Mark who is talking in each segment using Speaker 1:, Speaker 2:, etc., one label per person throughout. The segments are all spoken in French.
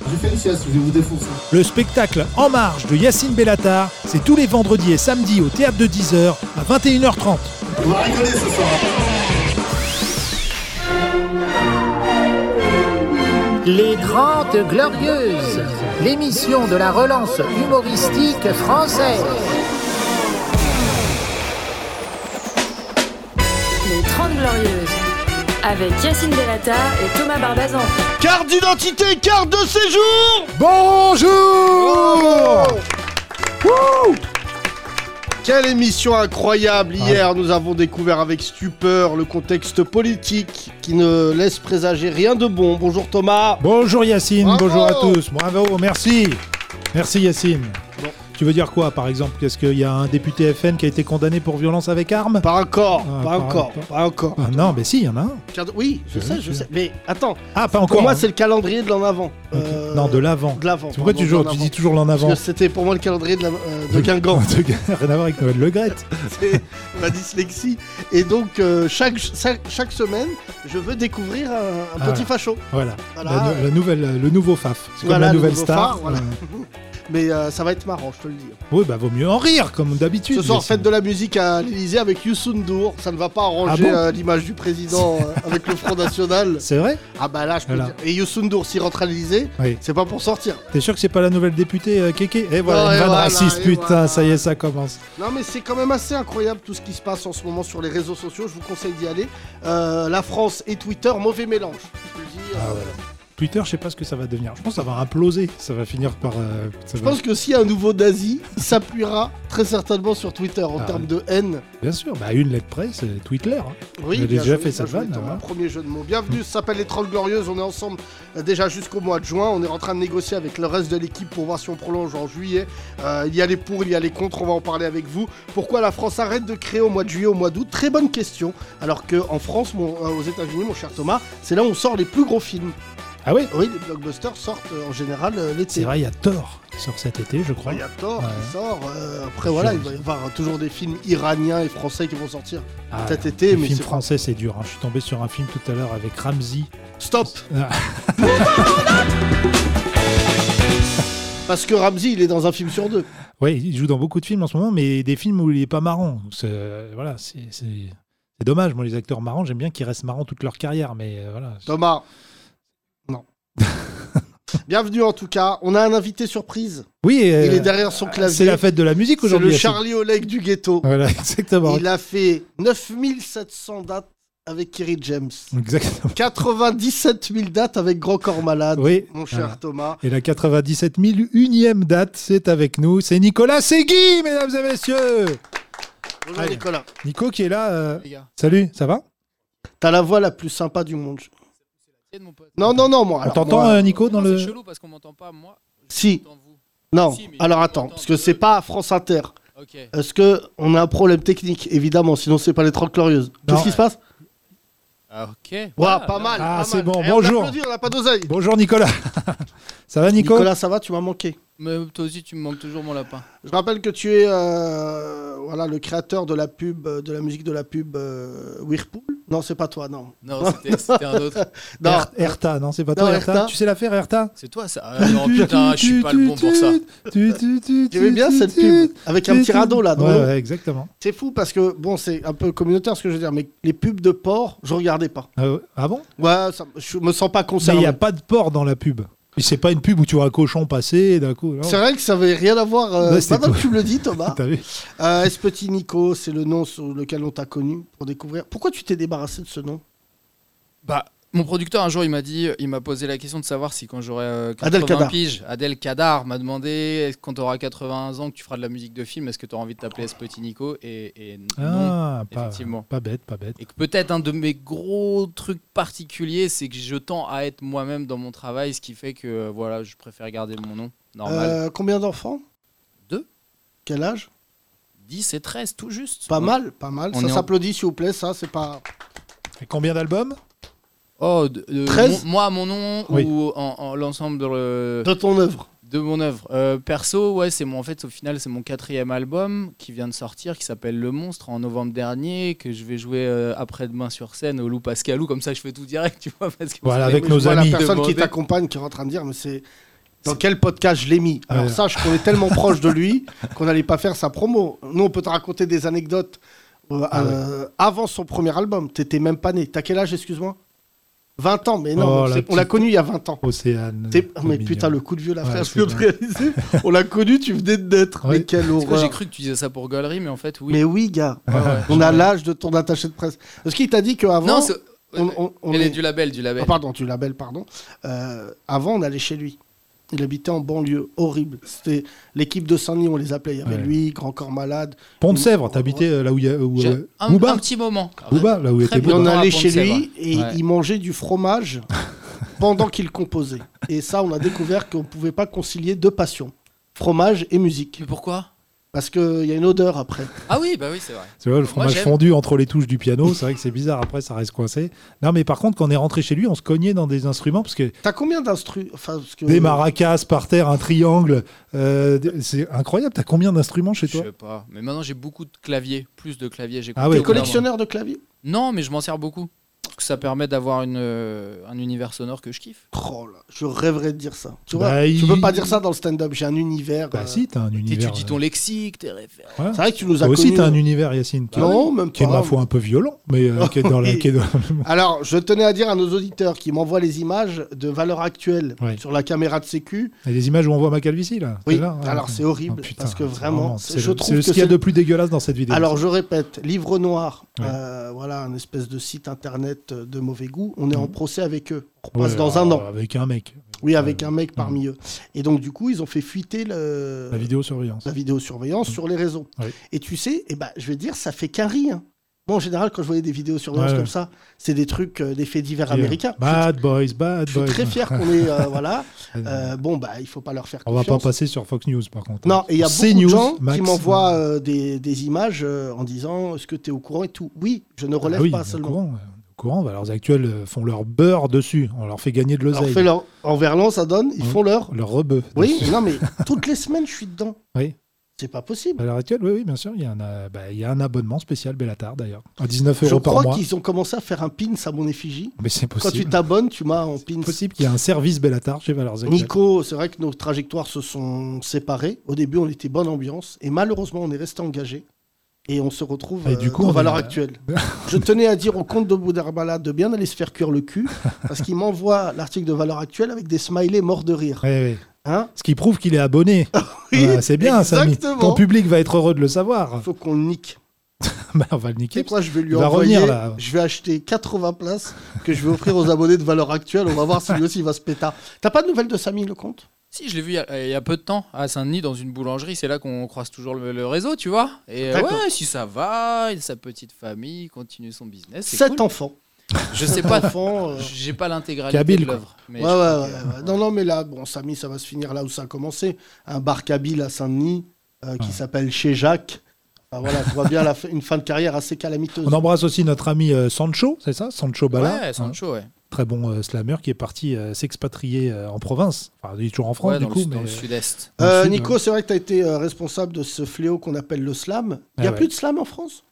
Speaker 1: Vous faites une sieste, vous allez vous défoncer.
Speaker 2: Le spectacle En Marche de Yacine Bellatar, c'est tous les vendredis et samedis au théâtre de 10h à 21h30.
Speaker 1: On va rigoler ce soir.
Speaker 3: Les Grandes Glorieuses, l'émission de la relance humoristique française.
Speaker 4: Les 30 Glorieuses, avec Yacine Delata et Thomas Barbazan.
Speaker 5: Carte d'identité, carte de séjour
Speaker 2: Oh
Speaker 6: Bonjour
Speaker 5: Wouh Quelle émission incroyable Hier, nous avons découvert avec stupeur le contexte politique qui ne laisse présager rien de bon. Bonjour Thomas
Speaker 2: Bonjour Yacine,
Speaker 5: Bravo
Speaker 2: bonjour à tous, bravo, merci. Merci Yacine. Tu veux dire quoi par exemple Qu'est-ce qu'il y a un député FN qui a été condamné pour violence avec arme
Speaker 5: Pas encore,
Speaker 2: Ah,
Speaker 5: pas
Speaker 2: pas
Speaker 5: encore,
Speaker 2: encore.
Speaker 5: pas encore.
Speaker 2: Ah Non, mais si, il y en a un.
Speaker 5: Carte- Oui, je sais, je sais. Mais attends,
Speaker 2: Ah, pas
Speaker 5: pour
Speaker 2: encore.
Speaker 5: moi
Speaker 2: hein.
Speaker 5: c'est le calendrier de l'en avant. Euh,
Speaker 2: Non, de l'avant.
Speaker 5: de l'avant.
Speaker 2: Pourquoi
Speaker 5: pardon,
Speaker 2: tu,
Speaker 5: de
Speaker 2: joues-
Speaker 5: l'en
Speaker 2: tu
Speaker 5: avant.
Speaker 2: dis toujours l'en avant
Speaker 5: Parce que c'était pour moi le calendrier de, la- euh, de Guingamp.
Speaker 2: Rien à voir avec Noël Le Legrette.
Speaker 5: c'est ma dyslexie. Et donc, euh, chaque, chaque, chaque semaine, je veux découvrir un, un
Speaker 2: Ah. Bah,
Speaker 5: petit facho.
Speaker 2: Voilà.
Speaker 5: Voilà.
Speaker 2: La, la nouvelle, le nouveau Faf. C'est comme
Speaker 5: Voilà,
Speaker 2: la
Speaker 5: le
Speaker 2: nouvelle
Speaker 5: nouveau
Speaker 2: star.
Speaker 5: phare, voilà. Mais euh, ça va être marrant, je te le dis.
Speaker 2: Euh, oui, bah vaut mieux en rire, comme d'habitude.
Speaker 5: Ce soir,
Speaker 2: Yacine.
Speaker 5: fête de la musique à l'Elysée avec Youssou N'Dour. Ça ne va pas arranger
Speaker 2: Ah bon
Speaker 5: euh, l'image du président euh, avec le Front National.
Speaker 2: C'est vrai
Speaker 5: Ah bah là, je peux
Speaker 2: Voilà.
Speaker 5: dire. Et Youssou N'Dour, s'il rentre à l'Elysée,
Speaker 2: Oui.
Speaker 5: c'est pas pour sortir.
Speaker 2: T'es sûr que c'est pas la nouvelle députée euh, Kéké Eh voilà,
Speaker 5: Non, et
Speaker 2: une vanne
Speaker 5: voilà,
Speaker 2: raciste,
Speaker 5: et
Speaker 2: putain,
Speaker 5: voilà.
Speaker 2: ça y est, ça commence.
Speaker 5: Non mais c'est quand même assez incroyable tout ce qui se passe en ce moment sur les réseaux sociaux. Je vous conseille d'y aller. Euh, la France et Twitter, mauvais mélange. Je, te le dis,
Speaker 2: Ah
Speaker 5: euh,
Speaker 2: ouais. Twitter, je sais pas ce que ça va devenir. Je pense que ça va imploser. Ça va finir par. euh, ça
Speaker 5: Je
Speaker 2: va-
Speaker 5: pense que s'il y a un nouveau nazi, il s'appuiera très certainement sur Twitter en
Speaker 2: Ah
Speaker 5: termes
Speaker 2: oui.
Speaker 5: de haine.
Speaker 2: Bien sûr, bah une lettre presse, c'est Twitter. hein.
Speaker 5: Oui,
Speaker 2: On a
Speaker 5: bien
Speaker 2: déjà
Speaker 5: joué,
Speaker 2: fait
Speaker 5: bien
Speaker 2: cette
Speaker 5: joué,
Speaker 2: vanne,
Speaker 5: Thomas.
Speaker 2: hein.
Speaker 5: Premier jeu de mots. Bienvenue, ça s'appelle Les Trolls Glorieuses. On est ensemble euh, déjà jusqu'au mois de juin. On est en train de négocier avec le reste de l'équipe pour voir si on prolonge en juillet. Euh, il y a les pour, il y a les contre. On va en parler avec vous. Pourquoi la France arrête de créer au mois de juillet, au mois d'août Très bonne question. Alors qu'en France, mon- euh, aux États-Unis, mon cher Thomas, c'est là où on sort les plus gros films.
Speaker 2: Ah ouais
Speaker 5: Oui, les blockbusters sortent euh, en général euh, l'été.
Speaker 2: C'est vrai, il y a Thor qui sort cet été, je crois.
Speaker 5: Il y a Thor
Speaker 2: Ouais.
Speaker 5: qui sort. euh, après,
Speaker 2: Je
Speaker 5: voilà,
Speaker 2: sais.
Speaker 5: il va y avoir toujours des films iraniens et français qui vont sortir
Speaker 2: Ah,
Speaker 5: cet été.
Speaker 2: les
Speaker 5: Mais
Speaker 2: films
Speaker 5: c'est
Speaker 2: français, c'est dur. hein. Je suis tombé sur un film tout à l'heure avec Ramsey.
Speaker 5: Stop
Speaker 2: Ah.
Speaker 5: Parce que Ramsey, il est dans un film sur deux.
Speaker 2: Ouais, il joue dans beaucoup de films en ce moment, mais des films où il est pas marrant. C'est, euh, voilà, c'est, c'est- c'est dommage. Moi, les acteurs marrants, j'aime bien qu'ils restent marrants toute leur carrière, mais euh, voilà.
Speaker 5: Thomas. Non. Bienvenue en tout cas. On a un invité surprise.
Speaker 2: Oui, euh,
Speaker 5: il est derrière son clavier.
Speaker 2: c'est la fête de la musique
Speaker 5: C'est
Speaker 2: aujourd'hui.
Speaker 5: le
Speaker 2: Yacine.
Speaker 5: Charlie Oleg du ghetto.
Speaker 2: Voilà, exactement.
Speaker 5: Il a fait 9700 dates avec Kerry James.
Speaker 2: Exactement.
Speaker 5: 97 000 dates avec Grand Corps Malade.
Speaker 2: Oui.
Speaker 5: Mon cher
Speaker 2: Voilà.
Speaker 5: Thomas.
Speaker 2: Et la 97 001e date, c'est avec nous. C'est Nicolas Segui, mesdames et messieurs.
Speaker 5: Bonjour
Speaker 2: Allez.
Speaker 5: Nicolas.
Speaker 2: Nico qui est là. euh,
Speaker 7: les gars.
Speaker 2: Salut, ça va
Speaker 5: T'as la voix la plus sympa du monde.
Speaker 7: Tiens, mon pote.
Speaker 5: Non, non, non, moi.
Speaker 2: On
Speaker 5: alors,
Speaker 2: t'entend,
Speaker 5: moi-
Speaker 2: euh, Nico, dans
Speaker 7: Non,
Speaker 2: le.
Speaker 7: C'est chelou parce qu'on m'entend pas, moi.
Speaker 5: Si.
Speaker 7: j'entends vous.
Speaker 5: Non,
Speaker 7: Si, mais
Speaker 5: alors
Speaker 7: je
Speaker 5: attends,
Speaker 7: l'entends,
Speaker 5: parce
Speaker 7: je
Speaker 5: que
Speaker 7: le-
Speaker 5: c'est pas France Inter.
Speaker 7: Ok.
Speaker 5: Est-ce que on a un problème technique Évidemment, sinon c'est pas les 30 glorieuses.
Speaker 2: Non.
Speaker 5: Qu'est-ce qui se passe
Speaker 7: Ah, ok.
Speaker 5: Ouah,
Speaker 7: Voilà,
Speaker 5: pas
Speaker 7: bien.
Speaker 5: mal.
Speaker 2: Ah,
Speaker 5: pas
Speaker 2: c'est
Speaker 5: mal.
Speaker 2: bon,
Speaker 5: Eh, on
Speaker 2: bonjour.
Speaker 5: applaudit, On n'a pas d'oseille.
Speaker 2: Bonjour Nicolas. ça va Nico
Speaker 5: Nicolas, ça va Tu m'as manqué.
Speaker 7: Mais toi aussi, tu me manques toujours mon lapin.
Speaker 5: Je rappelle que tu es euh, voilà, le créateur de la pub, euh, de la musique de la pub euh, Whirlpool. Non, c'est pas toi, non.
Speaker 7: Non, c'était c'était un autre.
Speaker 5: Non,
Speaker 2: Er- Erta, non, c'est pas
Speaker 5: Non,
Speaker 2: toi Erta.
Speaker 5: Erta.
Speaker 2: Tu sais la faire Erta
Speaker 7: C'est toi, ça Ah, Non, putain, je suis pas le bon pour ça.
Speaker 5: j'aimais bien cette pub avec un petit radeau là. dans
Speaker 2: Ouais,
Speaker 5: l'eau.
Speaker 2: ouais, exactement.
Speaker 5: C'est fou parce que bon, c'est un peu communautaire ce que je veux dire, mais les pubs de porc, je regardais pas.
Speaker 2: Euh, ah bon
Speaker 5: Ouais, ça- je me sens pas
Speaker 2: Mais il
Speaker 5: concerné.
Speaker 2: n'y a pas de porc dans la pub. Et C'est pas une pub où tu vois un cochon passer et d'un coup. non.
Speaker 5: C'est vrai que ça avait rien à voir. Euh,
Speaker 2: Ouais, c'était
Speaker 5: maintenant
Speaker 2: toi.
Speaker 5: que tu me le dis, Thomas.
Speaker 2: T'as vu
Speaker 5: Euh, Est-ce petit Nico, c'est le nom sur lequel on t'a connu pour découvrir Pourquoi tu t'es débarrassé de ce nom
Speaker 7: Bah, mon producteur, un jour, il m'a dit, il m'a posé la question de savoir si quand j'aurai euh,
Speaker 5: Adel
Speaker 7: 80
Speaker 5: Kadar.
Speaker 7: piges, Adel Kadar m'a demandé est-ce que quand tu auras 80 ans, que tu feras de la musique de film, est-ce que tu auras envie de t'appeler ce petit Nico Et, et non.
Speaker 2: Ah, pas,
Speaker 7: effectivement.
Speaker 2: pas bête, pas bête.
Speaker 7: Et que peut-être un de mes gros trucs particuliers, c'est que je tends à être moi-même dans mon travail, ce qui fait que euh, voilà, je préfère garder mon nom normal.
Speaker 5: Euh, Combien d'enfants
Speaker 7: Deux.
Speaker 5: Quel âge
Speaker 7: 10 et 13, tout juste.
Speaker 5: Pas mal, pas mal.
Speaker 7: On
Speaker 5: ça
Speaker 7: est en-
Speaker 5: s'applaudit, s'il vous plaît. Ça, c'est pas.
Speaker 2: Et combien d'albums
Speaker 7: Oh, de- de-
Speaker 5: 13?
Speaker 7: mon- moi, mon nom
Speaker 2: Oui.
Speaker 7: ou en, en l'ensemble de, le-
Speaker 5: De ton œuvre.
Speaker 7: de mon œuvre Euh, Perso, ouais, c'est mon, en fait, au final, c'est mon quatrième album qui vient de sortir, qui s'appelle Le Monstre, en novembre dernier, que je vais jouer euh, après-demain sur scène au Lou Pascalou, comme ça je fais tout direct, tu vois. Parce que
Speaker 2: Voilà,
Speaker 7: vous
Speaker 2: avec
Speaker 7: savez,
Speaker 2: nos
Speaker 5: Je vois
Speaker 2: amis.
Speaker 5: la personne
Speaker 7: Demandez.
Speaker 5: qui t'accompagne qui est en train de dire, mais c'est. Dans quel podcast je l'ai mis Alors
Speaker 2: Ouais.
Speaker 5: sache qu'on est tellement proche de lui qu'on n'allait pas faire sa promo. Nous, on peut te raconter des anecdotes euh,
Speaker 2: Ah
Speaker 5: euh, avant son premier album. T'étais même pas né. T'as quel âge, excuse-moi 20 ans, mais non,
Speaker 2: Oh, la
Speaker 5: c'est- on l'a
Speaker 2: petite-
Speaker 5: connu il y a 20 ans.
Speaker 2: Océane.
Speaker 5: T'es-
Speaker 2: le
Speaker 5: mais
Speaker 2: mignon.
Speaker 5: putain, le coup de vieux, la
Speaker 2: Ouais,
Speaker 5: frère, je
Speaker 2: c'est
Speaker 5: viens de
Speaker 2: dingue.
Speaker 5: réaliser. On l'a connu, tu venais de naître. Mais
Speaker 2: Ouais.
Speaker 5: quelle
Speaker 7: Parce que
Speaker 5: horreur.
Speaker 7: J'ai cru que tu disais ça pour gaulerie, mais en fait, oui.
Speaker 5: Mais oui, gars,
Speaker 7: Ouais, ouais.
Speaker 5: on a l'âge de ton attaché de presse. Est-ce qu'il t'a dit qu'avant.
Speaker 7: Non, c'est-
Speaker 5: on, on- on
Speaker 7: elle
Speaker 5: est-
Speaker 7: est du label, du label.
Speaker 5: Ah, pardon, du label, pardon. Euh, avant, on allait chez lui. Il habitait en banlieue, horrible. C'était l'équipe de Saint-Denis, on les appelait. Il y avait
Speaker 2: Ouais.
Speaker 5: lui, Grand Corps Malade.
Speaker 2: Pont de Sèvres, t'habitais euh, là où il y a. Où,
Speaker 7: J'ai
Speaker 2: euh,
Speaker 7: un,
Speaker 2: Booba Ah bah,
Speaker 7: un petit moment.
Speaker 2: Booba, là où était
Speaker 7: Très
Speaker 5: Et
Speaker 7: bien.
Speaker 2: Booba.
Speaker 5: on
Speaker 7: Bouddha
Speaker 5: allait
Speaker 7: raconte,
Speaker 5: chez
Speaker 7: c'est
Speaker 5: lui et
Speaker 7: Ouais.
Speaker 5: il mangeait du fromage pendant qu'il composait. Et ça, on a découvert qu'on ne pouvait pas concilier deux passions fromage et musique.
Speaker 7: Mais pourquoi
Speaker 5: Parce qu'il y a une odeur après.
Speaker 7: Ah oui, bah oui, c'est vrai.
Speaker 2: Tu vois, le
Speaker 7: Moi,
Speaker 2: fromage
Speaker 7: j'aime.
Speaker 2: fondu entre les touches du piano, c'est vrai que c'est bizarre, après ça reste coincé. Non, mais par contre, quand on est rentré chez lui, on se cognait dans des instruments, parce que
Speaker 5: T'as combien d'instru enfin, parce que-
Speaker 2: des maracas par terre, un triangle, euh, des- c'est incroyable, t'as combien d'instruments chez
Speaker 7: Je
Speaker 2: toi
Speaker 7: sais pas. Mais maintenant, j'ai beaucoup de claviers, plus de claviers. J'ai
Speaker 2: Ah
Speaker 5: T'es
Speaker 2: ouais.
Speaker 7: compté au bout d'un moment.
Speaker 5: collectionneur de clavier
Speaker 7: Non, mais je m'en sers beaucoup. Parce que ça permet d'avoir une, euh, un univers sonore que je kiffe.
Speaker 5: Oh là, je rêverais de dire ça. Tu vois,
Speaker 2: Bah,
Speaker 5: tu
Speaker 2: il-
Speaker 5: peux pas dire ça dans le stand-up. J'ai un univers. euh,
Speaker 2: Bah si, t'as un
Speaker 7: Et tu
Speaker 2: univers.
Speaker 7: dis ton lexique, tes références.
Speaker 2: euh, ouais.
Speaker 5: C'est vrai que tu nous as
Speaker 2: Toi aussi,
Speaker 5: connus-
Speaker 2: t'as un
Speaker 7: hein.
Speaker 2: univers, Yacine,
Speaker 7: Ah
Speaker 2: qui,
Speaker 5: Non, même
Speaker 2: qui est de
Speaker 5: pas.
Speaker 2: ma foi un peu violent, mais euh, qui est dans la.
Speaker 5: Oui.
Speaker 2: qui est dans-
Speaker 5: Alors, je tenais à dire à nos auditeurs qui m'envoient les images de valeur actuelle
Speaker 2: Oui.
Speaker 5: sur la caméra de sécu.
Speaker 2: Il y a des images où on voit ma calvitie, là.
Speaker 5: Oui,
Speaker 2: C'est là, hein.
Speaker 5: alors c'est horrible
Speaker 2: Oh, putain,
Speaker 5: parce que
Speaker 2: c'est
Speaker 5: vraiment,
Speaker 2: c'est
Speaker 5: je
Speaker 2: le-
Speaker 5: trouve
Speaker 2: c'est
Speaker 5: que
Speaker 2: ce qu'il y a
Speaker 5: c'est-
Speaker 2: de plus dégueulasse dans cette vidéo.
Speaker 5: Alors, je répète, Livre Noir,
Speaker 2: Ouais.
Speaker 5: euh, voilà un espèce de site internet euh, de mauvais goût. On est en procès avec eux. On
Speaker 2: Mm. Ouais,
Speaker 5: repasse dans un
Speaker 2: alors,
Speaker 5: an.
Speaker 2: Avec un mec,
Speaker 5: Oui, avec
Speaker 2: euh,
Speaker 5: un mec parmi eux. Et donc, du coup, ils ont fait fuiter le...
Speaker 2: la Mm. vidéosurveillance.
Speaker 5: Euh, la vidéosurveillance sur les réseaux.
Speaker 2: Ouais.
Speaker 5: Et tu sais, eh ben, je vais te dire, ça fait qu'un rire. Moi, en général, quand je voyais des vidéosurveillances
Speaker 2: Ouais,
Speaker 5: comme
Speaker 2: ouais.
Speaker 5: ça, c'est des trucs, euh, des faits divers
Speaker 2: Et, euh,
Speaker 5: américains.
Speaker 2: Bad boys, bad
Speaker 5: Je suis
Speaker 2: boys.
Speaker 5: très fier qu'on ait. euh, voilà.
Speaker 2: Euh,
Speaker 5: Euh, bon, bah, il faut pas leur faire
Speaker 2: On va
Speaker 5: confiance.
Speaker 2: pas passer sur Fox News par contre.
Speaker 5: Non, et il y a
Speaker 2: C'est
Speaker 5: beaucoup
Speaker 2: News,
Speaker 5: de gens
Speaker 2: Max.
Speaker 5: qui m'envoient euh, des, des images euh, en disant est-ce que tu es au courant et tout. Oui, je ne
Speaker 2: Ah
Speaker 5: relève
Speaker 2: oui,
Speaker 5: pas
Speaker 2: au
Speaker 5: seulement.
Speaker 2: courant, euh, au courant, bah, leurs actuels euh, font leur beurre dessus. On leur fait gagner de
Speaker 5: Alors,
Speaker 2: l'oseille.
Speaker 5: fais leur... En verlan, ça donne, ils
Speaker 2: Ouais.
Speaker 5: font leur.
Speaker 2: Leur rebeu.
Speaker 5: Oui,
Speaker 2: dessus.
Speaker 5: non, mais toutes les semaines, je suis dedans.
Speaker 2: Oui.
Speaker 5: C'est pas possible.
Speaker 2: À l'heure actuelle, oui, oui, bien sûr, il y, a un, euh, bah, il y a un abonnement spécial Bellatar d'ailleurs, à 19
Speaker 5: Je
Speaker 2: euros par
Speaker 5: crois
Speaker 2: mois.
Speaker 5: qu'ils ont commencé à faire un pins à mon effigie.
Speaker 2: Mais c'est
Speaker 5: Quand tu
Speaker 2: possible.
Speaker 5: t'abonnes, tu m'as en pins.
Speaker 2: C'est possible qu'il y ait un service Bellatar chez Valeurs Actuelles.
Speaker 5: Nico, c'est vrai que nos trajectoires se sont séparées. Au début, on était bonne ambiance. Et malheureusement, on est resté engagés. Et on se retrouve
Speaker 2: Et du
Speaker 5: euh,
Speaker 2: coup,
Speaker 5: en
Speaker 2: on
Speaker 5: valeur
Speaker 2: est-
Speaker 5: actuelle. Je tenais à dire au compte de Boudarbala de bien aller se faire cuire le cul. parce qu'il m'envoie l'article de valeur actuelle avec des smileys morts de rire.
Speaker 2: Ouais, ouais.
Speaker 5: Hein
Speaker 2: Ce qui prouve qu'il est abonné.
Speaker 5: Oui,
Speaker 2: Voilà, c'est bien, Samy.
Speaker 5: exactement.
Speaker 2: Ton public va être heureux de le savoir.
Speaker 5: faut qu'on le nique.
Speaker 2: Bah, on va le
Speaker 5: Tu sais
Speaker 2: niquer.
Speaker 5: quoi, je vais lui
Speaker 2: Il va
Speaker 5: envoyer.
Speaker 2: revenir, là.
Speaker 5: Je vais acheter 80 places que je vais offrir aux abonnés de valeur actuelle. On va voir si lui aussi il va se péter. T'as pas de nouvelles de Samy, le compte
Speaker 7: Si, je l'ai vu il y, a, il y a peu de temps à Saint-Denis dans une boulangerie. C'est là qu'on croise toujours le, le réseau, tu vois. Et euh,
Speaker 5: D'accord.
Speaker 7: ouais, si ça va, il a sa petite famille, il continue son business. Eh, C'est
Speaker 5: Sept
Speaker 7: cool.
Speaker 5: enfants.
Speaker 7: Je sais pas,
Speaker 5: enfants. euh,
Speaker 7: j'ai pas l'intégralité
Speaker 2: Kabyle,
Speaker 7: de
Speaker 2: quoi.
Speaker 7: l'œuvre. mais
Speaker 5: Ouais,
Speaker 7: je
Speaker 5: ouais,
Speaker 7: crois
Speaker 5: ouais,
Speaker 7: que-
Speaker 5: ouais. Non, non, mais là, bon, Samy, ça va se finir là où ça a commencé. Un bar Kabyle à Saint-Denis euh, qui
Speaker 2: Ah.
Speaker 5: s'appelle Chez Jacques. Ah, voilà, tu vois bien la fin- une fin de carrière assez calamiteuse.
Speaker 2: On embrasse aussi notre ami euh, Sancho, c'est ça Sancho Bala.
Speaker 7: Ouais,
Speaker 2: hein,
Speaker 7: Sancho, ouais.
Speaker 2: très bon euh, slammer qui est parti euh, s'expatrier euh, en province. Enfin, il est toujours en France,
Speaker 7: Ouais,
Speaker 2: du
Speaker 7: dans,
Speaker 2: coup,
Speaker 7: le,
Speaker 2: mais
Speaker 7: dans le sud-est.
Speaker 2: dans le
Speaker 5: Euh,
Speaker 2: sud,
Speaker 5: Nico, c'est vrai que tu as été euh, responsable de ce fléau qu'on appelle le slam. Il n'y a
Speaker 2: Ah ouais.
Speaker 5: plus de slam en France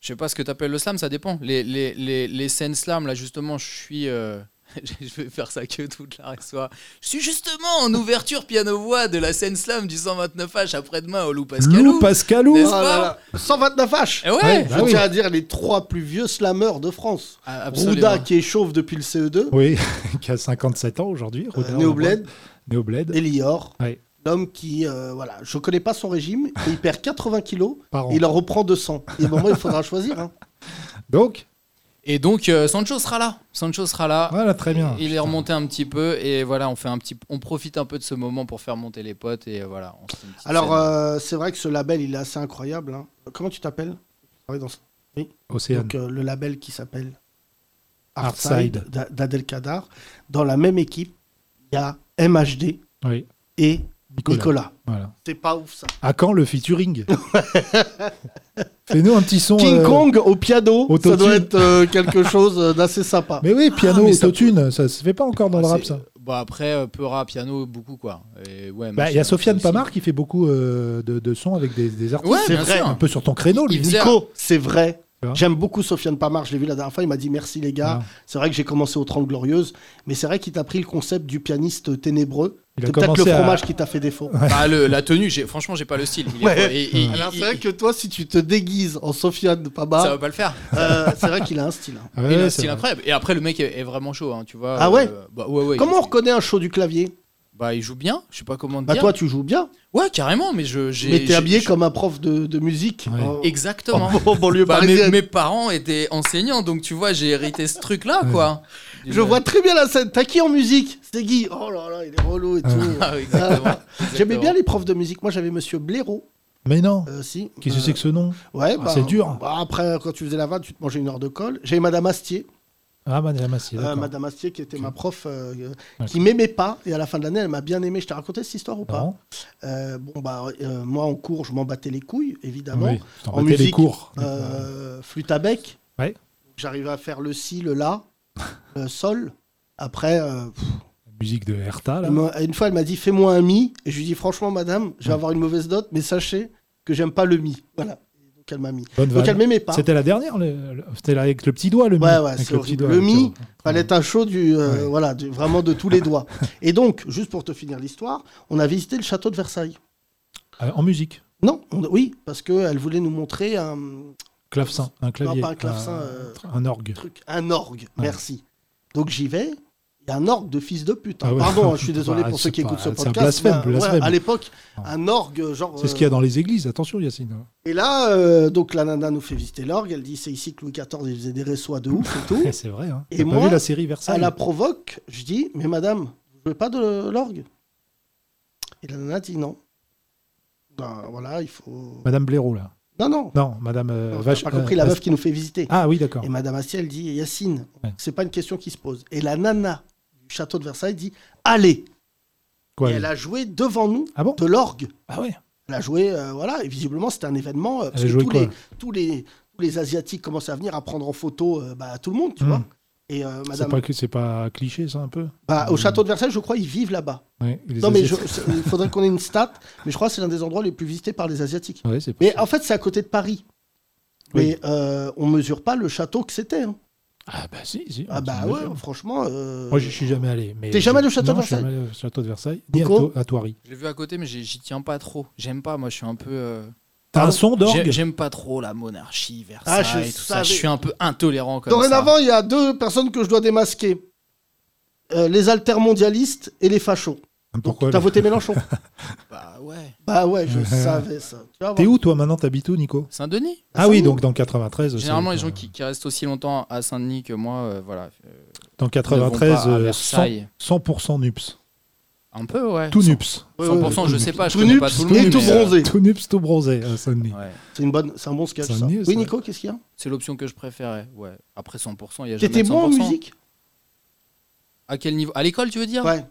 Speaker 7: Je sais pas ce que t'appelles le slam, ça dépend. Les, les, les, les scènes slam, là, justement, je suis. euh, je vais faire ça que toute la soirée. Je suis justement en ouverture piano-voix de la scène slam du 129H après-demain au Loup Pascalou.
Speaker 2: Lou Pascalou.
Speaker 7: N'est-ce
Speaker 5: Ah là
Speaker 7: pas
Speaker 5: là, 129 H
Speaker 7: Eh ouais,
Speaker 2: Ouais,
Speaker 5: Je
Speaker 2: bah oui.
Speaker 5: tiens à dire les trois plus vieux slammeurs de France.
Speaker 7: Ah, absolument.
Speaker 5: Rouda, qui est chauve depuis le CE2,
Speaker 2: Oui, qui a 57 ans aujourd'hui.
Speaker 5: euh,
Speaker 2: Rodin, on le
Speaker 5: Néobled,
Speaker 2: voit. Néobled.
Speaker 5: Elior.
Speaker 2: Ouais.
Speaker 5: L'homme qui, euh, voilà, je connais pas son régime, et il perd 80 kilos,
Speaker 2: Par an.
Speaker 5: et il en reprend 200. Et à un moment, il faudra choisir. hein.
Speaker 2: Donc,
Speaker 7: Et donc, euh, Sancho sera là. Sancho sera là.
Speaker 2: voilà, très bien.
Speaker 7: Il est remonté un petit peu et voilà, on fait un petit, on profite un peu de ce moment pour faire monter les potes et euh, voilà. on se fait une petite
Speaker 5: Alors,
Speaker 7: scène.
Speaker 5: euh, c'est vrai que ce label, il est assez incroyable. hein. Comment tu t'appelles Tu travailles dans ce-
Speaker 2: Océane.
Speaker 5: Donc, euh, le label qui s'appppelle
Speaker 2: Artside.
Speaker 5: Artside d'A- d'Adel Kadar. Dans la même équipe, il y a MHD
Speaker 7: euh,
Speaker 2: Oui,
Speaker 5: et
Speaker 2: Nicolas.
Speaker 5: Nicolas.
Speaker 2: Voilà.
Speaker 5: C'est pas ouf ça.
Speaker 2: À quand le featuring Fais-nous un petit son.
Speaker 5: King
Speaker 2: euh,
Speaker 5: Kong au piano, ça
Speaker 2: autotune.
Speaker 5: doit être euh, quelque chose euh, d'assez sympa.
Speaker 2: Mais oui, piano,
Speaker 5: Ah,
Speaker 7: mais ça-
Speaker 2: autotune, ça... se fait pas encore dans le
Speaker 7: Ah,
Speaker 2: rap,
Speaker 7: c'est-
Speaker 2: ça.
Speaker 7: Bah après, euh, peu rap, piano, beaucoup quoi. Et ouais,
Speaker 2: Bah, Il y
Speaker 7: machin,
Speaker 2: a Sofiane
Speaker 7: aussi.
Speaker 2: Pamar qui fait beaucoup euh, de, de sons avec des, des artistes.
Speaker 7: Ouais,
Speaker 5: C'est
Speaker 7: bien
Speaker 5: vrai.
Speaker 7: sûr.
Speaker 2: Un peu sur ton créneau,
Speaker 7: Il
Speaker 2: lui.
Speaker 7: faisait-
Speaker 5: Nico, c'est vrai.
Speaker 2: Tu vois
Speaker 5: J'aime beaucoup Sofiane Pamar, je l'ai vu la dernière fois, il m'a dit merci les gars.
Speaker 2: Ah.
Speaker 5: C'est vrai que j'ai commencé aux 30 Glorieuses, mais c'est vrai qu'il t'a pris le concept du pianiste ténébreux
Speaker 2: Il a
Speaker 5: C'est peut-être le
Speaker 2: commencé à-
Speaker 5: fromage qui t'a fait défaut.
Speaker 7: Bah, le- la tenue, j'ai- franchement, j'ai pas le style. Il est-
Speaker 5: Ouais. Ah.
Speaker 7: et- et-
Speaker 5: Alors,
Speaker 7: il-
Speaker 5: c'est vrai
Speaker 7: il-
Speaker 5: que toi, si tu te déguises en Sofiane
Speaker 7: ça va
Speaker 5: Pabba,
Speaker 7: pas le faire.
Speaker 5: euh, c'est vrai qu'il a un style. hein.
Speaker 2: Ah
Speaker 7: il
Speaker 2: ouais,
Speaker 7: a un
Speaker 2: c'est
Speaker 7: style
Speaker 2: vrai.
Speaker 7: incroyable. Et après, le mec est, est vraiment chaud, hein, tu vois.
Speaker 5: Ah ouais
Speaker 7: bah, ouais, ouais,
Speaker 5: Comment
Speaker 7: il-
Speaker 5: on reconnaît un show du clavier
Speaker 7: Bah, il joue bien. Je sais pas comment te
Speaker 5: Bah,
Speaker 7: dire.
Speaker 5: toi, tu joues bien,
Speaker 7: Ouais, carrément, mais je. j'ai-
Speaker 5: mais t'es
Speaker 7: j'ai-
Speaker 5: habillé
Speaker 7: je-
Speaker 5: comme Oh, un prof de, de musique.
Speaker 2: Ouais.
Speaker 5: en-
Speaker 7: Exactement.
Speaker 5: en banlieue
Speaker 7: Bah, mes,
Speaker 5: parisienne.
Speaker 7: mes parents étaient enseignants, donc tu vois, j'ai hérité ce truc-là, quoi.
Speaker 5: Je vois très bien la scène. T'as qui en musique C'est Guy. Oh là là, il est relou et tout.
Speaker 7: Ah, exactement.
Speaker 5: J'aimais
Speaker 7: Exactement.
Speaker 5: bien les profs de musique. Moi, j'avais Monsieur Blaireau.
Speaker 2: Mais non.
Speaker 5: euh, si.
Speaker 2: Qu'est-ce
Speaker 5: Euh,
Speaker 2: que c'est que ce nom
Speaker 5: Ouais,
Speaker 2: Ah,
Speaker 5: bah,
Speaker 2: c'est dur.
Speaker 5: bah, après, quand tu faisais la vanne, tu te mangeais une heure de colle. J'avais Madame Astier.
Speaker 2: Ah, Madame Astier,
Speaker 5: euh,
Speaker 2: d'accord.
Speaker 5: Madame Astier, qui était ma prof, euh, euh,
Speaker 2: Ouais.
Speaker 5: qui m'aimait pas. Et à la fin de l'année, elle m'a bien aimé. Je t'ai raconté cette histoire ou pas
Speaker 2: Non
Speaker 5: Euh, Bon, bah, euh, moi, en cours, je m'en battais les couilles, évidemment.
Speaker 2: Oui, t'en
Speaker 5: en
Speaker 2: battais les
Speaker 5: musique,
Speaker 2: cours.
Speaker 5: Euh, flûte à bec.
Speaker 2: Ouais.
Speaker 5: J'arrivais à faire le si, le la, le sol. Après, euh,
Speaker 2: La musique de Hertha, là.
Speaker 5: Elle m'a- Une fois, elle m'a dit Fais-moi un mi. Et je lui ai dit Franchement, madame, je vais avoir une mauvaise note, mais sachez que j'aime pas le mi. Voilà. Donc elle m'a mis.
Speaker 2: Bonne
Speaker 5: Donc elle
Speaker 2: vanne.
Speaker 5: m'aimait pas.
Speaker 2: C'était la dernière, le- le- c'était là avec le petit doigt, le mi.
Speaker 5: Ouais, ouais,
Speaker 2: Avec
Speaker 5: c'est
Speaker 2: le
Speaker 5: horrible.
Speaker 2: petit doigt,
Speaker 5: Le
Speaker 2: tu
Speaker 5: mi,
Speaker 2: vois.
Speaker 5: Fallait être un show du, euh,
Speaker 2: Ouais.
Speaker 5: voilà, du- vraiment de tous les doigts. Et donc, juste pour te finir l'histoire, on a visité le château de Versailles.
Speaker 2: Euh, En musique,
Speaker 5: Non, on- oui, parce qu'elle voulait nous montrer un
Speaker 2: clavecin, un clavier.
Speaker 5: pas un clavecin, euh,
Speaker 2: Un orgue.
Speaker 5: truc, un orgue.
Speaker 2: Ouais.
Speaker 5: Merci. Donc j'y vais. Il y a un orgue de fils de pute. hein.
Speaker 2: Ah ouais.
Speaker 5: Pardon, hein, je suis désolé
Speaker 2: Bah,
Speaker 5: pour ceux
Speaker 2: c'est
Speaker 5: qui
Speaker 2: pas-
Speaker 5: écoutent ce
Speaker 2: c'est un
Speaker 5: podcast.
Speaker 2: blasphème,
Speaker 5: mais, euh, ouais,
Speaker 2: blasphème.
Speaker 5: à l'époque,
Speaker 2: Non.
Speaker 5: un orgue, genre.
Speaker 2: C'est ce
Speaker 5: euh,
Speaker 2: qu'il y a dans les églises, attention Yacine. hein.
Speaker 5: Et là, euh, donc la nana nous fait visiter l'orgue. Elle dit c'est ici que Louis XIV il faisait des réçois de ouf et tout.
Speaker 2: Eh, C'est vrai. Hein.
Speaker 5: Et
Speaker 2: T'as pas
Speaker 5: moi,
Speaker 2: vu la série Versailles
Speaker 5: Elle la provoque. Je dis mais madame, vous jouez pas de l'orgue Et la nana dit non. Ben voilà, il faut.
Speaker 2: Madame Blaireau, là.
Speaker 5: Non non.
Speaker 2: Non, Madame euh,
Speaker 5: T'as
Speaker 2: Vache-
Speaker 5: pas
Speaker 2: euh,
Speaker 5: compris la
Speaker 2: Vas-
Speaker 5: meuf qui nous fait visiter.
Speaker 2: Ah oui, d'accord.
Speaker 5: Et madame Astier elle dit Yacine,
Speaker 2: Ouais.
Speaker 5: c'est pas une question qui se pose. Et la nana du château de Versailles dit allez.
Speaker 2: Quoi,
Speaker 5: Et elle
Speaker 2: elle-
Speaker 5: a joué devant nous
Speaker 2: Ah bon
Speaker 5: de l'orgue.
Speaker 2: Ah ouais.
Speaker 5: Elle a joué, euh, voilà, et visiblement c'était un événement. euh, parce
Speaker 2: Elle
Speaker 5: que
Speaker 2: a joué
Speaker 5: tous,
Speaker 2: quoi
Speaker 5: les, tous, les, tous les Asiatiques commençaient à venir à prendre en photo euh, bah, tout le monde, tu
Speaker 2: Hmm.
Speaker 5: vois. Et euh,
Speaker 2: C'est
Speaker 5: madame.
Speaker 2: pas, que- c'est pas cliché, ça, un peu
Speaker 5: bah, au château de Versailles, je crois, ils vivent là-bas.
Speaker 2: Ouais, et les
Speaker 5: Non, mais je-
Speaker 2: Asiatiques.
Speaker 5: c'est- il faudrait qu'on ait une stat, mais je crois que c'est l'un des endroits les plus visités par les Asiatiques.
Speaker 2: Ouais, c'est pas...
Speaker 5: Mais en fait, c'est à côté de Paris.
Speaker 2: Oui.
Speaker 5: Mais euh, on mesure pas le château que c'était. hein.
Speaker 2: Ah bah si, si.
Speaker 5: Ah
Speaker 2: on
Speaker 5: bah ouais,
Speaker 2: s'imagine.
Speaker 5: franchement. euh,
Speaker 2: Moi, je suis jamais allé. mais
Speaker 5: T'es jamais allé au château de
Speaker 2: Non, je suis
Speaker 5: Versailles
Speaker 2: jamais allé au château de Versailles, ni à,
Speaker 5: Nico
Speaker 2: To- à Thoiry.
Speaker 7: Je l'ai vu à côté, mais j'ai- j'y tiens pas trop. J'aime pas, moi, je suis un peu. euh,
Speaker 2: T'as
Speaker 7: Pardon
Speaker 2: un son
Speaker 7: j'ai-
Speaker 2: d'orgue
Speaker 7: J'aime pas trop la monarchie,
Speaker 5: Ah,
Speaker 7: Versailles,
Speaker 5: je
Speaker 7: tout ça.
Speaker 5: savais.
Speaker 7: Je suis un peu intolérant comme
Speaker 5: Dorénavant, il y a deux personnes que je dois démasquer Euh, les altermondialistes et les fachos. Donc,
Speaker 2: Pourquoi
Speaker 5: T'as
Speaker 2: le-
Speaker 5: voté Mélenchon
Speaker 7: ça. Bah ouais.
Speaker 5: Bah ouais, je savais ça. Tu vas voir.
Speaker 2: T'es où, toi, maintenant T'habites où, Nico
Speaker 7: Saint-Denis
Speaker 2: Ah oui, donc dans 93.
Speaker 7: Généralement,
Speaker 2: c'est-
Speaker 7: les gens qui, qui restent aussi longtemps à Saint-Denis que moi, euh, voilà. euh,
Speaker 2: Dans
Speaker 7: ne vont
Speaker 2: 93,
Speaker 7: pas à
Speaker 2: euh, 100
Speaker 7: Versailles.
Speaker 2: 100% nups.
Speaker 7: Un peu, ouais.
Speaker 2: Tout
Speaker 7: Cent-
Speaker 2: nups.
Speaker 5: Ouais,
Speaker 7: 100%,
Speaker 2: ouais,
Speaker 7: je
Speaker 2: ouais.
Speaker 7: sais pas, je
Speaker 5: Tout
Speaker 7: connais
Speaker 5: nups,
Speaker 7: pas tout le
Speaker 5: tout
Speaker 7: monde.
Speaker 5: nups, tout
Speaker 7: mais,
Speaker 5: bronzé.
Speaker 2: Tout nups, tout bronzé à Saint-Denis.
Speaker 7: euh, ouais.
Speaker 5: C'est une bonne, c'est un bon sketch.
Speaker 2: C'est un
Speaker 5: ça.
Speaker 2: mieux,
Speaker 5: oui,
Speaker 2: ça.
Speaker 5: Nico, qu'est-ce qu'il y a
Speaker 7: C'est l'option que je préférais, ouais. Après 100%, il y a jamais
Speaker 5: T'étais
Speaker 7: de
Speaker 5: bon en
Speaker 7: 100%.
Speaker 5: musique
Speaker 7: À quel niveau À l'école, tu veux dire
Speaker 5: Ouais.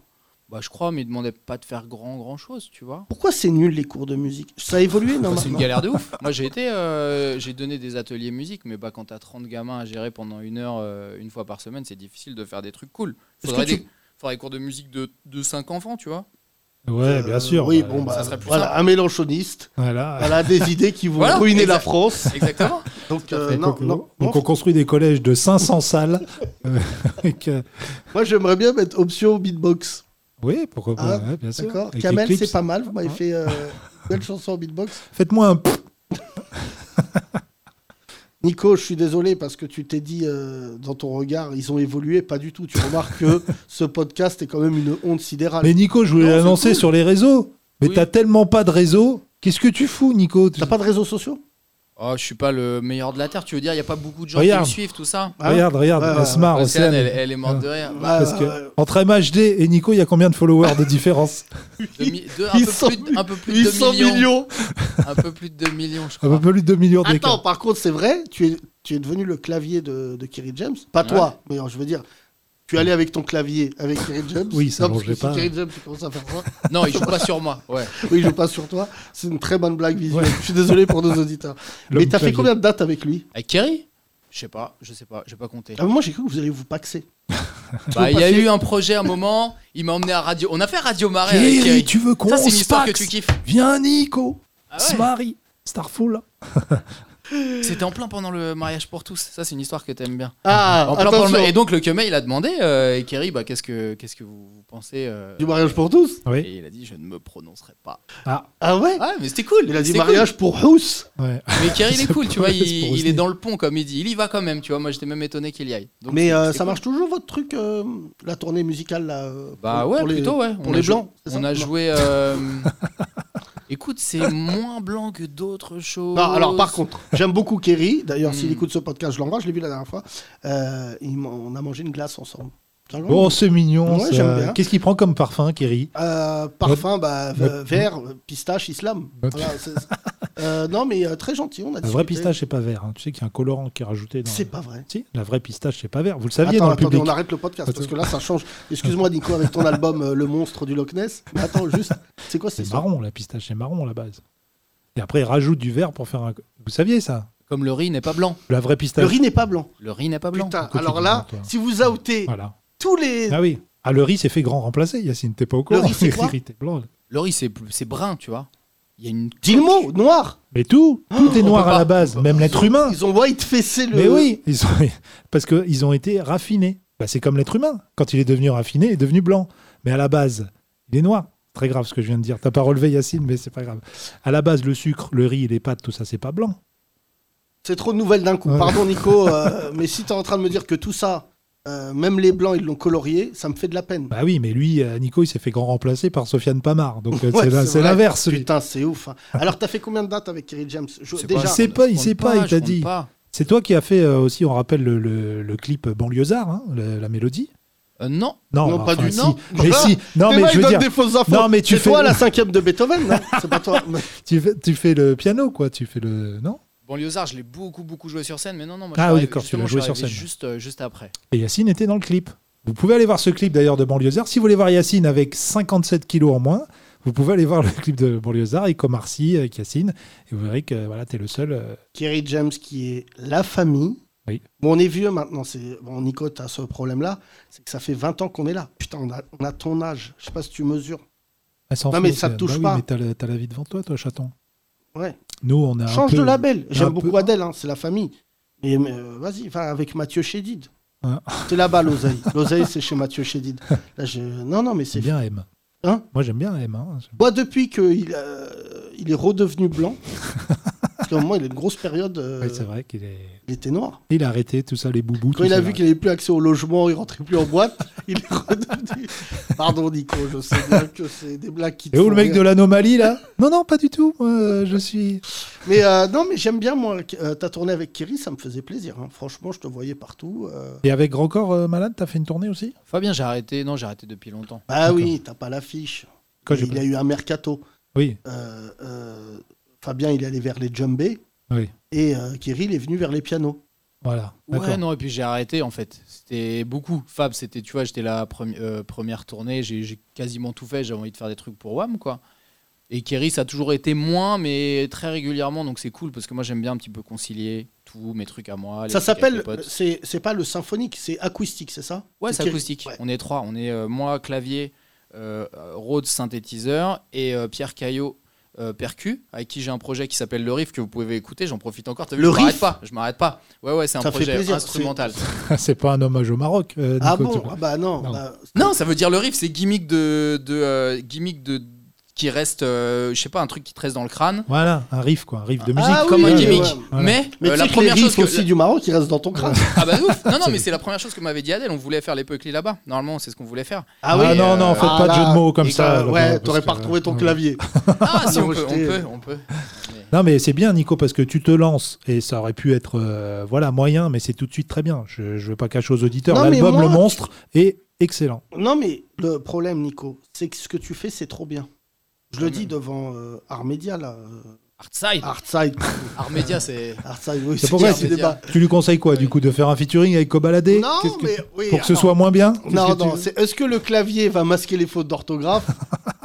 Speaker 7: Bah, je crois, mais il demandait pas de faire grand, grand chose, tu vois.
Speaker 5: Pourquoi c'est nul les cours de musique Ça a évolué, non
Speaker 7: Bah, C'est une
Speaker 5: maintenant
Speaker 7: galère de ouf. Moi, j'ai été, euh, j'ai donné des ateliers musique, mais bah, quand t'as 30 gamins à gérer pendant une heure, euh, une fois par semaine, c'est difficile de faire des trucs cool.
Speaker 5: Est-ce
Speaker 7: Faudrait
Speaker 5: que tu-
Speaker 7: des, faudrait des cours de musique de, de 5 enfants, tu vois.
Speaker 2: Ouais,
Speaker 5: Euh,
Speaker 2: bien sûr. Ah.
Speaker 5: Oui, bon, bah,
Speaker 7: ça serait plus
Speaker 5: voilà,
Speaker 7: simple.
Speaker 5: un mélanchoniste,
Speaker 2: Voilà.
Speaker 5: voilà, des idées qui vont
Speaker 7: Voilà,
Speaker 5: ruiner
Speaker 7: exact.
Speaker 5: la France.
Speaker 7: Exactement.
Speaker 5: Donc,
Speaker 7: à
Speaker 5: euh,
Speaker 7: fait.
Speaker 5: non,
Speaker 2: Donc,
Speaker 5: non.
Speaker 2: on- donc on construit des collèges de 500 salles. euh, avec, euh,
Speaker 5: Moi, j'aimerais bien mettre option beatbox.
Speaker 2: oui, pourquoi pas,
Speaker 5: Ah,
Speaker 2: ouais, bien sûr.
Speaker 5: D'accord
Speaker 2: Avec
Speaker 5: Kamel,
Speaker 2: Eclipse.
Speaker 5: c'est pas mal. Vous m'avez
Speaker 2: Ouais.
Speaker 5: fait euh, une belle chanson en beatbox.
Speaker 2: Faites-moi un pfff.
Speaker 5: Nico, je suis désolé parce que tu t'es dit euh, dans ton regard, ils ont évolué. Pas du tout. Tu remarques que ce podcast est quand même une honte sidérale.
Speaker 2: Mais Nico, je voulais
Speaker 7: Non, c'est
Speaker 2: l'annoncer
Speaker 7: cool.
Speaker 2: sur les réseaux. Mais
Speaker 7: Oui.
Speaker 2: t'as tellement pas de réseau. Qu'est-ce que tu fous, Nico Tu-
Speaker 5: T'as pas de réseaux sociaux
Speaker 7: Oh, je suis pas le meilleur de la terre, tu veux dire, il y a pas beaucoup de gens
Speaker 2: Regarde.
Speaker 7: qui me suivent, tout ça. Bah,
Speaker 5: hein
Speaker 2: Regarde, regarde,
Speaker 5: Ouais, ouais,
Speaker 2: Asmar,
Speaker 7: Océane,
Speaker 2: Océane.
Speaker 7: elle, elle est morte de rire. Bah,
Speaker 2: Parce
Speaker 5: Ah,
Speaker 2: que
Speaker 5: ouais.
Speaker 2: entre MHD et Nico, il y a combien de followers de différence
Speaker 7: deux mi- deux- un,
Speaker 5: Ils
Speaker 7: peu
Speaker 5: sont-
Speaker 7: plus, de- un peu plus de 2
Speaker 5: 800
Speaker 7: millions.
Speaker 5: millions
Speaker 7: Un peu plus de 2 millions, je
Speaker 2: Un
Speaker 7: crois.
Speaker 2: peu plus de 2 millions
Speaker 5: Attends,
Speaker 2: d'écart.
Speaker 5: par contre, c'est vrai, tu es, tu es devenu le clavier de, de Kerry James. Pas toi, mais je veux dire, tu allais avec ton clavier avec Kerry James.
Speaker 2: Oui, ça
Speaker 5: Non, parce que
Speaker 2: mangeait pas.
Speaker 5: Si Kerry James, tu commences à faire ça.
Speaker 7: Non, il joue pas sur moi. Ouais.
Speaker 5: Oui, je passe sur toi. C'est une très bonne blague visuelle.
Speaker 2: Ouais.
Speaker 5: Je suis désolé pour nos auditeurs. mais
Speaker 2: L'homme
Speaker 5: t'as fait
Speaker 2: clavier.
Speaker 5: combien de dates avec lui
Speaker 7: Avec Kerry Je sais pas, je sais pas, j'ai pas compté.
Speaker 5: À un moment, Ah, j'ai cru que vous alliez vous paxer.
Speaker 7: Bah, il y a
Speaker 5: passer-
Speaker 7: eu un projet à un moment, il m'a emmené à Radio. On a fait Radio Marais avec
Speaker 2: Thierry,
Speaker 7: Kerry.
Speaker 2: tu veux qu'on
Speaker 7: Ça, c'est une
Speaker 2: se
Speaker 7: histoire que
Speaker 2: paxe
Speaker 7: tu kiffes.
Speaker 2: Viens, Nico.
Speaker 7: Ah ouais
Speaker 2: Smari, Starfall.
Speaker 7: C'était en plein pendant le mariage pour tous. Ça, c'est une histoire que t'aimes bien.
Speaker 5: Ah,
Speaker 7: En plein pendant le-
Speaker 5: attention.
Speaker 7: Et donc, le Kemei, il a demandé, euh, et Kerry, bah, qu'est-ce que, qu'est-ce que vous, vous pensez euh,
Speaker 5: Du mariage pour tous
Speaker 2: Oui.
Speaker 7: Et il a dit, je ne me prononcerai pas.
Speaker 5: Ah ouais
Speaker 7: Ah, mais c'était cool.
Speaker 5: Il a dit
Speaker 7: c'était
Speaker 5: mariage pour tous
Speaker 2: Ouais.
Speaker 7: cool. Mais Kerry, il est
Speaker 2: Ça
Speaker 7: cool, tu vois.
Speaker 2: pourrait
Speaker 7: Il,
Speaker 2: se brosser.
Speaker 7: il est dans le pont, comme il dit. Il y va quand même, tu vois. Moi, j'étais même étonné qu'il y aille. Donc,
Speaker 5: Mais
Speaker 7: c'est-
Speaker 5: euh,
Speaker 7: c'est
Speaker 5: ça
Speaker 7: cool.
Speaker 5: marche toujours votre truc, euh, la tournée musicale là euh,
Speaker 7: Bah
Speaker 5: pour-
Speaker 7: ouais,
Speaker 5: pour les-
Speaker 7: plutôt, ouais.
Speaker 5: pour
Speaker 7: On
Speaker 5: les
Speaker 7: a joué-
Speaker 5: blancs, c'est
Speaker 7: On
Speaker 5: ça
Speaker 7: a
Speaker 5: Non.
Speaker 7: joué. euh, Écoute, c'est moins blanc que d'autres choses.
Speaker 5: Non, Bah, alors par contre, j'aime beaucoup Kerry. D'ailleurs, s'il
Speaker 7: Hmm.
Speaker 5: écoute ce podcast, je l'envoie, je l'ai vu la dernière fois. Euh, il m'a- on a mangé une glace ensemble. C'est un grand
Speaker 2: Oh, c'est mignon.
Speaker 5: Ouais,
Speaker 2: ça.
Speaker 5: j'aime bien.
Speaker 2: Qu'est-ce qu'il prend comme parfum, Kerry
Speaker 5: Euh, parfum, bah, v-
Speaker 2: Notre-
Speaker 5: vert, euh, pistache, islam.
Speaker 2: Notre-
Speaker 5: Voilà, c'est- euh, non, mais euh, très gentil, on a
Speaker 2: La vraie
Speaker 5: discuté.
Speaker 2: pistache, c'est pas vert. hein. Tu sais qu'il y a un colorant qui est rajouté dans.
Speaker 5: C'est pas vrai.
Speaker 2: Si, la vraie pistache, c'est pas vert. Vous le saviez
Speaker 5: attends,
Speaker 2: dans le
Speaker 5: attendez,
Speaker 2: public.
Speaker 5: on arrête le podcast parce
Speaker 2: Attends.
Speaker 5: que là, ça change. Excuse-moi, Nico, avec ton album euh, Le Monstre du Loch Ness. Mais attends, juste, c'est quoi cette
Speaker 2: C'est
Speaker 5: histoire
Speaker 2: marron, la pistache, c'est marron à la base. Et après, ils rajoutent du vert pour faire un. Vous saviez ça
Speaker 7: Comme le riz n'est pas blanc.
Speaker 2: La vraie
Speaker 5: Le
Speaker 2: pistache.
Speaker 5: riz n'est pas blanc.
Speaker 7: Le riz n'est pas blanc.
Speaker 5: Putain,
Speaker 2: pourquoi tu
Speaker 5: alors
Speaker 2: dis
Speaker 5: là,
Speaker 2: blanc, toi
Speaker 5: si vous outez
Speaker 2: Voilà.
Speaker 5: tous les.
Speaker 2: Ah oui. Ah, le riz s'est fait grand remplacer, Yacine. T'es pas au courant
Speaker 5: riz, c'est quoi
Speaker 2: t'es blanc.
Speaker 7: Le riz, c'est c'est brun, tu vois. Il y a une.
Speaker 5: Dis le mot, noir
Speaker 2: Mais tout,
Speaker 5: Oh,
Speaker 2: tout est
Speaker 7: on
Speaker 2: noir
Speaker 7: peut
Speaker 2: à
Speaker 7: pas.
Speaker 2: la base, même l'être humain.
Speaker 5: Ils ont white fessé le.
Speaker 2: Mais oui, ils ont- parce qu'ils ont été raffinés. Bah, c'est comme l'être humain. Quand il est devenu raffiné, il est devenu blanc. Mais à la base, il est noir. C'est Très grave ce que je viens de dire. T'as pas relevé Yacine, mais c'est pas grave. À la base, le sucre, le riz, les pâtes, tout ça, c'est pas blanc.
Speaker 5: C'est trop de nouvelles d'un coup.
Speaker 2: Ouais.
Speaker 5: Pardon, Nico, euh, mais si t'es en train de me dire que tout ça, euh, même les blancs, ils l'ont colorié, ça me fait de la peine.
Speaker 2: Bah oui, mais lui, euh, Nico, il s'est fait grand remplacer par Sofiane Pamar. Donc euh,
Speaker 5: Ouais,
Speaker 2: c'est la-
Speaker 5: c'est
Speaker 2: c'est
Speaker 5: vrai.
Speaker 2: l'inverse. lui.
Speaker 5: Putain, c'est ouf. hein. Alors, t'as fait combien de dates avec Kerry James Je-
Speaker 7: C'est
Speaker 5: Déjà,
Speaker 2: Il sait pas, il sait pas, il
Speaker 7: je
Speaker 2: t'a
Speaker 7: compte
Speaker 2: dit.
Speaker 7: pas.
Speaker 2: C'est toi qui as fait euh, aussi, on rappelle le, le- le clip banlieusard, hein, le- la mélodie.
Speaker 7: Euh, non.
Speaker 5: Non,
Speaker 2: bah,
Speaker 5: pas
Speaker 2: enfin,
Speaker 5: du-
Speaker 2: si.
Speaker 5: non.
Speaker 2: Mais
Speaker 5: Ah,
Speaker 2: si, non,
Speaker 5: T'es
Speaker 2: mais
Speaker 5: là,
Speaker 2: je
Speaker 5: il
Speaker 2: veux
Speaker 5: donne
Speaker 2: dire,
Speaker 5: des fausses infos.
Speaker 2: Non, mais tu
Speaker 5: c'est
Speaker 2: fais-
Speaker 5: toi la cinquième de Beethoven, non C'est pas toi. Mais-
Speaker 2: tu fais, tu fais le piano, quoi. Tu fais le. Non
Speaker 7: Banlieusard, je l'ai beaucoup, beaucoup joué sur scène, mais non, non,
Speaker 2: Ah
Speaker 7: moi, je suis
Speaker 2: oui,
Speaker 7: arrivé-
Speaker 2: d'accord, tu
Speaker 7: justement,
Speaker 2: l'as
Speaker 7: je
Speaker 2: joué
Speaker 7: suis
Speaker 2: sur
Speaker 7: arrivé
Speaker 2: scène.
Speaker 7: Juste, euh, juste après.
Speaker 2: Et Yacine était dans le clip. Vous pouvez aller voir ce clip d'ailleurs de Banlieusard. Si vous voulez voir Yacine avec 57 kilos en moins, vous pouvez aller voir le clip de Banlieusard et Comarcy avec Yacine. Et vous verrez que voilà, t'es le seul. euh,
Speaker 5: Kerry James, qui est la famille.
Speaker 2: Oui.
Speaker 5: Bon, on est vieux maintenant. C'est bon, Nico, t'as ce problème-là, c'est que ça fait 20 ans qu'on est là. Putain, on a, on a ton âge. Je sais pas si tu mesures.
Speaker 2: à s'en
Speaker 5: Non, mais
Speaker 2: foutre.
Speaker 5: ça te touche
Speaker 2: Bah oui,
Speaker 5: pas.
Speaker 2: mais t'as, le- t'as la vie devant toi, toi, chaton.
Speaker 5: Ouais.
Speaker 2: Nous, on a. un
Speaker 5: Change
Speaker 2: peu-
Speaker 5: de label.
Speaker 2: un
Speaker 5: J'aime
Speaker 2: peu-
Speaker 5: beaucoup Adèle, hein, c'est la famille. Mais, mais, euh, vas-y, va avec Mathieu Chédid.
Speaker 2: Ouais.
Speaker 5: C'est là-bas l'oseille. L'oseille, c'est chez Mathieu Chédid. Là, je... Non, non, mais c'est.
Speaker 2: C'est bien M.
Speaker 5: Hein Euh.
Speaker 2: Moi, j'aime bien M. hein.
Speaker 5: Moi, depuis qu'il euh, il est redevenu blanc, parce qu'au moment, il a une grosse période, euh,
Speaker 2: Ouais, c'est vrai qu'il est.
Speaker 5: il était noir.
Speaker 2: Il a arrêté tout ça, les boubous.
Speaker 5: Quand
Speaker 2: tout
Speaker 5: il a
Speaker 2: ça,
Speaker 5: vu
Speaker 2: là.
Speaker 5: qu'il n'avait plus accès au logement, il rentrait plus en boîte, il est redevenu. Pardon, Nico, je sais bien que c'est des blagues qui. te
Speaker 2: Et où
Speaker 5: font
Speaker 2: le mec
Speaker 5: rire.
Speaker 2: de l'anomalie, là Non, non, pas du tout. Moi, euh, je suis.
Speaker 5: Mais euh, non, mais j'aime bien, moi, euh, ta tournée avec Kerry, ça me faisait plaisir. hein. Franchement, je te voyais partout. euh.
Speaker 2: Et avec Grand Corps euh, Malade, t'as fait une tournée aussi
Speaker 7: Fabien, j'ai arrêté. Non, j'ai arrêté depuis longtemps.
Speaker 5: Bah oui, t'as pas l'affiche.
Speaker 2: Quoi, j'ai
Speaker 5: il
Speaker 2: pas-
Speaker 5: a eu un mercato.
Speaker 2: Oui.
Speaker 5: Euh, euh, Fabien, il est allé vers les djembés.
Speaker 2: Oui.
Speaker 5: Et euh, Kerry, il est venu vers les pianos.
Speaker 2: Voilà. D'accord.
Speaker 7: Ouais, non, et puis j'ai arrêté en fait. C'était beaucoup. Fab, c'était, tu vois, j'étais la premi- euh, première tournée, j'ai j'ai quasiment tout fait, j'avais envie de faire des trucs pour WAM, quoi. Et Kerry, ça a toujours été moins, mais très régulièrement, donc c'est cool parce que moi j'aime bien un petit peu concilier tous mes trucs à moi. les
Speaker 5: Ça
Speaker 7: trucs avec
Speaker 5: s'appelle,
Speaker 7: les potes.
Speaker 5: c'est c'est pas le symphonique, c'est acoustique, c'est ça
Speaker 7: Ouais, c'est
Speaker 5: Kerry-
Speaker 7: acoustique.
Speaker 5: ouais.
Speaker 7: On est trois. On est euh, moi, clavier, euh, Rhodes, synthétiseur et euh, Pierre Caillot. euh, percu, avec qui j'ai un projet qui s'appelle Le Riff que vous pouvez écouter, j'en profite encore. T'as vu,
Speaker 5: Le
Speaker 7: je m'arrête
Speaker 5: Riff
Speaker 7: pas, je m'arrête pas. Ouais, ouais, c'est un
Speaker 5: Ça fait
Speaker 7: projet
Speaker 5: plaisir,
Speaker 7: instrumental.
Speaker 2: c'est pas un hommage au Maroc. euh,
Speaker 5: Ah
Speaker 2: Nico, tu
Speaker 5: bon
Speaker 2: vois.
Speaker 5: Ah bah non.
Speaker 2: Non.
Speaker 5: bah,
Speaker 7: Non, ça veut dire le riff, c'est gimmick de, de euh, gimmick de qui reste, euh, je sais pas, un truc qui te reste dans le crâne,
Speaker 2: Voilà, un riff, quoi, un riff de musique.
Speaker 5: Ah oui,
Speaker 7: comme un
Speaker 5: ouais,
Speaker 7: gimmick.
Speaker 5: ouais.
Speaker 2: Voilà.
Speaker 7: Mais,
Speaker 5: Mais
Speaker 7: euh,
Speaker 5: tu sais que
Speaker 7: la
Speaker 5: les
Speaker 7: première chose
Speaker 5: riffs
Speaker 7: que
Speaker 5: aussi du Maroc, il reste dans ton crâne.
Speaker 7: ah bah de ouf. Non non, mais c'est la première chose que m'avait dit Adèle. On voulait faire les Peuclis là-bas. Normalement, c'est ce qu'on voulait faire.
Speaker 2: Ah
Speaker 7: oui,
Speaker 2: non,
Speaker 7: euh,
Speaker 2: non, faites pas de jeu de mots comme ça. là-bas,
Speaker 5: Ouais,
Speaker 2: parce
Speaker 5: t'aurais
Speaker 2: que-
Speaker 5: pas retrouvé ton
Speaker 2: ouais.
Speaker 5: clavier.
Speaker 7: Ah si
Speaker 5: Non,
Speaker 7: on
Speaker 5: moi,
Speaker 7: peut, on
Speaker 5: j'étais-
Speaker 7: peut, on peut.
Speaker 2: Non, mais c'est bien, Nico, parce que tu te lances et ça aurait pu être euh, voilà moyen, mais c'est tout de suite très bien. Je, je veux pas cacher aux auditeurs.
Speaker 5: Non, mais
Speaker 2: L'album
Speaker 5: moi-
Speaker 2: Le Monstre est excellent.
Speaker 5: Non, mais le problème, Nico, c'est que ce que tu fais, c'est trop bien. Je le
Speaker 7: Quand
Speaker 5: dis
Speaker 7: même.
Speaker 5: devant euh, Armédia, là. euh,
Speaker 7: Artside,
Speaker 5: Artside.
Speaker 7: Armédia, Ah, c'est.
Speaker 5: Artside, oui,
Speaker 2: C'est
Speaker 5: c'est
Speaker 2: pourquoi
Speaker 5: un petit
Speaker 7: c'est-
Speaker 5: débat.
Speaker 2: Tu lui conseilles quoi, du coup, de faire un featuring avec Cobaladé
Speaker 5: Non,
Speaker 2: Qu'est-ce que-
Speaker 5: mais oui.
Speaker 2: Pour que ce
Speaker 5: alors,
Speaker 2: soit moins bien Qu'est-ce
Speaker 5: Non,
Speaker 2: que tu-
Speaker 5: non, c'est est-ce que le clavier va masquer les fautes d'orthographe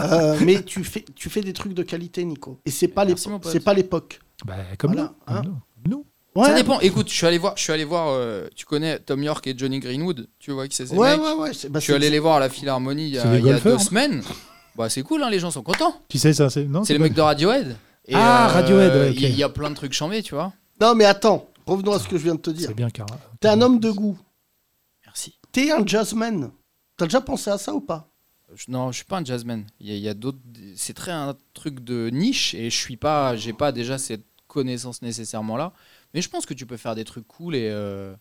Speaker 5: Euh, Mais tu fais, tu fais des trucs de qualité, Nico. Et c'est pas
Speaker 7: Merci,
Speaker 5: l'épo-
Speaker 7: mon pote.
Speaker 5: c'est pas l'époque.
Speaker 2: Bah, comme
Speaker 5: Voilà,
Speaker 2: nous,
Speaker 5: hein.
Speaker 2: comme nous, comme nous.
Speaker 7: Ça
Speaker 5: Ouais.
Speaker 7: dépend. Écoute, je suis allé voir, je suis allé voir. euh, tu connais Tom York et Johnny Greenwood. Tu vois qui c'est ces
Speaker 5: Ouais,
Speaker 7: mecs
Speaker 5: ouais, ouais. c'est- bah,
Speaker 7: Je suis
Speaker 5: c'est-
Speaker 7: allé les voir à la Philharmonie il y
Speaker 2: C'est
Speaker 7: a,
Speaker 2: des
Speaker 7: il y a
Speaker 2: golfeurs
Speaker 5: hein.
Speaker 7: deux semaines. Bah c'est cool, hein, les gens sont contents.
Speaker 2: Tu sais ça, c'est non
Speaker 7: C'est les mecs de Radiohead. Et, euh,
Speaker 2: Ah, Radiohead, ouais, ok.
Speaker 7: Il y a plein de trucs chambés, tu vois.
Speaker 5: Non, mais attends, revenons à ce que je viens de te dire.
Speaker 2: C'est bien car.
Speaker 5: T'es un homme de goût.
Speaker 7: Merci.
Speaker 5: T'es un jazzman. T'as déjà pensé à ça ou pas
Speaker 7: Je- Non, je suis pas un jazzman. Il y a, il y a d'autres. C'est très un truc de niche et je suis pas. J'ai pas déjà cette connaissance nécessairement là. Mais je pense que tu peux faire des trucs cool et euh,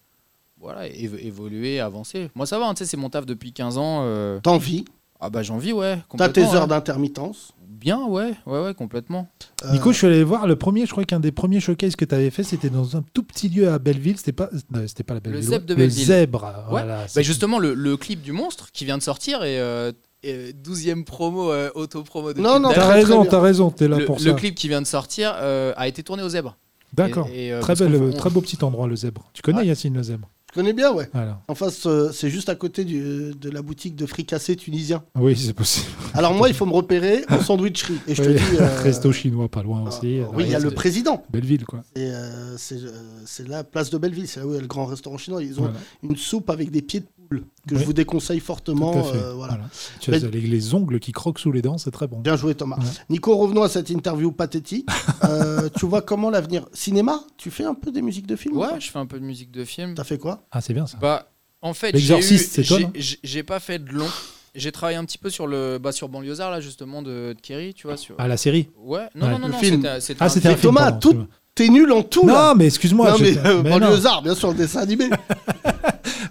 Speaker 7: voilà, évo- évoluer, avancer. Moi, ça va. hein, tu sais, c'est mon taf depuis 15 ans. euh,
Speaker 5: T'en vis.
Speaker 7: Ah bah j'en vis, ouais.
Speaker 5: T'as tes
Speaker 7: complètement,
Speaker 5: heures
Speaker 7: ouais.
Speaker 5: d'intermittence.
Speaker 7: Bien, ouais, ouais, ouais, complètement.
Speaker 2: Bah,
Speaker 5: Euh,
Speaker 2: Nico, je suis allé voir le premier. Je crois qu'un des premiers showcases que tu avais fait, c'était dans un tout petit lieu à Belleville. C'était pas, non, c'était pas la Belleville.
Speaker 7: Zèbre de
Speaker 2: le
Speaker 7: Belleville.
Speaker 2: Zèbre.
Speaker 7: Ouais.
Speaker 2: voilà,
Speaker 7: Bah
Speaker 2: c'est-
Speaker 7: justement, le, le clip du monstre qui vient de sortir et, euh, et 12e promo, euh, auto-promo de
Speaker 5: Non,
Speaker 7: clip
Speaker 5: non,
Speaker 7: d'Al-
Speaker 2: T'as
Speaker 5: très,
Speaker 2: raison,
Speaker 5: très bien.
Speaker 2: t'as raison. T'es là
Speaker 7: le,
Speaker 2: pour
Speaker 7: le
Speaker 2: ça.
Speaker 7: clip qui vient de sortir euh, a été tourné aux zèbres.
Speaker 2: D'accord.
Speaker 7: Et- et, euh,
Speaker 2: très,
Speaker 7: parce qu'on-
Speaker 2: bel,
Speaker 7: on-
Speaker 2: très beau petit endroit, le Zèbre. Tu connais
Speaker 7: Ouais.
Speaker 2: Yacine, le Zèbre
Speaker 5: Je connais bien, ouais.
Speaker 2: Voilà.
Speaker 5: En face, euh, c'est juste à côté du- de la boutique de fricassé tunisien.
Speaker 2: Oui, c'est possible.
Speaker 5: Alors moi, il faut me repérer en sandwicherie. Et je te
Speaker 2: Oui.
Speaker 5: dis... euh,
Speaker 2: Resto chinois, pas loin
Speaker 5: euh,
Speaker 2: aussi.
Speaker 5: oui, il y a le
Speaker 2: Reste-
Speaker 5: président.
Speaker 2: Belleville, quoi.
Speaker 5: Et euh, c'est euh, c'est la place de Belleville, c'est là où il y a le grand restaurant chinois. Ils ont
Speaker 2: Voilà,
Speaker 5: une soupe avec des pieds de poule que
Speaker 2: Oui.
Speaker 5: je vous déconseille
Speaker 2: tout
Speaker 5: fortement.
Speaker 2: à fait.
Speaker 5: euh, voilà.
Speaker 2: Voilà. Tu
Speaker 5: Mais-
Speaker 2: as les, les ongles qui croquent sous les dents, c'est très bon.
Speaker 5: Bien joué Thomas.
Speaker 2: Ouais.
Speaker 5: Nico, revenons à cette interview pathétique. Euh, tu vois comment l'avenir Cinéma Tu fais un peu des musiques de films ou
Speaker 2: euh,
Speaker 5: pas
Speaker 7: Ouais, je fais un peu de musique de film.
Speaker 5: T'as fait quoi
Speaker 2: Ah, c'est bien ça.
Speaker 7: Bah, en fait, j'ai
Speaker 2: L'Exorciste,
Speaker 7: eu-
Speaker 2: c'est toi,
Speaker 7: j'ai-
Speaker 2: non
Speaker 7: j'ai- J'ai pas fait de long. J'ai travaillé un petit peu sur le bah, sur Banlieusard là justement de, de Kerry, tu vois. Sur...
Speaker 2: Ah, la série
Speaker 7: Ouais. Non,
Speaker 2: Ouais.
Speaker 7: non, non,
Speaker 5: Le
Speaker 7: non,
Speaker 5: film.
Speaker 7: c'était- C'était
Speaker 2: Ah,
Speaker 7: un
Speaker 2: c'était un
Speaker 7: film.
Speaker 2: film.
Speaker 5: Thomas,
Speaker 2: pardon,
Speaker 5: tout-
Speaker 2: excuse-moi.
Speaker 5: T'es nul en tout là
Speaker 2: Non, mais excuse-moi.
Speaker 5: Non, mais,
Speaker 2: j'étais-
Speaker 5: euh,
Speaker 2: mais non.
Speaker 5: banlieusard, bien sûr, le dessin animé.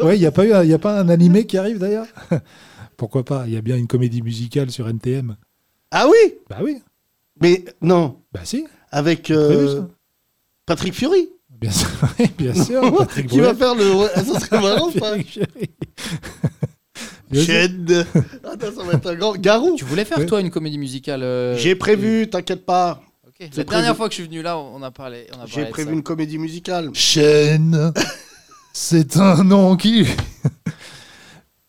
Speaker 2: Ouais, il n'y a, pas eu un- y a pas un animé qui arrive d'ailleurs Pourquoi pas Il y a bien une comédie musicale sur NTM.
Speaker 5: ah oui
Speaker 2: Bah oui,
Speaker 5: Mais non,
Speaker 2: bah si.
Speaker 5: avec
Speaker 2: c'est
Speaker 5: euh,
Speaker 2: prévu, ça.
Speaker 5: Patrick Fury
Speaker 2: Bien sûr, oui, bien sûr. Patrick
Speaker 5: qui va
Speaker 2: Bruel,
Speaker 5: faire le. Ah, ça serait marrant, ça.
Speaker 2: Patrick Chéry.
Speaker 5: Shed. Attends, Ah, ça va être un grand garou.
Speaker 7: Tu voulais faire
Speaker 2: Ouais.
Speaker 7: toi une comédie musicale euh,
Speaker 5: J'ai prévu, t'inquiète pas.
Speaker 7: ok. La
Speaker 5: prévu.
Speaker 7: dernière fois que je suis venu là, on a parlé. on a parlé
Speaker 5: J'ai
Speaker 7: de
Speaker 5: prévu
Speaker 7: bah, ça.
Speaker 5: une comédie musicale.
Speaker 2: Chêne, c'est un nom qui.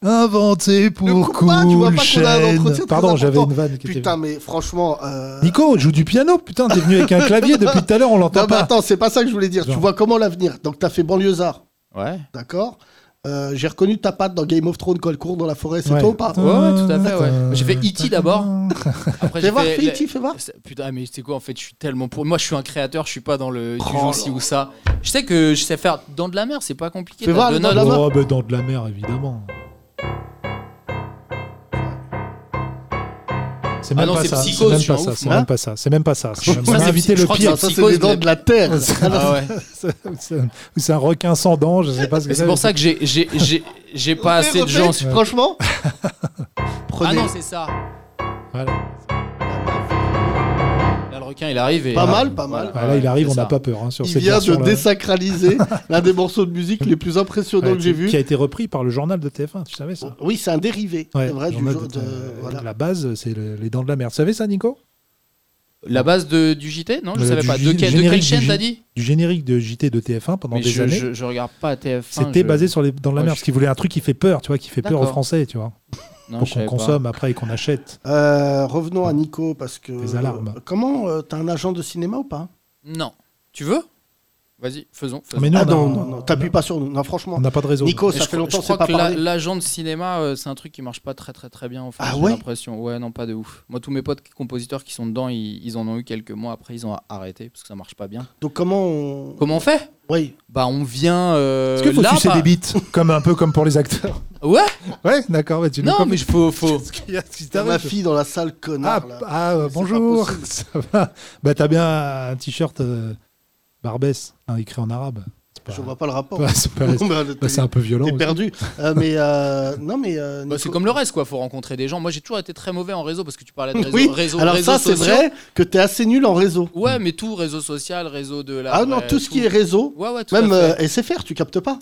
Speaker 2: Inventé pour
Speaker 5: coupe pas, tu vois pas
Speaker 2: cool
Speaker 5: qu'on a un
Speaker 2: chêne.
Speaker 5: entretien très
Speaker 2: Pardon, j'avais
Speaker 5: important.
Speaker 2: une vanne qui
Speaker 5: Putain,
Speaker 2: était.
Speaker 5: mais franchement. euh,
Speaker 2: Nico, joue du piano, putain, t'es venu avec un clavier depuis tout à l'heure, on
Speaker 5: Non,
Speaker 2: l'entend
Speaker 5: mais
Speaker 2: pas.
Speaker 5: attends, c'est pas ça que je voulais dire.
Speaker 2: Genre.
Speaker 5: Tu vois comment l'avenir Donc, t'as fait banlieusard,
Speaker 7: Ouais.
Speaker 5: d'accord Euh, J'ai reconnu ta patte dans Game of Thrones, quand elle court dans la forêt, c'est toi ou pas
Speaker 7: Ouais, ouais, tout à fait, ouais. J'ai fait E.T. d'abord.
Speaker 2: Ah.
Speaker 7: Après,
Speaker 5: Fais
Speaker 7: j'ai
Speaker 5: voir,
Speaker 7: fait
Speaker 5: fais E
Speaker 7: la-
Speaker 5: E.T., fais voir.
Speaker 7: C'est- Putain, mais c'est quoi en fait Je suis tellement pour. Moi, je suis un créateur. Je suis pas dans le du
Speaker 5: Oh
Speaker 7: joue ci ou ça. Je sais que je sais faire dans de la mer. C'est pas compliqué.
Speaker 5: Fais
Speaker 7: T'as
Speaker 5: voir,
Speaker 7: deux
Speaker 5: dans
Speaker 7: notes.
Speaker 5: la mer.
Speaker 2: Oh, bah, dans de la mer, évidemment. C'est
Speaker 7: Ah
Speaker 2: même,
Speaker 7: non,
Speaker 2: pas
Speaker 7: c'est
Speaker 2: ça, c'est
Speaker 7: psychose,
Speaker 2: même
Speaker 7: je suis
Speaker 2: pas
Speaker 7: un
Speaker 2: ça,
Speaker 7: ouf,
Speaker 2: c'est
Speaker 5: moi.
Speaker 2: même pas ça, c'est même pas ça. C'est même-
Speaker 7: Ça,
Speaker 2: On a
Speaker 7: c'est
Speaker 2: invité
Speaker 7: psy-
Speaker 2: le
Speaker 7: je crois que
Speaker 2: pire.
Speaker 5: Ça, c'est
Speaker 7: Psychose,
Speaker 5: les dents de la terre.
Speaker 7: Ah ouais.
Speaker 2: Ou c'est un- ou c'est un requin sans dents, je sais pas ce
Speaker 7: Mais
Speaker 2: que
Speaker 7: c'est pour ça que j'ai j'ai j'ai j'ai pas
Speaker 5: Refais,
Speaker 7: assez de
Speaker 5: refais,
Speaker 7: gens.
Speaker 5: Franchement,
Speaker 7: Ah
Speaker 5: prenez.
Speaker 7: non, c'est ça.
Speaker 2: Voilà.
Speaker 7: Là, le requin, il arrive et.
Speaker 5: Pas mal, pas mal.
Speaker 2: Voilà, Ah, il arrive,
Speaker 7: c'est
Speaker 2: on n'a
Speaker 7: ça.
Speaker 2: pas peur hein, sur
Speaker 5: il
Speaker 2: cette
Speaker 5: vient de
Speaker 2: version-là.
Speaker 5: désacraliser l'un des morceaux de musique les plus impressionnants
Speaker 2: Ouais,
Speaker 5: que
Speaker 2: qui-
Speaker 5: j'ai vu.
Speaker 2: Qui a été repris par le journal de TF1, tu savais ça
Speaker 5: Oui, c'est un dérivé.
Speaker 2: Ouais,
Speaker 5: c'est vrai, du
Speaker 2: journal
Speaker 5: jeu
Speaker 2: de
Speaker 5: de.
Speaker 2: TF1, euh,
Speaker 5: voilà.
Speaker 2: La base, c'est le- les dents de la mer. Tu savais ça, Nico
Speaker 7: La base de, du JT Non, je
Speaker 2: Le-
Speaker 7: savais
Speaker 2: du
Speaker 7: pas. De,
Speaker 2: J-
Speaker 7: quel- de
Speaker 2: générique
Speaker 7: quelle
Speaker 2: du
Speaker 7: chaîne
Speaker 2: J-
Speaker 7: t'as dit
Speaker 2: Du générique de JT de TF1 pendant
Speaker 7: Mais
Speaker 2: des
Speaker 7: je,
Speaker 2: années.
Speaker 7: je, je regarde pas TF1.
Speaker 2: C'était
Speaker 7: je-
Speaker 2: basé sur les dents de la
Speaker 7: Ouais,
Speaker 2: mer,
Speaker 7: je-
Speaker 2: parce qu'il voulait un truc qui fait peur, tu vois, qui fait peur aux
Speaker 7: D'accord.
Speaker 2: Français, tu vois,
Speaker 7: Non,
Speaker 2: pour
Speaker 7: je
Speaker 2: qu'on
Speaker 7: savais pas.
Speaker 2: consomme après et qu'on achète.
Speaker 5: Euh, revenons à Nico parce que.
Speaker 2: Des alarmes.
Speaker 5: Euh, Comment euh, t'as un agent de cinéma ou pas
Speaker 7: Non. Tu veux Vas-y, faisons. faisons.
Speaker 2: Mais nous,
Speaker 5: Ah
Speaker 2: on a-
Speaker 5: non, non, non, t'appuies
Speaker 2: on a-
Speaker 5: pas sur nous. Non, franchement.
Speaker 2: On n'a pas de réseau.
Speaker 5: Nico,
Speaker 7: Et
Speaker 5: ça
Speaker 7: je
Speaker 5: fait
Speaker 7: crois-
Speaker 5: longtemps
Speaker 7: je
Speaker 5: que c'est
Speaker 7: crois
Speaker 5: pas
Speaker 7: que la-
Speaker 5: parlé.
Speaker 7: l'agent de cinéma, euh, c'est un truc qui marche pas très très très bien en fait.
Speaker 5: Ah
Speaker 7: j'ai
Speaker 5: ouais
Speaker 7: l'impression. Ouais, non, pas de ouf. Moi, tous mes potes qui- compositeurs qui sont dedans, ils, ils en ont eu quelques mois. Après, ils ont arrêté parce que ça marche pas bien.
Speaker 5: Donc comment on...
Speaker 7: Comment on fait
Speaker 5: Oui.
Speaker 7: Bah, on vient. euh,
Speaker 2: Est-ce qu'il faut
Speaker 7: là,
Speaker 2: sucer
Speaker 7: bah-
Speaker 2: des bites comme Un peu comme pour les acteurs.
Speaker 7: Ouais.
Speaker 2: Ouais, d'accord, mais tu nous
Speaker 7: Non,
Speaker 2: copies.
Speaker 7: mais je faut faut.
Speaker 2: Qu'est-ce qu'il y a si
Speaker 5: T'as ma
Speaker 2: t'arrêtes
Speaker 5: fille dans la salle, connard.
Speaker 2: Ah,
Speaker 5: là.
Speaker 2: ah, euh,
Speaker 5: C'est pas
Speaker 2: bonjour,
Speaker 5: possible.
Speaker 2: ça va Bah t'as bien un t-shirt euh, Barbès, hein, écrit en arabe. C'est pas-
Speaker 5: Je vois pas le rapport.
Speaker 2: pas- c'est pas-
Speaker 5: Non,
Speaker 2: bah,
Speaker 5: mais, euh,
Speaker 2: c'est un peu violent.
Speaker 5: Oh. T'es perdu.
Speaker 2: aussi.
Speaker 5: Euh, mais euh, non, mais. euh,
Speaker 7: Bah,
Speaker 5: Nico-
Speaker 7: c'est comme le reste, quoi. Faut rencontrer des gens. Moi, j'ai toujours été très mauvais en réseau parce que tu parlais de réseau.
Speaker 5: Oui.
Speaker 7: réseau
Speaker 5: Alors
Speaker 7: réseaux
Speaker 5: ça, c'est
Speaker 7: sociaux.
Speaker 5: vrai que t'es assez nul en réseau.
Speaker 7: Ouais, mais tout, réseau social, réseau de la.
Speaker 5: ah non,
Speaker 7: Bah ouais,
Speaker 5: tout ce qui est réseau,
Speaker 7: Ouais, ouais, tout
Speaker 5: même
Speaker 7: à fait.
Speaker 5: euh, SFR, tu captes pas.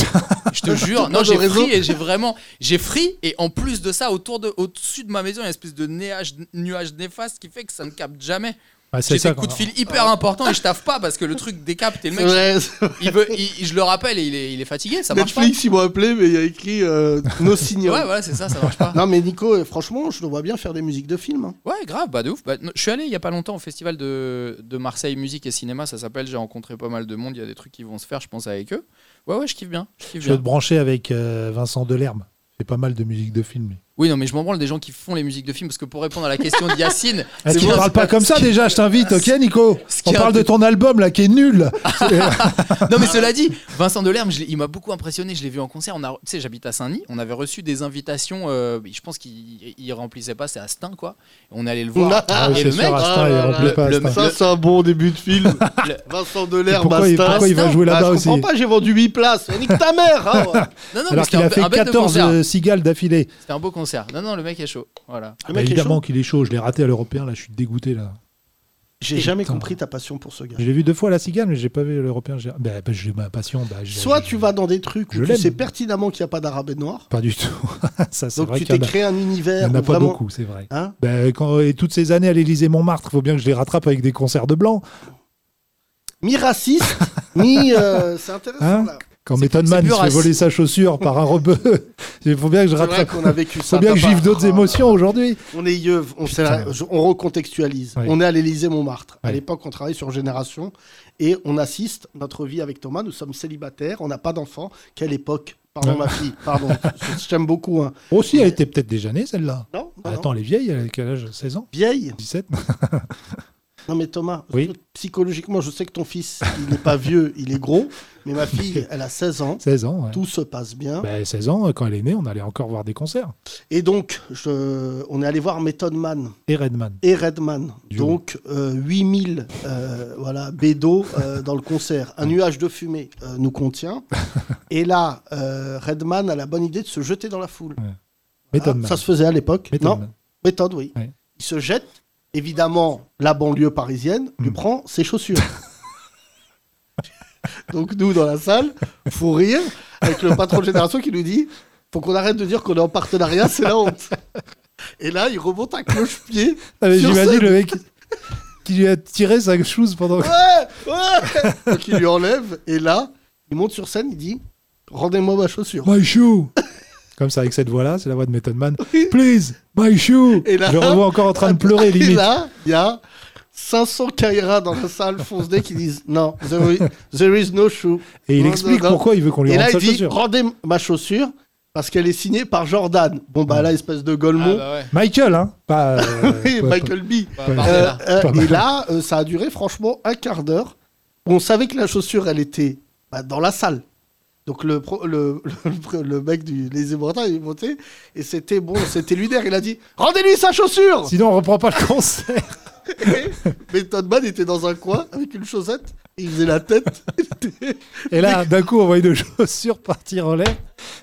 Speaker 7: Je te jure,
Speaker 5: Pas
Speaker 7: non,
Speaker 5: de
Speaker 7: j'ai
Speaker 5: réseau.
Speaker 7: free et j'ai vraiment. J'ai free et en plus de ça, autour de, au-dessus de ma maison, il y a une espèce de nuage, nuage néfaste qui fait que ça ne capte jamais.
Speaker 2: Ouais, c'est
Speaker 7: J'ai
Speaker 2: ça.
Speaker 7: des coups de
Speaker 2: quoi.
Speaker 7: fil hyper importants et je taffe pas parce que le truc décapte et le mec,
Speaker 5: Ouais, c'est-
Speaker 7: il veut, il- je le rappelle et il est, il est fatigué, ça marche
Speaker 5: Netflix, ils m'ont appelé, mais il y a écrit euh, No Signal.
Speaker 7: pas. Ouais, voilà, c'est ça, ça marche pas.
Speaker 5: Non, mais Nico, euh, franchement, je le vois bien faire des musiques de films. hein.
Speaker 7: Ouais, grave, bah de ouf. Bah, non, je suis allé il y a pas longtemps au festival de, de Marseille Musique et Cinéma, ça s'appelle. J'ai rencontré pas mal de monde, il y a des trucs qui vont se faire, je pense, avec eux. Ouais, ouais, je kiffe bien. Je kiffe
Speaker 2: Je vais te
Speaker 7: bien.
Speaker 2: brancher avec euh, Vincent Delerme. C'est pas mal de musique de film. lui.
Speaker 7: Oui, non, mais je m'en branle des gens qui font les musiques de films parce que pour répondre à la question de Yacine,
Speaker 2: Eh, tu
Speaker 7: moi-
Speaker 2: parles pas comme ça
Speaker 7: ce qui-
Speaker 2: déjà, je t'invite, ok Nico
Speaker 7: ce qui
Speaker 2: On
Speaker 7: est un
Speaker 2: parle
Speaker 7: peu-
Speaker 2: de ton album là qui est nul.
Speaker 7: Non, mais cela dit, Vincent Delerme, je l'ai- il m'a beaucoup impressionné. Je l'ai vu en concert. On a, tu sais, j'habite à Saint-Denis. On avait reçu des invitations. euh, je pense qu'il il remplissait pas. C'est Astin, quoi. On allait le voir.
Speaker 2: Ah oui,
Speaker 7: et
Speaker 2: c'est
Speaker 7: le
Speaker 2: sûr,
Speaker 7: mec, euh,
Speaker 2: Astin, il
Speaker 5: ah,
Speaker 2: remplit
Speaker 7: le-
Speaker 2: pas,
Speaker 7: le
Speaker 2: Astin.
Speaker 5: Ça,
Speaker 7: mec-
Speaker 5: c'est un bon début de film. Vincent Delerme,
Speaker 2: Pourquoi il-
Speaker 5: Astin.
Speaker 2: pourquoi il va
Speaker 7: Astin,
Speaker 2: jouer
Speaker 5: Bah,
Speaker 2: là-bas
Speaker 5: je
Speaker 2: aussi
Speaker 5: comprends pas, j'ai vendu 8 places. On nique ta mère. hein, ouais.
Speaker 7: non, non, mais
Speaker 2: Alors qu'il
Speaker 7: c'était un,
Speaker 2: a
Speaker 7: be- un
Speaker 2: fait
Speaker 7: bête de
Speaker 2: 14
Speaker 7: concert.
Speaker 2: euh, cigales d'affilée.
Speaker 7: C'était un beau concert. Non, non, le mec est chaud. Voilà.
Speaker 5: Le
Speaker 2: Bah,
Speaker 5: mec est
Speaker 2: évidemment
Speaker 5: chaud.
Speaker 2: qu'il est chaud, je l'ai raté à l'européen, là je suis dégoûté là.
Speaker 5: J'ai jamais
Speaker 2: Putain.
Speaker 5: compris ta passion pour ce gars.
Speaker 2: Je l'ai vu deux fois la cigale, mais j'ai pas vu l'européen. J'ai bah, bah, j'ai ma passion. bah, j'ai-
Speaker 5: Soit tu vas dans des trucs
Speaker 2: Je
Speaker 5: où tu
Speaker 2: l'aime.
Speaker 5: sais pertinemment qu'il n'y a pas d'arabe et de noir.
Speaker 2: Pas du tout. ça, c'est
Speaker 5: Donc
Speaker 2: vrai
Speaker 5: tu
Speaker 2: qu'il y
Speaker 5: t'es
Speaker 2: en a-
Speaker 5: créé un
Speaker 2: il y
Speaker 5: univers
Speaker 2: en
Speaker 5: où
Speaker 2: a pas
Speaker 5: vraiment.
Speaker 2: beaucoup, c'est vrai.
Speaker 5: Hein
Speaker 2: Bah, quand- et toutes ces années à l'Élysée Montmartre, faut bien que je les rattrape avec des concerts de blanc.
Speaker 5: Mi-raciste, mi. euh, c'est intéressant
Speaker 2: Hein
Speaker 5: là.
Speaker 2: Quand
Speaker 7: C'est-
Speaker 2: Method
Speaker 7: c'est
Speaker 2: Man
Speaker 7: plus
Speaker 2: il se fait
Speaker 7: raciste.
Speaker 2: voler sa chaussure par un rebeu, il faut bien que je
Speaker 5: C'est vrai
Speaker 2: rattrape.
Speaker 5: qu'on a vécu ça.
Speaker 2: faut bien
Speaker 5: t'as
Speaker 2: que je
Speaker 5: pas-
Speaker 2: vive d'autres
Speaker 5: Ah,
Speaker 2: émotions aujourd'hui.
Speaker 5: On est yeuve, on, s'est-
Speaker 2: Putain.
Speaker 5: je- on recontextualise.
Speaker 2: Ouais.
Speaker 5: On est à l'Élysée Montmartre. À
Speaker 2: Ouais.
Speaker 5: l'époque, on travaillait sur Génération et on assiste notre vie avec Thomas. Nous sommes célibataires, on n'a pas d'enfants. Quelle époque Pardon
Speaker 2: Ouais.
Speaker 5: ma fille, pardon. Je- je t'aime beaucoup. hein.
Speaker 2: Aussi, elle était peut-être déjà née celle-là.
Speaker 5: Non, Ah non, non.
Speaker 2: Attends, elle est vieille, elle a quel âge 16 ans
Speaker 5: Vieille
Speaker 2: 17
Speaker 5: Non mais Thomas,
Speaker 2: Oui.
Speaker 5: je- psychologiquement, je sais que ton fils, il n'est pas vieux, il est gros. Mais ma fille, elle a 16 ans.
Speaker 2: 16 ans, ouais.
Speaker 5: Tout se passe bien.
Speaker 2: Bah, 16 ans, quand elle est née, on allait encore voir des concerts.
Speaker 5: Et donc, je- on est allé voir Method Man
Speaker 2: Et Redman.
Speaker 5: et Redman.
Speaker 2: Du
Speaker 5: Donc, euh, 8000 euh, voilà, bédos euh, dans le concert.
Speaker 2: Mm.
Speaker 5: Un nuage de fumée euh, nous contient. Et là, euh, Redman a la bonne idée de se jeter dans la foule.
Speaker 2: Method
Speaker 5: Ah,
Speaker 2: Man.
Speaker 5: ça se faisait à l'époque.
Speaker 2: Method
Speaker 5: Non,
Speaker 2: Man.
Speaker 5: méthode, oui.
Speaker 2: Ouais.
Speaker 5: Il se jette. Évidemment, la banlieue parisienne lui
Speaker 2: Mm.
Speaker 5: prend ses chaussures. Donc, nous, dans la salle, faut rire avec le patron de génération qui nous dit faut qu'on arrête de dire qu'on est en partenariat, c'est la honte. Et là, il remonte à cloche-pied.
Speaker 2: Ah, mais
Speaker 5: sur
Speaker 2: J'imagine
Speaker 5: scène. Ah.
Speaker 2: le mec qui lui a tiré sa chose pendant.
Speaker 5: Ouais, ouais Donc, il lui enlève. Et là, il monte sur scène, il dit rendez-moi ma chaussure.
Speaker 2: My shoe Comme ça, avec cette voix-là, c'est la voix de Method Man. Please, my shoe
Speaker 5: Et là-
Speaker 2: Je le revois encore en train de pleurer,
Speaker 5: Et
Speaker 2: limite.
Speaker 5: là, il y a 500 Kaira dans la salle foncée qui disent Non, there is, there is no shoe.
Speaker 2: Et il
Speaker 5: Non,
Speaker 2: explique
Speaker 5: non, non.
Speaker 2: pourquoi il veut qu'on lui
Speaker 5: Et là, il
Speaker 2: rende sa
Speaker 5: dit
Speaker 2: chaussure.
Speaker 5: Rendez ma chaussure parce qu'elle est signée par Jordan. Bon, bah là, espèce de Golemont.
Speaker 7: bah ouais.
Speaker 2: Michael, hein Pas. euh,
Speaker 5: Oui,
Speaker 2: pas-
Speaker 5: Michael B.
Speaker 7: Bah,
Speaker 2: Ouais.
Speaker 7: Bardella.
Speaker 5: Euh, euh,
Speaker 2: Ah, Pas mal.
Speaker 5: et là, euh, ça a duré franchement un quart d'heure. On savait que la chaussure, elle était bah, dans la salle. Donc le, pro- le, le- le mec du Les Ébrantins, il est monté. Et c'était bon, c'était lunaire. Il a dit Rendez-lui sa chaussure
Speaker 2: Sinon, on reprend pas le concert.
Speaker 5: Method Man était dans un coin avec une chaussette. Et il faisait la tête.
Speaker 2: Et là, d'un coup, on voit une chaussure partir en l'air.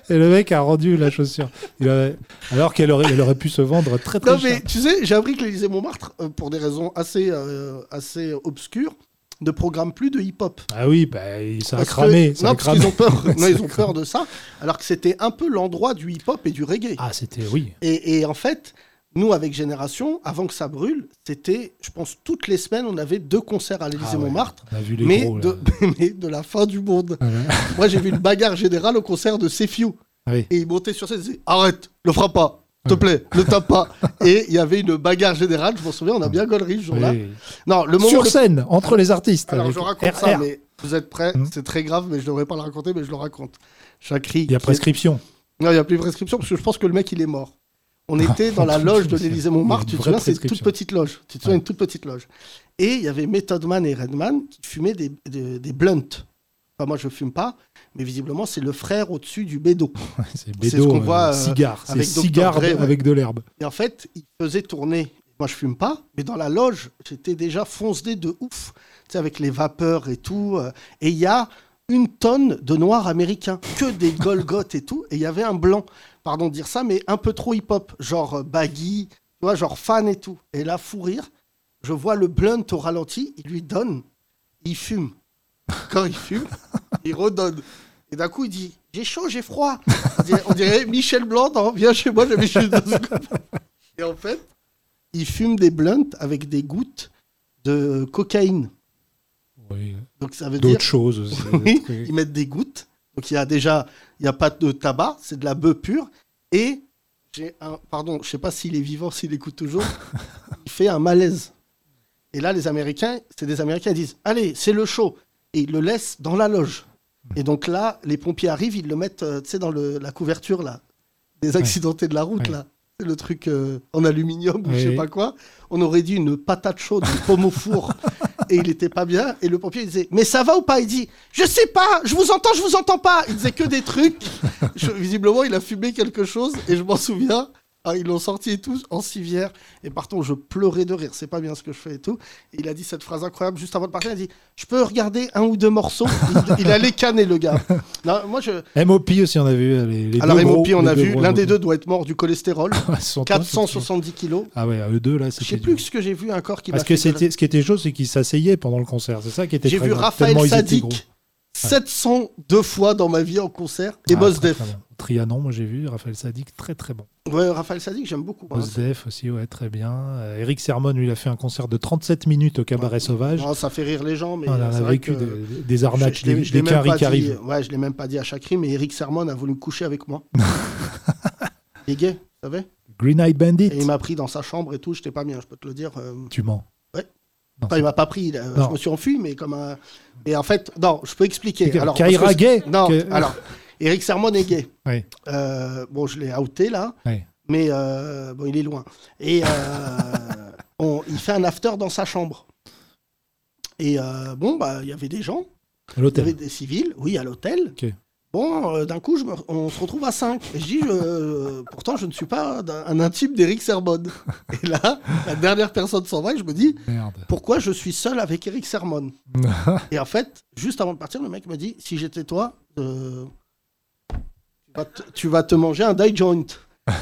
Speaker 2: Et le mec a rendu la chaussure. Il avait- Alors qu'elle aurait, elle aurait pu se vendre très très
Speaker 5: non,
Speaker 2: cher.
Speaker 5: mais tu sais, j'ai appris que l'Élysée Montmartre, euh, pour des raisons assez, euh, assez obscures, ne programme plus de hip-hop.
Speaker 2: Ah oui, bah, il- ça a
Speaker 5: Parce que-
Speaker 2: cramé. ça a
Speaker 5: non, parce
Speaker 2: cramé.
Speaker 5: qu'ils ont peur. Non,
Speaker 2: Ça a
Speaker 5: ils ont
Speaker 2: cramé.
Speaker 5: peur de ça. Alors que c'était un peu l'endroit du hip-hop et du reggae.
Speaker 2: Ah, c'était, oui.
Speaker 5: Et, et en fait, nous, avec Génération, avant que ça brûle, c'était, je pense, toutes les semaines, on avait deux concerts à l'Élysée
Speaker 2: Ah ouais,
Speaker 5: Montmartre,
Speaker 2: On a vu les
Speaker 5: mais,
Speaker 2: gros. là.
Speaker 5: de, mais de la fin du monde.
Speaker 2: Ah ouais.
Speaker 5: Moi, j'ai vu une bagarre générale au concert de Sefiu.
Speaker 2: Ah oui.
Speaker 5: Et il montait sur scène, il disait Arrête, le frappe pas, s'il te plaît, le tape pas. Et il y avait une bagarre générale, je m'en souviens, on a bien gollerie ce jour-là.
Speaker 2: Oui.
Speaker 5: Non, le moment
Speaker 2: Sur
Speaker 5: le-
Speaker 2: scène, entre les artistes.
Speaker 5: Alors,
Speaker 2: avec
Speaker 5: je raconte ça,
Speaker 2: RR.
Speaker 5: mais vous êtes prêts
Speaker 2: Hmm.
Speaker 5: C'est très grave, mais je devrais pas le raconter, mais je le raconte. Chakri.
Speaker 2: Il y a prescription.
Speaker 5: Non, il n'y a plus de prescription parce que je pense que le mec, il est mort. On
Speaker 2: Ah,
Speaker 5: était dans la loge de l'Élysée Montmartre,
Speaker 2: Une
Speaker 5: tu te
Speaker 2: vraie
Speaker 5: souviens, c'est une toute
Speaker 2: prescription.
Speaker 5: petite loge. Tu te souviens,
Speaker 2: Ouais.
Speaker 5: une toute petite loge. Et il y avait Method Man et Redman qui fumaient des, des, des blunts. Enfin, moi, je fume pas, mais visiblement, c'est le frère au-dessus du bédo.
Speaker 2: C'est
Speaker 5: C'est ce
Speaker 2: bédo,
Speaker 5: qu'on
Speaker 2: euh,
Speaker 5: voit, euh,
Speaker 2: cigare. C'est
Speaker 5: avec Dr.
Speaker 2: cigare
Speaker 5: Dre, ouais.
Speaker 2: avec de l'herbe.
Speaker 5: Et en fait, il faisait tourner. Moi, je fume pas, mais dans la loge, j'étais déjà foncé de ouf, tu sais, avec les vapeurs et tout. euh, Et il y a une tonne de noirs américains, que des Golgoth et tout. Et il y avait un blanc, pardon de dire ça, mais un peu trop hip-hop, genre euh, baggy, tu vois, genre fan et tout. Et là, fou rire, je vois le blunt au ralenti, il lui donne, il fume. Quand il fume, il redonne. Et d'un coup, il dit J'ai chaud, j'ai froid. On dirait, on dirait Michel Blanc, dans viens chez moi, j'avais chez Et en fait, il fume des blunts avec des gouttes de cocaïne.
Speaker 2: Oui.
Speaker 5: Donc ça veut dire
Speaker 2: D'autres choses. aussi,
Speaker 5: oui,
Speaker 2: des trucs.
Speaker 5: ils mettent des gouttes. Donc il y a déjà, il n'y a pas de tabac, c'est de la bœuf pure. Et j'ai un, pardon, je sais pas s'il est vivant, s'il écoute toujours, il fait un malaise. Et là, les Américains, c'est des Américains, ils disent, allez, c'est le show. Et ils le laissent dans la loge.
Speaker 2: Hmm.
Speaker 5: Et donc là, les pompiers arrivent, ils le mettent, euh, tu sais, dans le- la couverture, là, des accidentés de la route,
Speaker 2: Ouais.
Speaker 5: là. le truc euh, en aluminium ou je sais
Speaker 2: Oui.
Speaker 5: pas quoi, on aurait dit une patate chaude, une pomme au four. Et il était pas bien. Et le pompier il disait Mais ça va ou pas Il dit Je sais pas, je vous entends, je vous entends pas. Il disait que des trucs. Je- visiblement, il a fumé quelque chose et je m'en souviens. Ah, ils l'ont sorti et tout en civière. Et partons, je pleurais de rire. C'est pas bien ce que je fais et tout. Et il a dit cette phrase incroyable juste avant de partir. Il a dit Je peux regarder un ou deux morceaux il, il allait canner le gars. Non, moi, je...
Speaker 2: MOP aussi, on a vu. euh, Les, les
Speaker 5: Alors,
Speaker 2: deux
Speaker 5: MOP,
Speaker 2: gros,
Speaker 5: on
Speaker 2: les
Speaker 5: a vu.
Speaker 2: gros Ah,
Speaker 5: L'un des
Speaker 2: MOP.
Speaker 5: deux doit être mort du cholestérol.
Speaker 2: Ouais, 60,
Speaker 5: 470 kilos.
Speaker 2: Ah ouais, eux deux là,
Speaker 5: Je
Speaker 2: c'était.
Speaker 5: sais
Speaker 2: dur.
Speaker 5: plus ce que j'ai vu un corps qui m'a
Speaker 2: Parce que
Speaker 5: fait de la-
Speaker 2: c'était, ce qui était chaud, c'est qu'ils s'asseyaient pendant le concert. C'est ça qui était
Speaker 5: J'ai
Speaker 2: très
Speaker 5: vu
Speaker 2: grave,
Speaker 5: Raphaël
Speaker 2: tellement ils étaient gros.
Speaker 5: Sadik 702 fois dans ma vie en concert et
Speaker 2: Ah,
Speaker 5: Boss
Speaker 2: très,
Speaker 5: Def.
Speaker 2: très bon. Trianon, moi j'ai vu. Raphaël Sadik, très très bon.
Speaker 5: Ouais, Raphaël Sadik, j'aime beaucoup. hein.
Speaker 2: Boss Def aussi, ouais, très bien. Euh, Eric Sermon, lui, il a fait un concert de 37 minutes au Cabaret Sauvage.
Speaker 5: Non, ça fait rire les gens, mais
Speaker 2: on en
Speaker 5: euh, c'est
Speaker 2: a
Speaker 5: vrai
Speaker 2: Ah, vécu
Speaker 5: que-
Speaker 2: des, des
Speaker 5: Je-
Speaker 2: arnaques,
Speaker 5: je l'ai-
Speaker 2: des,
Speaker 5: je
Speaker 2: des
Speaker 5: l'ai même
Speaker 2: caries
Speaker 5: pas
Speaker 2: qui arrivent.
Speaker 5: dit- Ouais, je l'ai même pas dit à Chakri, mais Eric Sermon a voulu coucher avec moi. Il est gay, vous savez
Speaker 2: Green Eyed Bandit,
Speaker 5: Et il m'a pris dans sa chambre et tout, j'étais pas bien, je peux te le dire. euh,
Speaker 2: tu mens.
Speaker 5: Enfin, il m'a pas pris, il a-
Speaker 2: Non.
Speaker 5: je me suis enfui, mais comme un. Et en fait, non, je peux expliquer. Alors, parce
Speaker 2: Kaira
Speaker 5: que-
Speaker 2: gay
Speaker 5: Non,
Speaker 2: que-
Speaker 5: alors, Eric Sermon est gay.
Speaker 2: Ouais.
Speaker 5: Euh, bon, je l'ai outé là,
Speaker 2: Ouais.
Speaker 5: mais euh, bon, il est loin. Et euh, on- il fait un after dans sa chambre. Et euh, bon, bah, il y avait des gens,
Speaker 2: à
Speaker 5: il y avait
Speaker 2: l'hôtel.
Speaker 5: des civils, oui, à l'hôtel.
Speaker 2: Ok.
Speaker 5: Bon, euh, d'un coup, je me- on se retrouve à 5. Et je dis, je- pourtant, je ne suis pas d'un- un intime d'Eric Sermon. Et là, la dernière personne s'en va et je me dis,
Speaker 2: Merde.
Speaker 5: pourquoi je suis seul avec Eric Sermon Et en fait, juste avant de partir, le mec m'a dit si j'étais toi, euh, tu, vas te, tu vas te manger un die joint.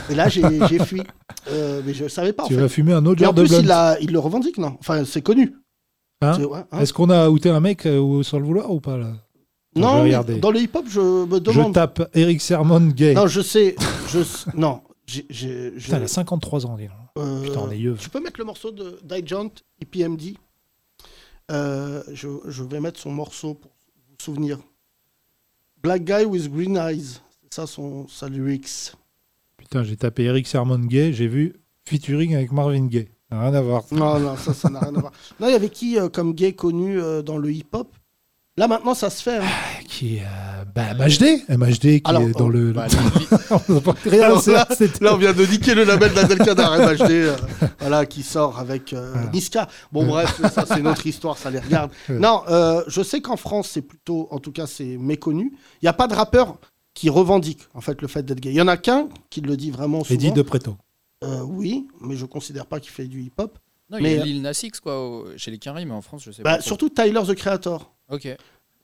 Speaker 5: Et là, j'ai j'ai fui. Euh, mais je ne savais pas. En,
Speaker 2: Tu
Speaker 5: fait.
Speaker 2: vas fumer un autre
Speaker 5: Et en
Speaker 2: genre de
Speaker 5: plus, il,
Speaker 2: blunt.
Speaker 5: a- il le revendique, non Enfin, c'est connu.
Speaker 2: Hein
Speaker 5: C'est- ouais, hein.
Speaker 2: Est-ce qu'on a outé un mec euh, ou- sans le vouloir ou pas là vais
Speaker 5: non, mais
Speaker 2: regarder.
Speaker 5: dans le hip-hop, je me
Speaker 2: Je
Speaker 5: demande.
Speaker 2: tape Eric Sermon gay.
Speaker 5: non, je sais. Je, s- non, j'ai- j'ai- je-
Speaker 2: Putain, il a 53 ans. dis donc.
Speaker 5: euh,
Speaker 2: Putain, on est yeux.
Speaker 5: Tu peux mettre le morceau de Die Joint, EPMD Euh, je, je vais mettre son morceau pour vous souvenir. Black Guy with Green Eyes. C'est ça son sa lyrics.
Speaker 2: Putain, j'ai tapé Eric Sermon gay, j'ai vu featuring avec Marvin Gaye. Rien à voir.
Speaker 5: Non, non, ça, ça n'a rien à voir. Non, il y avait qui euh, comme gay connu euh, dans le hip-hop Là, maintenant, ça se fait. hein.
Speaker 2: Qui euh, bah, MHD, MHD qui
Speaker 5: Alors,
Speaker 2: est dans
Speaker 5: oh,
Speaker 2: le.
Speaker 7: Bah, les-
Speaker 2: Rien,
Speaker 5: Alors
Speaker 2: c'est-
Speaker 5: là-
Speaker 2: c'était-
Speaker 5: Là, on vient de niquer le label d'Adel Kadar, MHD, euh, voilà, qui sort avec euh,
Speaker 2: Voilà.
Speaker 5: Niska. Bon, bref, ça, c'est notre histoire, ça les regarde.
Speaker 2: Ouais.
Speaker 5: Non, euh, je sais qu'en France, c'est plutôt, en tout cas, c'est méconnu. Il n'y a pas de rappeur qui revendique, en fait, le fait d'être gay. Il n'y en a qu'un qui le dit vraiment souvent.
Speaker 2: Eddie de Preto.
Speaker 5: Euh, oui, mais je ne considère pas qu'il fait du hip-hop.
Speaker 7: Non, il y
Speaker 5: Mais-
Speaker 7: a Lil Nas X, quoi, au- chez les Quinry, mais en France, je sais
Speaker 5: Bah,
Speaker 7: pas. trop.
Speaker 5: surtout Tyler, The Creator.
Speaker 7: Ok.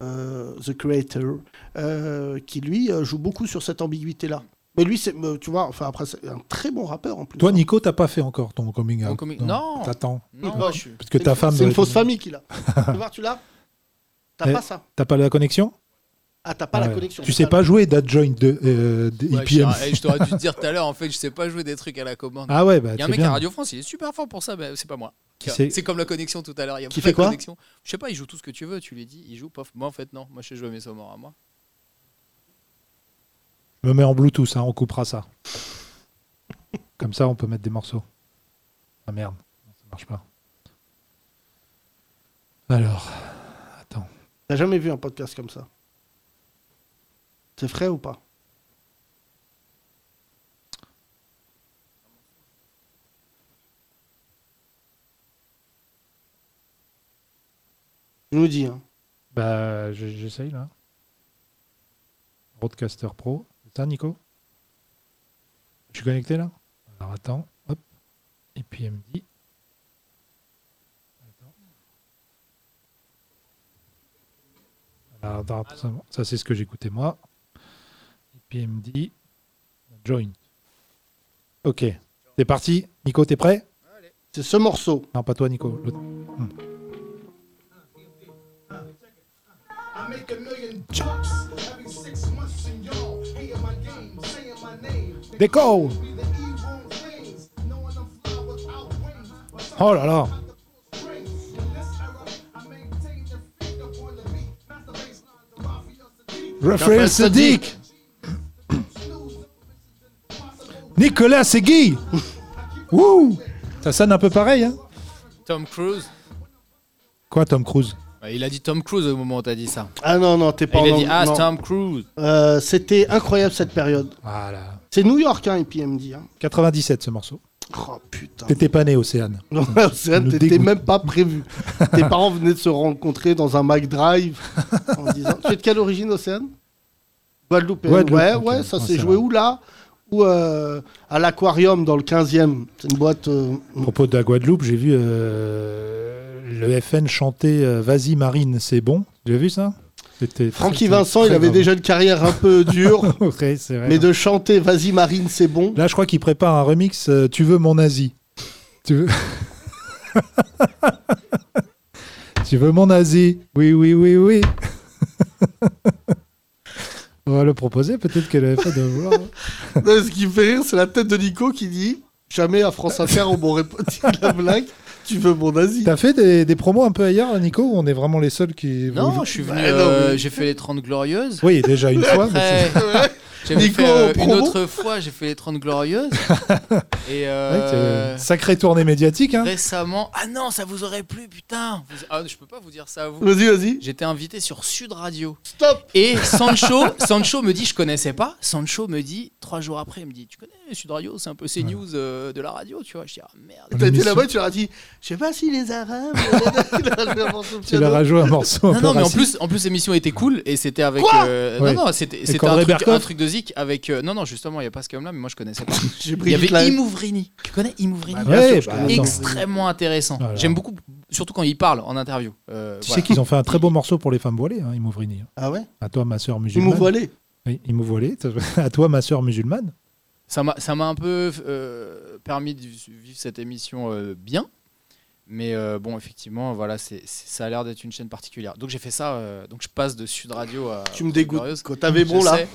Speaker 5: euh, The Creator, euh, qui lui euh, joue beaucoup sur cette ambiguïté-là. Mais lui, c'est, euh, tu vois, enfin après, c'est un très bon rappeur en plus.
Speaker 2: Toi,
Speaker 5: hein.
Speaker 2: Nico, t'as pas fait encore ton coming
Speaker 7: Mon
Speaker 2: out.
Speaker 7: coming- Non.
Speaker 2: T'attends.
Speaker 7: Non,
Speaker 5: Non.
Speaker 7: moi, je suis.
Speaker 2: Parce que
Speaker 5: C'est
Speaker 2: ta
Speaker 5: une-
Speaker 2: femme. euh,
Speaker 5: C'est
Speaker 2: doit
Speaker 5: une
Speaker 2: être-
Speaker 5: fausse famille qu'il a. tu vois, tu l'as T'as
Speaker 2: Eh.
Speaker 5: pas ça
Speaker 2: T'as pas la connexion
Speaker 5: Ah, t'as pas la
Speaker 2: Ouais.
Speaker 5: connexion.
Speaker 2: Tu sais pas jouer d'adjoint de, euh, de
Speaker 7: Ouais, je
Speaker 2: IPM.
Speaker 7: t'aurais- je t'aurais dû te dire tout à l'heure, en fait, je sais pas jouer des trucs à la commande.
Speaker 2: Ah ouais, bah
Speaker 7: Il y a
Speaker 2: c'est
Speaker 7: un mec
Speaker 2: bien.
Speaker 7: à Radio France, il est super fort pour ça, mais c'est pas moi.
Speaker 2: Qui c'est
Speaker 7: C'est comme la connexion tout à l'heure. il y a
Speaker 5: Qui
Speaker 7: pas
Speaker 5: fait
Speaker 7: de
Speaker 5: quoi
Speaker 7: connexion. Je sais pas, il joue tout ce que tu veux, tu lui dis, il joue, pof. Moi en fait, non, moi je sais jouer mes sommets à moi.
Speaker 2: Je me mets en Bluetooth, hein, on coupera ça. Comme ça, on peut mettre des morceaux. Ah merde, ça marche pas. Alors, attends.
Speaker 5: T'as jamais vu un podcast comme ça C'est frais ou pas Je nous dis, hein.
Speaker 2: Bah, je- j'essaye là. Broadcaster Pro. C'est ça, Nico Je suis connecté là Alors attends, hop. Et puis elle me dit. Attends. Alors, attends, attends, ça, ça, c'est ce que j'écoutais moi. Et puis elle me dit. Joint. Ok. C'est parti. Nico, t'es prêt
Speaker 5: c'est ce morceau.
Speaker 2: Non, pas toi, Nico. Hmm. l'autre.
Speaker 6: I make a million jokes every six months and y'all hating my game, saying my name.
Speaker 2: Déco
Speaker 6: Be the evil things, knowing I'm fly without wings. But some
Speaker 2: Oh là là
Speaker 6: got the full strings. In this era, I maintain the finger on the beat, not the baseline, the mafia.
Speaker 2: Raphaël Sadik Nicolas Segui Wouh Ça sonne un peu pareil, hein
Speaker 7: Tom Cruise
Speaker 2: Quoi, Tom Cruise
Speaker 7: Bah, Il a dit Tom Cruise au moment où t'as dit ça.
Speaker 5: Ah non, non, t'es pas
Speaker 7: il
Speaker 5: en
Speaker 7: a dit
Speaker 5: anglais,
Speaker 7: Ah,
Speaker 5: non.
Speaker 7: c'est Tom Cruise
Speaker 5: Euh, C'était incroyable cette période.
Speaker 2: Voilà.
Speaker 5: C'est New York, hein, EPMD. Hein.
Speaker 2: 97 ce morceau.
Speaker 5: Oh putain.
Speaker 2: T'étais pas né, Océane.
Speaker 5: Non, Océane,
Speaker 2: nous
Speaker 5: t'étais
Speaker 2: dégoûte.
Speaker 5: même pas prévu. Tes parents venaient de se rencontrer dans un Mac Drive en disant Tu es de quelle origine, Océane Guadeloupe. hein.
Speaker 2: Guadeloupe,
Speaker 5: Ouais,
Speaker 2: ok.
Speaker 5: ouais, ça
Speaker 2: Ouais,
Speaker 5: s'est
Speaker 2: c'est
Speaker 5: joué
Speaker 2: vrai.
Speaker 5: où là Ou euh, à l'Aquarium dans le 15e. C'est une boîte. euh,
Speaker 2: À propos de la Guadeloupe, j'ai vu euh, le FN chanter euh, Vas-y Marine, c'est bon. Tu as vu ça C'était
Speaker 5: Francky
Speaker 2: c'était
Speaker 5: Vincent,
Speaker 2: très
Speaker 5: il avait
Speaker 2: grave.
Speaker 5: déjà une carrière un peu dure,
Speaker 2: Ouais, c'est vrai.
Speaker 5: mais de chanter Vas-y Marine, c'est bon.
Speaker 2: Là, je crois qu'il prépare un remix euh, Tu veux mon Asie. Tu veux. tu veux mon Asie Oui, oui, oui, oui. On va le proposer, peut-être qu'elle avait pas de vouloir.
Speaker 5: Non, Ce qui me fait rire, c'est la tête de Nico qui dit Jamais à France Inter, on m'aurait pas dit la blague. Tu veux mon Asie
Speaker 2: T'as fait des, des promos un peu ailleurs, Nico, où on est vraiment les seuls qui.
Speaker 7: Non, je suis venu,
Speaker 5: Bah, non,
Speaker 7: euh,
Speaker 5: mais-
Speaker 7: j'ai fait les 30 glorieuses.
Speaker 2: Oui, déjà une fois. mais c'est-
Speaker 7: Après, j'avais
Speaker 5: Nico,
Speaker 7: fait euh, une
Speaker 5: promo.
Speaker 7: autre fois, j'ai fait les 30 glorieuses. Et
Speaker 2: Ouais,
Speaker 7: euh,
Speaker 2: t'es- Sacrée tournée médiatique, hein
Speaker 7: récemment, ah non, ça vous aurait plu, putain. Vous- Ah, je peux pas vous dire ça à vous.
Speaker 5: Vas-y, vas-y.
Speaker 7: J'étais invité sur Sud Radio.
Speaker 5: Stop
Speaker 7: Et Sancho, Sancho me dit, je connaissais pas. Sancho me dit, trois jours après, il me dit, tu connais Sud Radio, c'est un peu CNews news euh, de la radio, tu vois. Je dis, ah merde.
Speaker 2: On
Speaker 5: T'as
Speaker 2: a
Speaker 5: été
Speaker 2: mis
Speaker 5: là-bas, tu leur as dit Je sais pas si les Arabes. Il a joué avant son
Speaker 2: Tu leur
Speaker 5: piano.
Speaker 2: as joué un morceau. un
Speaker 7: Non,
Speaker 2: peu
Speaker 7: non, mais en
Speaker 2: raciste.
Speaker 7: plus, en plus, l'émission était cool et c'était avec. euh,
Speaker 2: Ouais.
Speaker 7: Non, non, c'était c'était
Speaker 2: Conrad
Speaker 7: un, truc-
Speaker 2: Berkoff
Speaker 7: un truc de zik avec. euh, non, non, justement, il n'y a pas ce homme-là, mais moi je connaissais pas.
Speaker 5: J'ai pris
Speaker 7: Il y avait
Speaker 5: toute la-
Speaker 7: Imouvrini. Tu connais Imouvrini
Speaker 5: bien
Speaker 2: Ouais,
Speaker 5: sûr, je
Speaker 2: bah,
Speaker 5: connais.
Speaker 2: attends.
Speaker 7: Extrêmement intéressant.
Speaker 2: Voilà.
Speaker 7: J'aime beaucoup, surtout quand il parle en interview. Euh,
Speaker 2: Tu
Speaker 7: voilà.
Speaker 2: sais qu'ils ont fait un très beau morceau pour les femmes voilées, hein, Imouvrini.
Speaker 5: Ah ouais
Speaker 2: À toi, ma sœur
Speaker 5: Tu
Speaker 2: musulmane.
Speaker 5: m'ouvres voilé.
Speaker 2: Oui, Imo voilé. À toi, ma sœur musulmane.
Speaker 7: Ça m'a ça m'a un peu euh, permis de vivre cette émission euh, bien. Mais euh, bon, effectivement, voilà, c'est c'est- ça a l'air d'être une chaîne particulière. Donc j'ai fait ça. euh, donc je passe de Sud Radio à.
Speaker 5: Tu me
Speaker 7: aux Glorieuses.
Speaker 5: dégoûtes. Quand t'avais
Speaker 7: Je
Speaker 5: bon là.
Speaker 7: sais.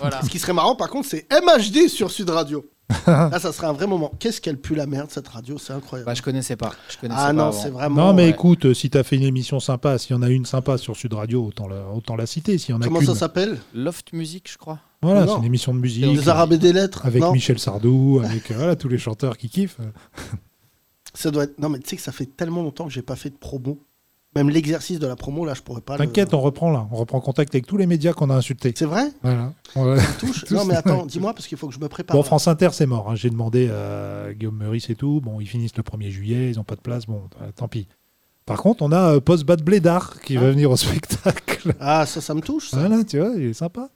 Speaker 7: voilà.
Speaker 5: Ce qui serait marrant, par contre, c'est MHD sur Sud Radio. Là, ça serait un vrai moment. Qu'est-ce qu'elle pue la merde, cette radio C'est incroyable.
Speaker 7: Bah, je connaissais pas. Je connaissais
Speaker 5: ah
Speaker 7: pas
Speaker 5: non,
Speaker 7: avant.
Speaker 5: c'est vraiment.
Speaker 2: non, mais
Speaker 7: ouais.
Speaker 2: écoute, euh, si t'as fait une émission sympa, s'il y en a une sympa sur Sud Radio, autant la, autant la citer. S'il y en a
Speaker 5: Comment
Speaker 2: qu'une.
Speaker 5: ça s'appelle
Speaker 7: Loft Music, je crois.
Speaker 2: Voilà,
Speaker 5: Non.
Speaker 2: c'est une émission de musique.
Speaker 5: Les Arabes et des Lettres
Speaker 2: Avec
Speaker 5: Non,
Speaker 2: Michel Sardou, avec euh, voilà, tous les chanteurs qui kiffent.
Speaker 5: ça doit être. Non, mais tu sais que ça fait tellement longtemps que j'ai pas fait de promo. Même l'exercice de la promo, là, je pourrais
Speaker 7: Ah,
Speaker 5: pas. le-
Speaker 2: T'inquiète, on reprend là. On reprend contact avec tous les médias qu'on a insultés.
Speaker 5: C'est vrai
Speaker 2: Voilà. Voilà.
Speaker 5: Touche
Speaker 2: Tous.
Speaker 5: Non, mais attends, dis-moi, parce qu'il faut que je me prépare.
Speaker 2: Bon, France Inter, c'est mort. hein. J'ai demandé à Guillaume Meurice et tout. Bon, ils finissent le 1er juillet, ils n'ont pas de place. Bon, euh, tant pis. Par contre, on a euh, Post-Bad Blédard qui va venir au spectacle.
Speaker 5: Ah, ça, ça me touche. ça.
Speaker 2: Voilà, tu vois, il est sympa.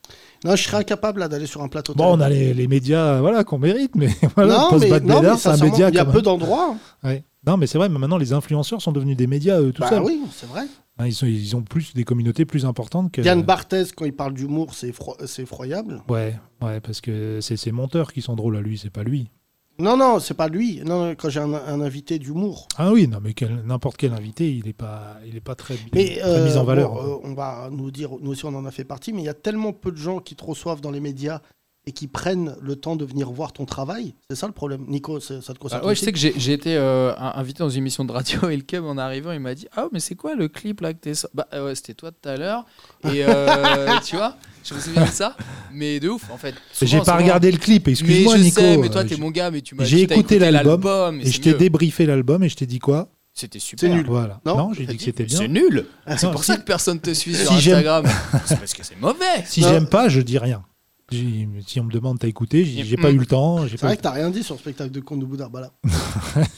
Speaker 5: Non, je serais incapable là, d'aller sur un plateau.
Speaker 2: Bon, on
Speaker 5: télé.
Speaker 2: a les, les médias euh, voilà, qu'on mérite, mais voilà,
Speaker 5: non, mais,
Speaker 2: Post-Bad
Speaker 5: non, mais
Speaker 2: Blédard, c'est un
Speaker 5: sincèrement,
Speaker 2: média
Speaker 5: il y a
Speaker 2: quand
Speaker 5: peu
Speaker 2: même.
Speaker 5: d'endroits.
Speaker 2: Ouais. Non, mais c'est vrai, mais maintenant les influenceurs sont devenus des médias euh, tout
Speaker 5: Bah
Speaker 2: seuls.
Speaker 5: oui, c'est vrai.
Speaker 2: Hein, ils, sont- ils ont plus des communautés plus importantes que.
Speaker 5: Yann Barthès, quand il parle d'humour, c'est effro- c'est effroyable.
Speaker 2: Ouais, ouais, parce que c'est ses monteurs qui sont drôles à lui, c'est pas lui.
Speaker 5: Non, non, c'est pas lui. Non, non, quand j'ai un, un invité d'humour.
Speaker 2: Ah oui, non, mais quel- n'importe quel invité, il est pas, il est pas très,
Speaker 5: Mais
Speaker 2: très
Speaker 5: euh,
Speaker 2: mis en valeur. hein.
Speaker 5: bon, euh, on va nous dire, nous aussi on en a fait partie, mais il y a tellement peu de gens qui te reçoivent dans les médias et qui prennent le temps de venir voir ton travail. C'est ça le problème. Nico, c'est- ça te concerne
Speaker 7: Ah ouais, je
Speaker 5: aussi
Speaker 7: sais que j'ai j'ai été euh, un- invité dans une émission de radio et le Keb en arrivant, il m'a dit Ah, mais c'est quoi le clip là que t'es sorti Bah, euh, ouais, c'était toi tout à l'heure. Et euh, tu vois, je me souviens de ça, mais de ouf en fait. Souvent,
Speaker 2: J'ai pas
Speaker 7: souvent-
Speaker 2: regardé le clip,
Speaker 7: Mais
Speaker 2: excuse-moi
Speaker 7: je
Speaker 2: Nico.
Speaker 7: sais, mais toi
Speaker 2: euh,
Speaker 7: t'es
Speaker 2: j'ai-
Speaker 7: mon gars, mais tu m'as
Speaker 2: j'ai
Speaker 7: dit, t'as
Speaker 2: écouté l'album
Speaker 7: et
Speaker 2: Et
Speaker 7: c'est
Speaker 2: je t'ai
Speaker 7: mieux.
Speaker 2: débriefé l'album et je t'ai dit quoi
Speaker 7: C'était super.
Speaker 5: C'est nul.
Speaker 2: Voilà.
Speaker 5: Non,
Speaker 2: Non, j'ai dit que
Speaker 7: T'as
Speaker 2: c'était
Speaker 7: dit, C'est
Speaker 2: bien. Ah,
Speaker 7: nul. C'est
Speaker 2: Non,
Speaker 7: pour
Speaker 2: si-
Speaker 7: ça que personne te suit sur
Speaker 2: Si j'aime-
Speaker 7: Instagram. c'est parce que c'est mauvais.
Speaker 2: Si
Speaker 5: Non.
Speaker 2: j'aime pas, je dis rien. J'ai- Si on me demande t'as écouté, j'ai j'ai
Speaker 7: Mm.
Speaker 2: pas eu le temps, j'ai
Speaker 5: C'est
Speaker 2: pas
Speaker 5: vrai que t'as rien dit sur le spectacle de Conte de Boudard. Bah là.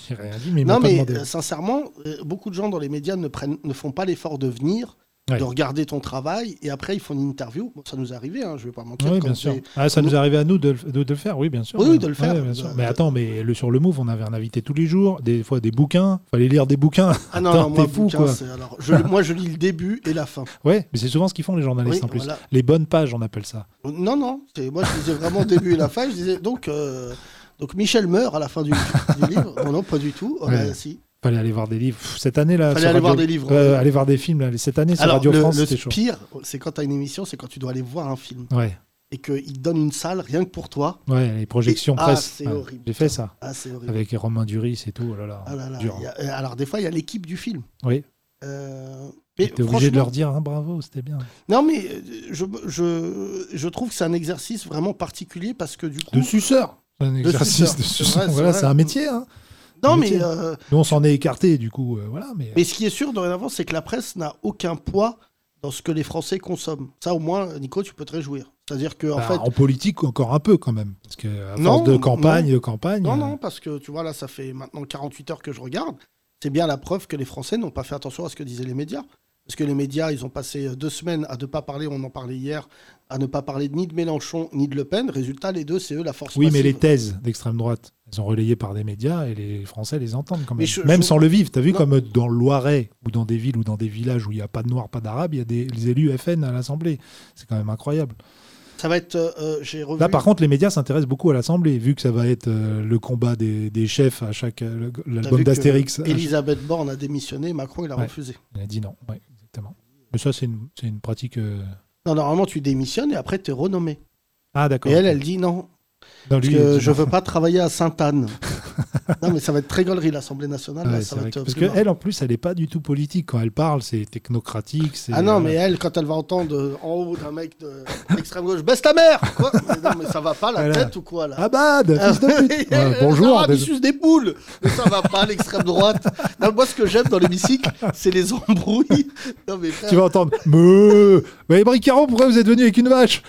Speaker 2: j'ai rien dit, mais ils m'ont
Speaker 5: Non,
Speaker 2: pas
Speaker 5: mais
Speaker 2: demandé.
Speaker 5: euh, sincèrement, euh, beaucoup de gens dans les médias ne, prennent, ne font pas l'effort de venir,
Speaker 2: Ouais.
Speaker 5: de regarder ton travail, et après ils font une interview. Bon, ça nous est arrivé, hein, je vais pas mentir.
Speaker 2: Oui,
Speaker 5: quand
Speaker 2: bien sûr.
Speaker 5: t'es-
Speaker 2: Ah, ça
Speaker 5: quand
Speaker 2: nous arrivait à nous de, le- de- de le faire, oui, bien sûr.
Speaker 5: Oui, oui, de le faire.
Speaker 2: Ouais, bien sûr.
Speaker 5: Euh,
Speaker 2: Mais attends, mais le, sur le Move, on avait un invité tous les jours, des fois des bouquins, fallait lire des bouquins.
Speaker 5: Ah non,
Speaker 2: Attends,
Speaker 5: non, moi,
Speaker 2: t'es fou,
Speaker 5: bouquin,
Speaker 2: quoi.
Speaker 5: c'est- alors, je- moi je lis le début et la fin.
Speaker 2: Ouais, mais c'est souvent ce qu'ils font les journalistes
Speaker 5: Oui,
Speaker 2: en plus.
Speaker 5: voilà.
Speaker 2: Les bonnes pages, on appelle ça.
Speaker 5: Non, non, c'est- moi je disais vraiment début et la fin. Je disais donc, euh, donc Michel meurt à la fin du, du livre. Non, non, pas du tout. Oh,
Speaker 2: Ouais.
Speaker 5: bah, si.
Speaker 2: Fallait aller voir des livres. Pff, Cette année, là.
Speaker 5: Fallait
Speaker 2: sur
Speaker 5: aller
Speaker 2: Radio-
Speaker 5: voir des livres,
Speaker 2: Euh,
Speaker 5: ouais.
Speaker 2: aller voir des films, là. Cette année, sur
Speaker 5: Alors,
Speaker 2: Radio
Speaker 5: le,
Speaker 2: France,
Speaker 5: le
Speaker 2: c'était chaud.
Speaker 5: pire, c'est quand t'as une émission, c'est quand tu dois aller voir un film
Speaker 2: Ouais,
Speaker 5: et qu'il te donne une salle rien que pour toi.
Speaker 2: ouais, les projections
Speaker 5: Et- ah,
Speaker 2: presse.
Speaker 5: c'est
Speaker 2: Ouais.
Speaker 5: horrible.
Speaker 2: J'ai fait ça.
Speaker 5: Ah, c'est horrible.
Speaker 2: Avec Romain Duris et tout. Oh là là.
Speaker 5: Ah là là,
Speaker 2: dur.
Speaker 5: il y a- euh, alors des fois, il y a l'équipe du film.
Speaker 2: Oui.
Speaker 5: Euh, mais
Speaker 2: T'es obligé de
Speaker 5: franchement-
Speaker 2: leur dire, hein, bravo, c'était bien.
Speaker 5: Non, mais euh, je, je, je trouve que c'est un exercice vraiment particulier parce que du coup.
Speaker 2: De suceur. Un exercice
Speaker 5: suceur, c'est
Speaker 2: de suceur.
Speaker 5: vrai, c'est
Speaker 2: Voilà,
Speaker 5: vrai.
Speaker 2: c'est un métier. hein.
Speaker 5: non, mais,
Speaker 2: métier.
Speaker 5: euh,
Speaker 2: Nous, on s'en est écarté, du coup. euh, Voilà, mais.
Speaker 5: mais ce qui est sûr dorénavant, c'est que la presse n'a aucun poids dans ce que les Français consomment. Ça, au moins, Nico, tu peux te réjouir. C'est-à-dire que, en
Speaker 2: Bah,
Speaker 5: fait,
Speaker 2: en politique, encore un peu quand même. Parce que, à
Speaker 5: Non,
Speaker 2: force de campagne, campagne.
Speaker 5: non,
Speaker 2: euh,
Speaker 5: non, parce que tu vois, là, ça fait maintenant 48 heures que je regarde. C'est bien la preuve que les Français n'ont pas fait attention à ce que disaient les médias. Parce que les médias, ils ont passé euh, deux semaines à ne pas parler, on en parlait hier, à ne pas parler ni de Mélenchon ni de Le Pen. Résultat, les deux, c'est eux la force
Speaker 2: Oui, mais
Speaker 5: passive.
Speaker 2: les thèses d'extrême droite, elles sont relayées par des médias et les Français les entendent quand
Speaker 5: Mais
Speaker 2: même.
Speaker 5: je-
Speaker 2: même
Speaker 5: je-
Speaker 2: sans le vivre. T'as vu
Speaker 5: Non.
Speaker 2: comme euh, dans le Loiret ou dans des villes ou dans des villages où il n'y a pas de Noirs, pas d'Arabes, il y a des les élus FN à l'Assemblée. C'est quand même incroyable.
Speaker 5: Ça va être. euh, euh, J'ai revu.
Speaker 2: Là, par contre, les médias s'intéressent beaucoup à l'Assemblée, vu que ça va être euh, le combat des, des chefs à chaque euh, le-
Speaker 5: T'as
Speaker 2: l'album
Speaker 5: vu que
Speaker 2: d'Astérix. à chaque-
Speaker 5: Elisabeth Borne a démissionné, Macron, il a
Speaker 2: hein, Ouais.
Speaker 5: refusé.
Speaker 2: Il a dit non. Ouais, exactement. Mais ça, c'est une, c'est une pratique. euh,
Speaker 5: Non, normalement, tu démissionnes et après, tu es renommé.
Speaker 2: Ah, d'accord.
Speaker 5: Et elle, elle dit non,
Speaker 2: Dans
Speaker 5: parce
Speaker 2: lui, il
Speaker 5: que
Speaker 2: dit
Speaker 5: je
Speaker 2: non.
Speaker 5: veux pas travailler à Sainte-Anne. non, mais ça va être très gaulerie, l'Assemblée nationale. là,
Speaker 2: Ouais,
Speaker 5: ça
Speaker 2: c'est
Speaker 5: va
Speaker 2: vrai
Speaker 5: être euh,
Speaker 2: que- parce
Speaker 5: plus marrant.
Speaker 2: qu'elle, en plus, elle n'est pas du tout politique. Quand elle parle, c'est technocratique. c'est,
Speaker 5: Ah non,
Speaker 2: euh,
Speaker 5: mais elle, quand elle va entendre euh, en haut d'un mec de l'extrême gauche, baisse ta mère quoi mais Non, mais ça va pas la
Speaker 2: Voilà.
Speaker 5: tête ou quoi là
Speaker 2: Abad,
Speaker 5: Ah,
Speaker 2: fils de pute.
Speaker 5: oui,
Speaker 2: Ouais,
Speaker 5: ça
Speaker 2: bonjour.
Speaker 5: va, mais
Speaker 2: déjà.
Speaker 5: suce des poules Mais ça va pas, l'extrême droite Non, Moi, ce que j'aime dans l'hémicycle, c'est les embrouilles. Non, mais frère,
Speaker 2: Tu vas entendre Meuh Mais Bricaro, pourquoi vous êtes venu avec une vache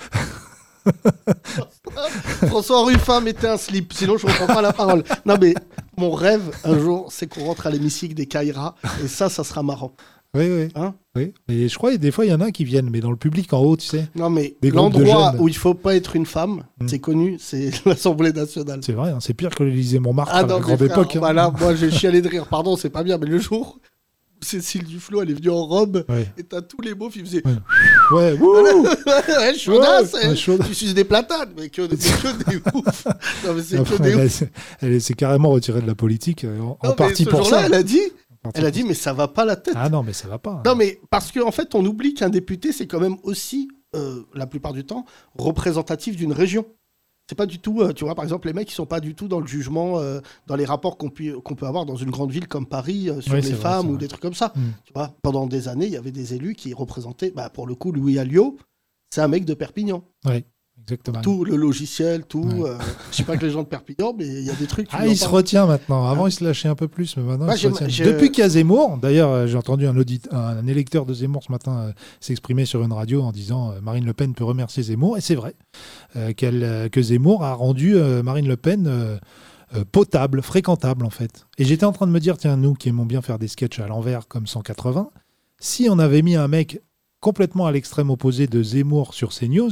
Speaker 5: François Ruffin mettait un slip, sinon je reprends pas la parole. Non, mais mon rêve, un jour, c'est qu'on rentre à l'hémicycle des Kaira, et ça, ça sera marrant.
Speaker 2: Oui, oui.
Speaker 5: Hein
Speaker 2: oui. Mais je crois que des fois, il y en a qui viennent, mais dans le public en haut, tu sais.
Speaker 5: Non, mais
Speaker 2: Des groupes de
Speaker 5: l'endroit
Speaker 2: jeunes.
Speaker 5: où il faut pas être une femme,
Speaker 2: Hmm.
Speaker 5: c'est connu, c'est l'Assemblée nationale.
Speaker 2: C'est vrai, hein, c'est pire que l'Élysée Montmartre à la
Speaker 5: Ah, non,
Speaker 2: grande
Speaker 5: mais frère,
Speaker 2: époque. hein.
Speaker 5: Voilà, moi j'ai chialé de rire, pardon, c'est pas bien, mais le jour où Cécile Duflo, elle est venue en robe,
Speaker 2: Ouais,
Speaker 5: et t'as tous les mots, puis il faisait
Speaker 2: ouais. wouh
Speaker 5: Ouais, chaudasse,
Speaker 2: Ouais,
Speaker 5: elle,
Speaker 2: ouais, chaudasse.
Speaker 5: hein. Tu suces des platanes, mais que, mais que des ouf Non, mais c'est
Speaker 2: Après,
Speaker 5: que des
Speaker 2: Ah, elle,
Speaker 5: ouf
Speaker 2: elle- elle s'est carrément retirée de la politique, euh, en, en
Speaker 5: Non, mais
Speaker 2: partie
Speaker 5: ce
Speaker 2: pour
Speaker 5: jour-là,
Speaker 2: ça.
Speaker 5: Elle a dit,
Speaker 2: En partie
Speaker 5: elle a
Speaker 2: pour
Speaker 5: dit, mais ça va pas la tête.
Speaker 2: ça. Ah non, mais ça va pas.
Speaker 5: Non, mais parce qu'en en fait, on oublie qu'un député, c'est quand même aussi, euh, la plupart du temps, représentatif d'une région. C'est pas du tout, euh, tu vois, par exemple, les mecs, ils sont pas du tout dans le jugement, euh, dans les rapports qu'on pui- qu'on peut avoir dans une grande ville comme Paris, euh, sur
Speaker 2: Oui,
Speaker 5: les
Speaker 2: c'est vrai,
Speaker 5: femmes
Speaker 2: c'est
Speaker 5: ou
Speaker 2: vrai.
Speaker 5: des trucs comme ça.
Speaker 2: Mm.
Speaker 5: Tu vois, pendant des années, il y avait des élus qui représentaient, bah, pour le coup, Louis Alliot, c'est un mec de Perpignan.
Speaker 2: Exactement.
Speaker 5: Tout le logiciel, tout.
Speaker 2: Ah Ouais.
Speaker 5: euh, je sais pas que les gens de Perpignan, mais il y a des trucs. tu
Speaker 2: Ah,
Speaker 5: lui en
Speaker 2: il se
Speaker 5: parles. Hein
Speaker 2: retient maintenant. Avant, il se lâchait un peu plus, mais maintenant,
Speaker 5: Moi,
Speaker 2: il se
Speaker 5: j'aime-
Speaker 2: retient.
Speaker 5: je-
Speaker 2: Depuis qu'il y a Zemmour, d'ailleurs, euh, j'ai entendu un, audit, un, un électeur de Zemmour ce matin euh, s'exprimer sur une radio en disant euh, Marine Le Pen peut remercier Zemmour, et c'est vrai euh, qu'elle, euh, que Zemmour a rendu euh, Marine Le Pen. euh, euh, potable, fréquentable en fait. Et j'étais en train de me dire, tiens, nous qui aimons bien faire des sketchs à l'envers comme 180, si on avait mis un mec complètement à l'extrême opposé de Zemmour sur CNews,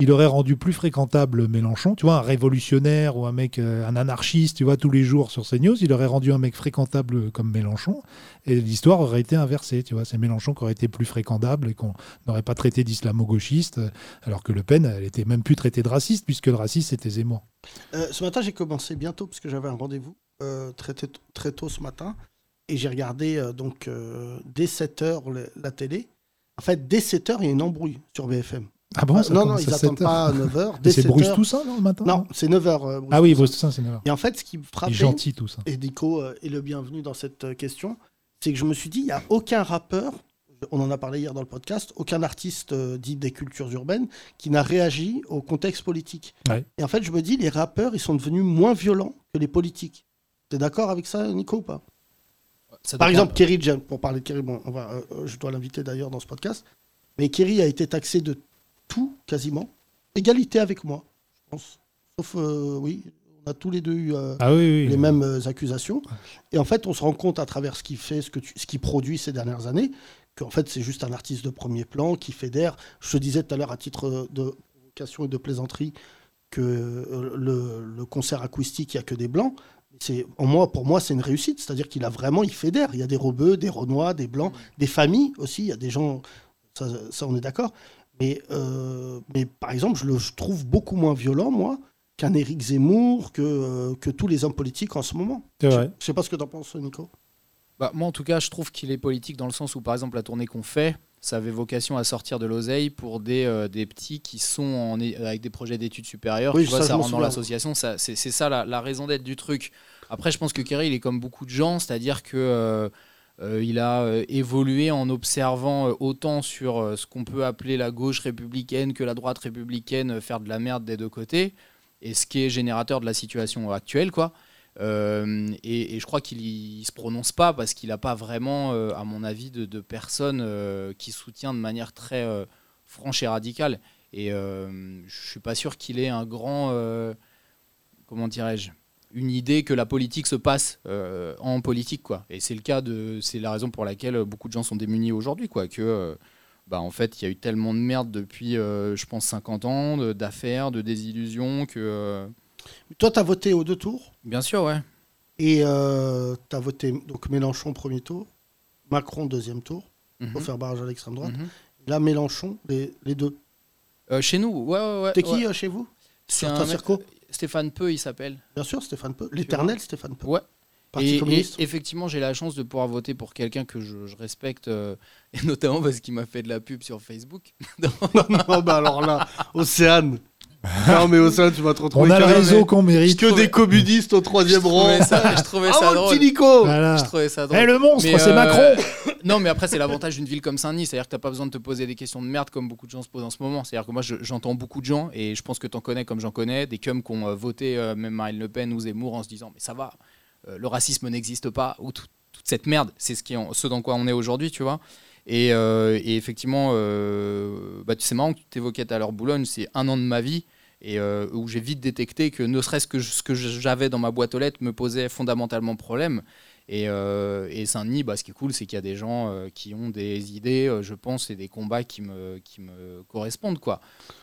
Speaker 2: il aurait rendu plus fréquentable Mélenchon, tu vois, un révolutionnaire ou un mec, euh, un anarchiste, tu vois, tous les jours sur CNews, il aurait rendu un mec fréquentable comme Mélenchon, et l'histoire aurait été inversée, tu vois, c'est Mélenchon qui aurait été plus fréquentable et qu'on n'aurait pas traité d'islamo-gauchiste, euh, alors que Le Pen, elle était même plus traitée de raciste, puisque le raciste, c'était Zemmour.
Speaker 5: Euh, ce matin, j'ai commencé bientôt parce que j'avais un rendez-vous euh, très, tôt- très tôt ce matin. Et j'ai regardé euh, donc euh, dès 7h la télé. En fait, dès 7h, il y a une embrouille sur BFM.
Speaker 2: Ah bon,
Speaker 5: Ah,
Speaker 2: ça
Speaker 5: non, non,
Speaker 2: commence
Speaker 5: ils
Speaker 2: à 7
Speaker 5: n'attendent
Speaker 2: heures.
Speaker 5: pas à 9h.
Speaker 2: Et
Speaker 5: Dès
Speaker 2: C'est
Speaker 5: 7
Speaker 2: Bruce
Speaker 5: heures-
Speaker 2: Toussaint, non, le matin
Speaker 5: Non, c'est 9h.
Speaker 2: Ah oui, Bruce Toussaint, c'est 9 heures.
Speaker 5: Et en fait, ce qui me
Speaker 2: Il est
Speaker 5: frappait,
Speaker 2: gentil, Toussaint.
Speaker 5: et Nico euh, est le bienvenu dans cette euh, question, c'est que je me suis dit, il n'y a aucun rappeur, on en a parlé hier dans le podcast, aucun artiste euh, dit des cultures urbaines qui n'a réagi au contexte politique.
Speaker 2: Ouais.
Speaker 5: Et en fait, je me dis, les rappeurs, ils sont devenus moins violents que les politiques. T'es d'accord avec ça, Nico, ou pas
Speaker 7: Ça
Speaker 5: Par
Speaker 7: dépend.
Speaker 5: exemple, Kerry James, pour parler de Kerry, bon, on va, euh, euh, je dois l'inviter d'ailleurs dans ce podcast, mais Kerry a été taxé de tout, quasiment. Égalité avec moi, je pense. Sauf, euh, oui, on a tous les deux eu... euh,
Speaker 2: Ah oui, oui.
Speaker 5: les mêmes euh, accusations. Et en fait, on se rend compte à travers ce qu'il fait, ce que tu- ce qu'il produit ces dernières années, qu'en fait, c'est juste un artiste de premier plan qui fédère. Je te disais tout à l'heure, à titre euh, de provocation et de plaisanterie, que euh, le, le concert acoustique, il n'y a que des blancs. C'est, en moi, pour moi, c'est une réussite. C'est-à-dire qu'il a vraiment, il fédère. Il y a des rebeux, des renois, des blancs,
Speaker 2: Mm.
Speaker 5: des familles aussi. Il y a des gens, ça, ça, on est d'accord. Mais, euh, mais par exemple, je le je trouve beaucoup moins violent, moi, qu'un Éric Zemmour, que, euh, que tous les hommes politiques en ce moment.
Speaker 2: C'est vrai.
Speaker 5: Je sais pas ce que t'en penses, Nico.
Speaker 7: Bah, moi, en tout cas, je trouve qu'il est politique dans le sens où, par exemple, la tournée qu'on fait, ça avait vocation à sortir de l'oseille pour des, euh, des petits qui sont en é- avec des projets d'études supérieures.
Speaker 5: Oui,
Speaker 7: tu vois,
Speaker 5: ça,
Speaker 7: ça,
Speaker 5: je m'en
Speaker 7: rentre dans
Speaker 5: souviens.
Speaker 7: l'association. ça- C'est c'est ça la, la raison d'être du truc. Après, je pense que Kerry, il est comme beaucoup de gens, c'est-à-dire que. euh, euh, il a euh, évolué en observant euh, autant sur euh, ce qu'on peut appeler la gauche républicaine que la droite républicaine euh, faire de la merde des deux côtés et ce qui est générateur de la situation actuelle quoi Euh, et, et je crois qu'il y- il se prononce pas parce qu'il n'a pas vraiment, euh, à mon avis, de, de personne euh, qui soutient de manière très euh, franche et radicale. Et euh, je suis pas sûr qu'il ait un grand, euh, comment dirais-je, une idée que la politique se passe euh, en politique, quoi. Et c'est le cas de, c'est la raison pour laquelle beaucoup de gens sont démunis aujourd'hui, quoi. Que euh, bah, en fait, il y a eu tellement de merde depuis, euh, je pense, 50 ans, de- d'affaires, de désillusions, que... euh,
Speaker 5: Toi, t'as voté aux deux tours
Speaker 7: Bien sûr, ouais.
Speaker 5: et euh, t'as voté donc Mélenchon premier tour, Macron deuxième tour pour
Speaker 7: Mhm.
Speaker 5: faire barrage à l'extrême droite.
Speaker 7: Mhm.
Speaker 5: Là, Mélenchon, les, les deux.
Speaker 7: Euh, chez nous, ouais, ouais, ouais.
Speaker 5: T'es qui
Speaker 7: ouais.
Speaker 5: euh, chez vous
Speaker 7: C'est
Speaker 5: Sur
Speaker 7: un
Speaker 5: ta
Speaker 7: mec-
Speaker 5: circo
Speaker 7: Stéphane Peu, il s'appelle.
Speaker 5: Bien sûr, Stéphane Peu. L'éternel Stéphane Peu.
Speaker 7: Ouais.
Speaker 5: Parti
Speaker 7: et,
Speaker 5: communiste.
Speaker 7: et effectivement, j'ai la chance de pouvoir voter pour quelqu'un que je, je respecte, euh, et notamment parce qu'il m'a fait de la pub sur Facebook.
Speaker 5: non, bah alors là, Océane. Non, mais Océane, tu vas te retrouver.
Speaker 2: On a le
Speaker 5: qu'un
Speaker 2: réseau
Speaker 5: mec.
Speaker 2: qu'on mérite.
Speaker 5: Que des communistes au troisième
Speaker 7: je
Speaker 5: rang.
Speaker 7: trouvais ça, je trouvais
Speaker 5: Ah,
Speaker 7: ça
Speaker 5: mon
Speaker 7: drôle.
Speaker 5: petit Nico
Speaker 2: Voilà.
Speaker 7: Je trouvais ça
Speaker 2: Eh
Speaker 7: drôle.
Speaker 2: le monstre,
Speaker 7: Mais,
Speaker 2: c'est
Speaker 7: euh,
Speaker 2: Macron
Speaker 7: Non, mais après, c'est l'avantage d'une ville comme Saint-Denis. C'est-à-dire que t'as pas besoin de te poser des questions de merde comme beaucoup de gens se posent en ce moment. C'est-à-dire que moi, je- j'entends beaucoup de gens, et je pense que t'en connais comme j'en connais, des cums qui ont euh, voté euh, même Marine Le Pen ou Zemmour en se disant Mais ça va, euh, le racisme n'existe pas, ou tout- toute cette merde. C'est ce, qui est en- ce dans quoi on est aujourd'hui, tu vois. Et, euh, et effectivement, euh, bah, c'est marrant que tu évoquais tout à l'heure Boulogne, c'est un an de ma vie. Et euh, où j'ai vite détecté que ne serait-ce que je- ce que j'avais dans ma boîte aux lettres me posait fondamentalement problème. Et, euh, et Saint-Denis, bah, ce qui est cool, c'est qu'il y a des gens euh, qui ont des idées, euh, je pense, et des combats qui me, qui me correspondent. Quoi.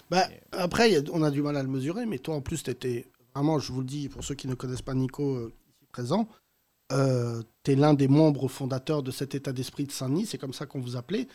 Speaker 5: Bah, après, il y a- on a du mal à le mesurer, mais toi en plus, tu étais vraiment, je vous le dis, pour ceux qui ne connaissent pas Nico euh, ici présent, tu es l'un des membres fondateurs de cet état d'esprit de Saint-Denis, c'est comme ça qu'on vous appelait.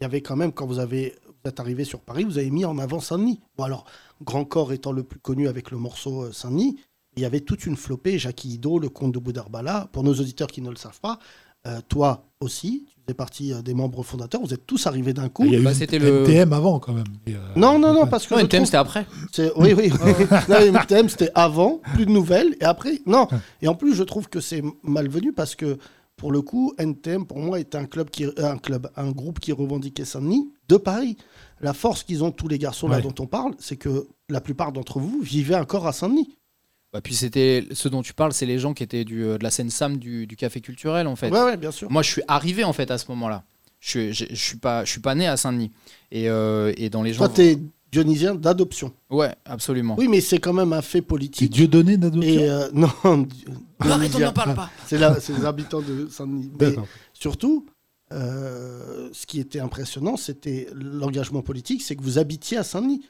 Speaker 5: Il y avait quand même, quand vous, avez, vous êtes arrivé sur Paris, vous avez mis en avant Saint-Denis. Bon, alors, Grand Corps étant le plus connu avec le morceau euh, Saint-Denis, il y avait toute une flopée, Jackie Ido, le comte de Boudarbala. Pour nos auditeurs qui ne le savent pas, euh, toi aussi, tu fais partie euh, des membres fondateurs, vous êtes tous arrivés d'un coup.
Speaker 2: Ah, Il y a eu
Speaker 7: Bah, c'était le-
Speaker 2: NTM avant quand même. Et, euh,
Speaker 5: Non, non, non, parce que
Speaker 7: Non,
Speaker 5: je
Speaker 7: NTM,
Speaker 5: trouve-
Speaker 7: c'était après.
Speaker 5: c'est- Oui, oui. Non, les MTM, c'était avant, plus de nouvelles, et après, non. Et en plus, je trouve que c'est malvenu parce que, pour le coup, NTM, pour moi, est un club, qui, euh, un, club un groupe qui revendiquait Saint-Denis de Paris. La force qu'ils ont, tous les garçons là
Speaker 2: Ouais.
Speaker 5: dont on parle, c'est que la plupart d'entre vous vivaient encore à Saint-Denis.
Speaker 7: Bah, puis c'était ce dont tu parles, c'est les gens qui étaient du, euh, de la scène Sam du, du café culturel, en fait.
Speaker 5: Ouais, ouais, bien sûr.
Speaker 7: Moi, je suis arrivé, en fait, à ce moment-là. Je suis- je je suis pas, je suis pas né à Saint-Denis. Et, euh, et dans les gens.
Speaker 5: Toi, t'es dionysien d'adoption.
Speaker 7: Ouais, absolument.
Speaker 5: Oui, mais c'est quand même un fait
Speaker 2: C'est
Speaker 5: politique.
Speaker 2: Dieu donné d'adoption.
Speaker 5: Et euh, non,
Speaker 7: Arrête, on
Speaker 5: dionysien.
Speaker 7: n'en parle pas.
Speaker 5: c'est la- c'est les habitants de Saint-Denis. Mais-
Speaker 2: D'accord.
Speaker 5: Surtout, euh, ce qui était impressionnant, c'était l'engagement politique, c'est que vous habitiez à Saint-Denis.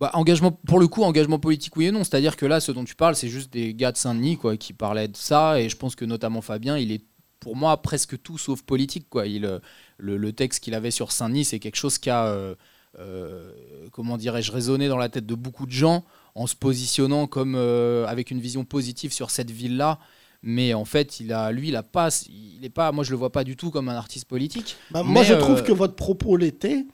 Speaker 7: Bah, engagement, pour le coup, engagement politique, oui et non. C'est-à-dire que là, ce dont tu parles, c'est juste des gars de Saint-Denis quoi, qui parlaient de ça. Et je pense que notamment Fabien, il est pour moi presque tout sauf politique. Quoi. Il, euh, le, le texte qu'il avait sur Saint-Denis, c'est quelque chose qui a, euh, euh, comment dirais-je, résonné dans la tête de beaucoup de gens en se positionnant comme, euh, avec une vision positive sur cette ville-là. Mais en fait, il a, lui, il a pas, il est pas, moi je le vois pas du tout comme un artiste politique.
Speaker 5: Bah, moi,
Speaker 7: Mais,
Speaker 5: je
Speaker 7: euh,
Speaker 5: trouve que votre propos l'était.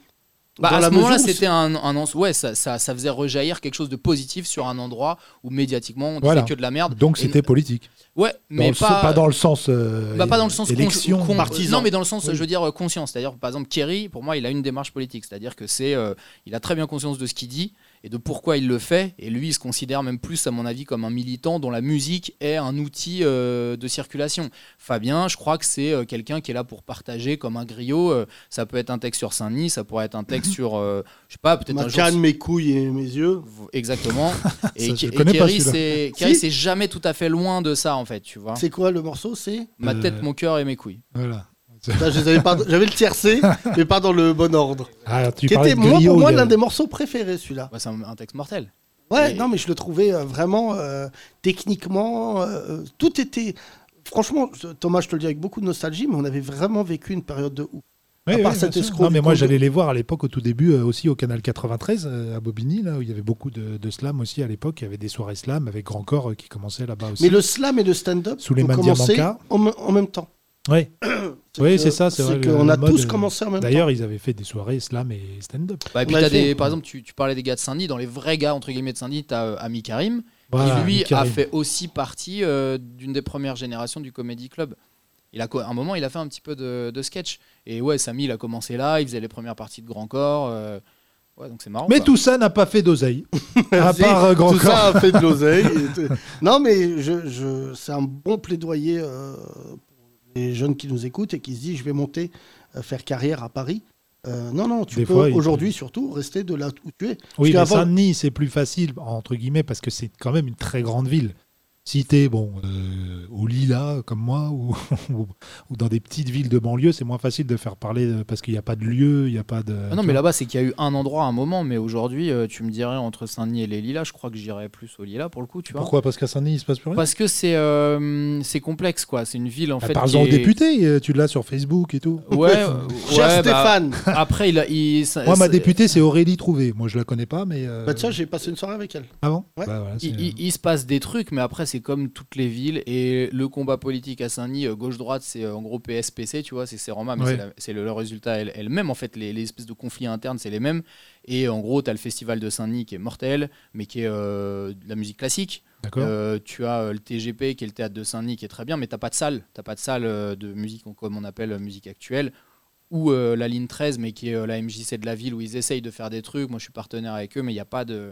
Speaker 7: Bah,
Speaker 5: dans
Speaker 7: à
Speaker 5: la
Speaker 7: ce moment-là,
Speaker 5: mesure où-
Speaker 7: c'était un, un ense- ouais, ça, ça, ça faisait rejaillir quelque chose de positif sur un endroit où médiatiquement on disait
Speaker 2: Voilà.
Speaker 7: que de la merde.
Speaker 2: Donc
Speaker 7: Et-
Speaker 2: c'était politique.
Speaker 7: ouais,
Speaker 2: Mais
Speaker 7: mais pas,
Speaker 2: pas dans le sens. euh,
Speaker 7: bah, pas dans le sens
Speaker 2: élection.
Speaker 7: con- con-
Speaker 5: partisan.
Speaker 7: Non, mais dans le sens,
Speaker 2: Oui.
Speaker 7: je veux dire, euh, conscience. C'est-à-dire, par exemple, Kerry, pour moi, il a une démarche politique. C'est-à-dire que c'est, euh, il a très bien conscience de ce qu'il dit et de pourquoi il le fait. Et lui, il se considère même plus, à mon avis, comme un militant dont la musique est un outil euh, de circulation. Fabien, je crois que c'est euh, quelqu'un qui est là pour partager comme un griot. euh, ça peut être un texte sur Saint-Denis, ça pourrait être un texte sur, euh, je sais pas, peut-être un
Speaker 5: Ma
Speaker 7: jour
Speaker 5: canne, mes couilles et mes yeux.
Speaker 7: Exactement. et
Speaker 2: je
Speaker 7: Ke-
Speaker 2: le
Speaker 7: et
Speaker 2: connais pas,
Speaker 7: Kerry,
Speaker 2: celui-là.
Speaker 7: c'est Kerry,
Speaker 5: Si.
Speaker 7: c'est jamais tout à fait loin de ça, en fait, tu vois.
Speaker 5: C'est quoi le morceau C'est
Speaker 7: Ma
Speaker 2: Euh.
Speaker 7: tête, mon cœur et mes couilles.
Speaker 2: Voilà.
Speaker 5: Putain, je les avais pas- J'avais le tiercé, mais pas dans le bon ordre.
Speaker 2: Ah, tu
Speaker 5: Qui
Speaker 2: parlais
Speaker 5: était
Speaker 2: de
Speaker 5: moi,
Speaker 2: griot,
Speaker 5: pour moi
Speaker 2: il y a-
Speaker 5: l'un des morceaux préférés, celui-là.
Speaker 7: Bah, c'est un, un texte mortel.
Speaker 5: Ouais,
Speaker 7: Et-
Speaker 5: non, mais je le trouvais euh, vraiment euh, techniquement. euh, tout était. Franchement, je- Thomas, je te le dis avec beaucoup de nostalgie, mais on avait vraiment vécu une période de ouf.
Speaker 2: Oui,
Speaker 5: à part
Speaker 2: oui,
Speaker 5: cet
Speaker 2: bien sûr.
Speaker 5: escroc
Speaker 2: Non, mais
Speaker 5: du
Speaker 2: moi
Speaker 5: Congo.
Speaker 2: j'allais les voir à l'époque au tout début euh, aussi au canal 93 euh, à Bobigny là où il y avait beaucoup de, de slam aussi à l'époque il y avait des soirées slam avec Grand Corps euh, qui commençaient là-bas aussi.
Speaker 5: Mais le slam et le stand-up
Speaker 2: Sous les
Speaker 5: ont
Speaker 2: mains de
Speaker 5: commencé
Speaker 2: Diamanka.
Speaker 5: en, me- en même temps.
Speaker 2: Oui.
Speaker 5: que-
Speaker 2: Oui, c'est ça, c'est vrai, le-
Speaker 5: qu'on
Speaker 2: la
Speaker 5: a
Speaker 2: mode,
Speaker 5: tous
Speaker 2: euh,
Speaker 5: commencé en même temps.
Speaker 2: D'ailleurs ils avaient fait des soirées slam et stand-up.
Speaker 7: Bah, et puis
Speaker 5: On a
Speaker 7: t'as
Speaker 5: fait-
Speaker 7: des, par exemple, tu, tu parlais des gars de Saint-Denis. Dans les vrais gars, entre guillemets, de Saint-Denis, t'as euh, Ami Karim,
Speaker 2: Voilà,
Speaker 7: qui lui
Speaker 2: Nick Carey.
Speaker 7: a fait aussi partie euh, d'une des premières générations du Comedy Club. Il a, co- à un moment, il a fait un petit peu de, de sketch. Et ouais, Samy, il a commencé là, il faisait les premières parties de Grand Corps. euh, Ouais, donc c'est marrant.
Speaker 2: Mais
Speaker 7: quoi.
Speaker 2: tout ça n'a pas fait d'oseille. à
Speaker 5: Si,
Speaker 2: part euh, Grand
Speaker 5: tout
Speaker 2: Corps.
Speaker 5: ça a fait de l'oseille. et tout. non, mais je, je- c'est un bon plaidoyer euh, pour les jeunes qui nous écoutent et qui se disent je vais monter, euh, faire carrière à Paris. Euh, non, non, tu
Speaker 2: Des
Speaker 5: peux
Speaker 2: fois, ils-
Speaker 5: aujourd'hui surtout rester de là où tu es.
Speaker 2: Oui, mais
Speaker 5: Parce qu'avant-
Speaker 2: Saint-Denis, c'est plus facile, entre guillemets, parce que c'est quand même une très grande ville. Si t'es bon, euh, au Lila, comme moi, ou, ou- ou dans des petites villes de banlieue, c'est moins facile de faire parler euh, parce qu'il n'y a pas de lieu, il n'y a pas de.
Speaker 7: Ah non, mais là-bas, c'est qu'il y a eu un endroit à un moment, mais aujourd'hui, euh, tu me dirais entre Saint-Denis et les Lilas, je crois que j'irais plus aux Lilas pour le coup, tu vois.
Speaker 2: Pourquoi Parce qu'à Saint-Denis, il se passe plus rien.
Speaker 7: Parce que c'est euh, c'est complexe, quoi. C'est une ville en
Speaker 2: Bah,
Speaker 7: fait.
Speaker 2: Parle-en aux
Speaker 7: qui est-
Speaker 2: députés, euh, tu l'as sur Facebook et tout.
Speaker 7: Ouais, euh,
Speaker 5: Cher
Speaker 7: ouais, bah,
Speaker 5: Stéphane,
Speaker 7: après, il a. il- ça-
Speaker 2: Moi, ma
Speaker 7: ça-
Speaker 2: députée, c'est Aurélie Trouvé. Moi, je la connais pas, mais. euh,
Speaker 5: bah, tiens, j'ai passé une soirée avec elle.
Speaker 2: ah bon
Speaker 5: ouais.
Speaker 2: Bah, voilà, c'est-
Speaker 7: Il, il- il se passe des trucs, mais après, c'est comme toutes les villes. Et le combat politique à Saint-Denis, euh, gauche-droite, c'est euh, en gros PSPC, tu vois, c'est Serama, mais
Speaker 2: Ouais.
Speaker 7: c'est la- c'est le, le résultat elle- elle-même. En fait, les, les espèces de conflits internes, c'est les mêmes. Et en gros, tu as le festival de Saint-Denis qui est mortel, mais qui est euh, de la musique classique.
Speaker 2: D'accord.
Speaker 7: Euh, tu as euh, le TGP qui est le théâtre de Saint-Denis qui est très bien, mais t'as pas de salle. T'as pas de salle euh, de musique, comme on appelle euh, musique actuelle, ou euh, la ligne 13, mais qui est euh, la MJC de la ville où ils essayent de faire des trucs. Moi, je suis partenaire avec eux, mais il n'y a pas de.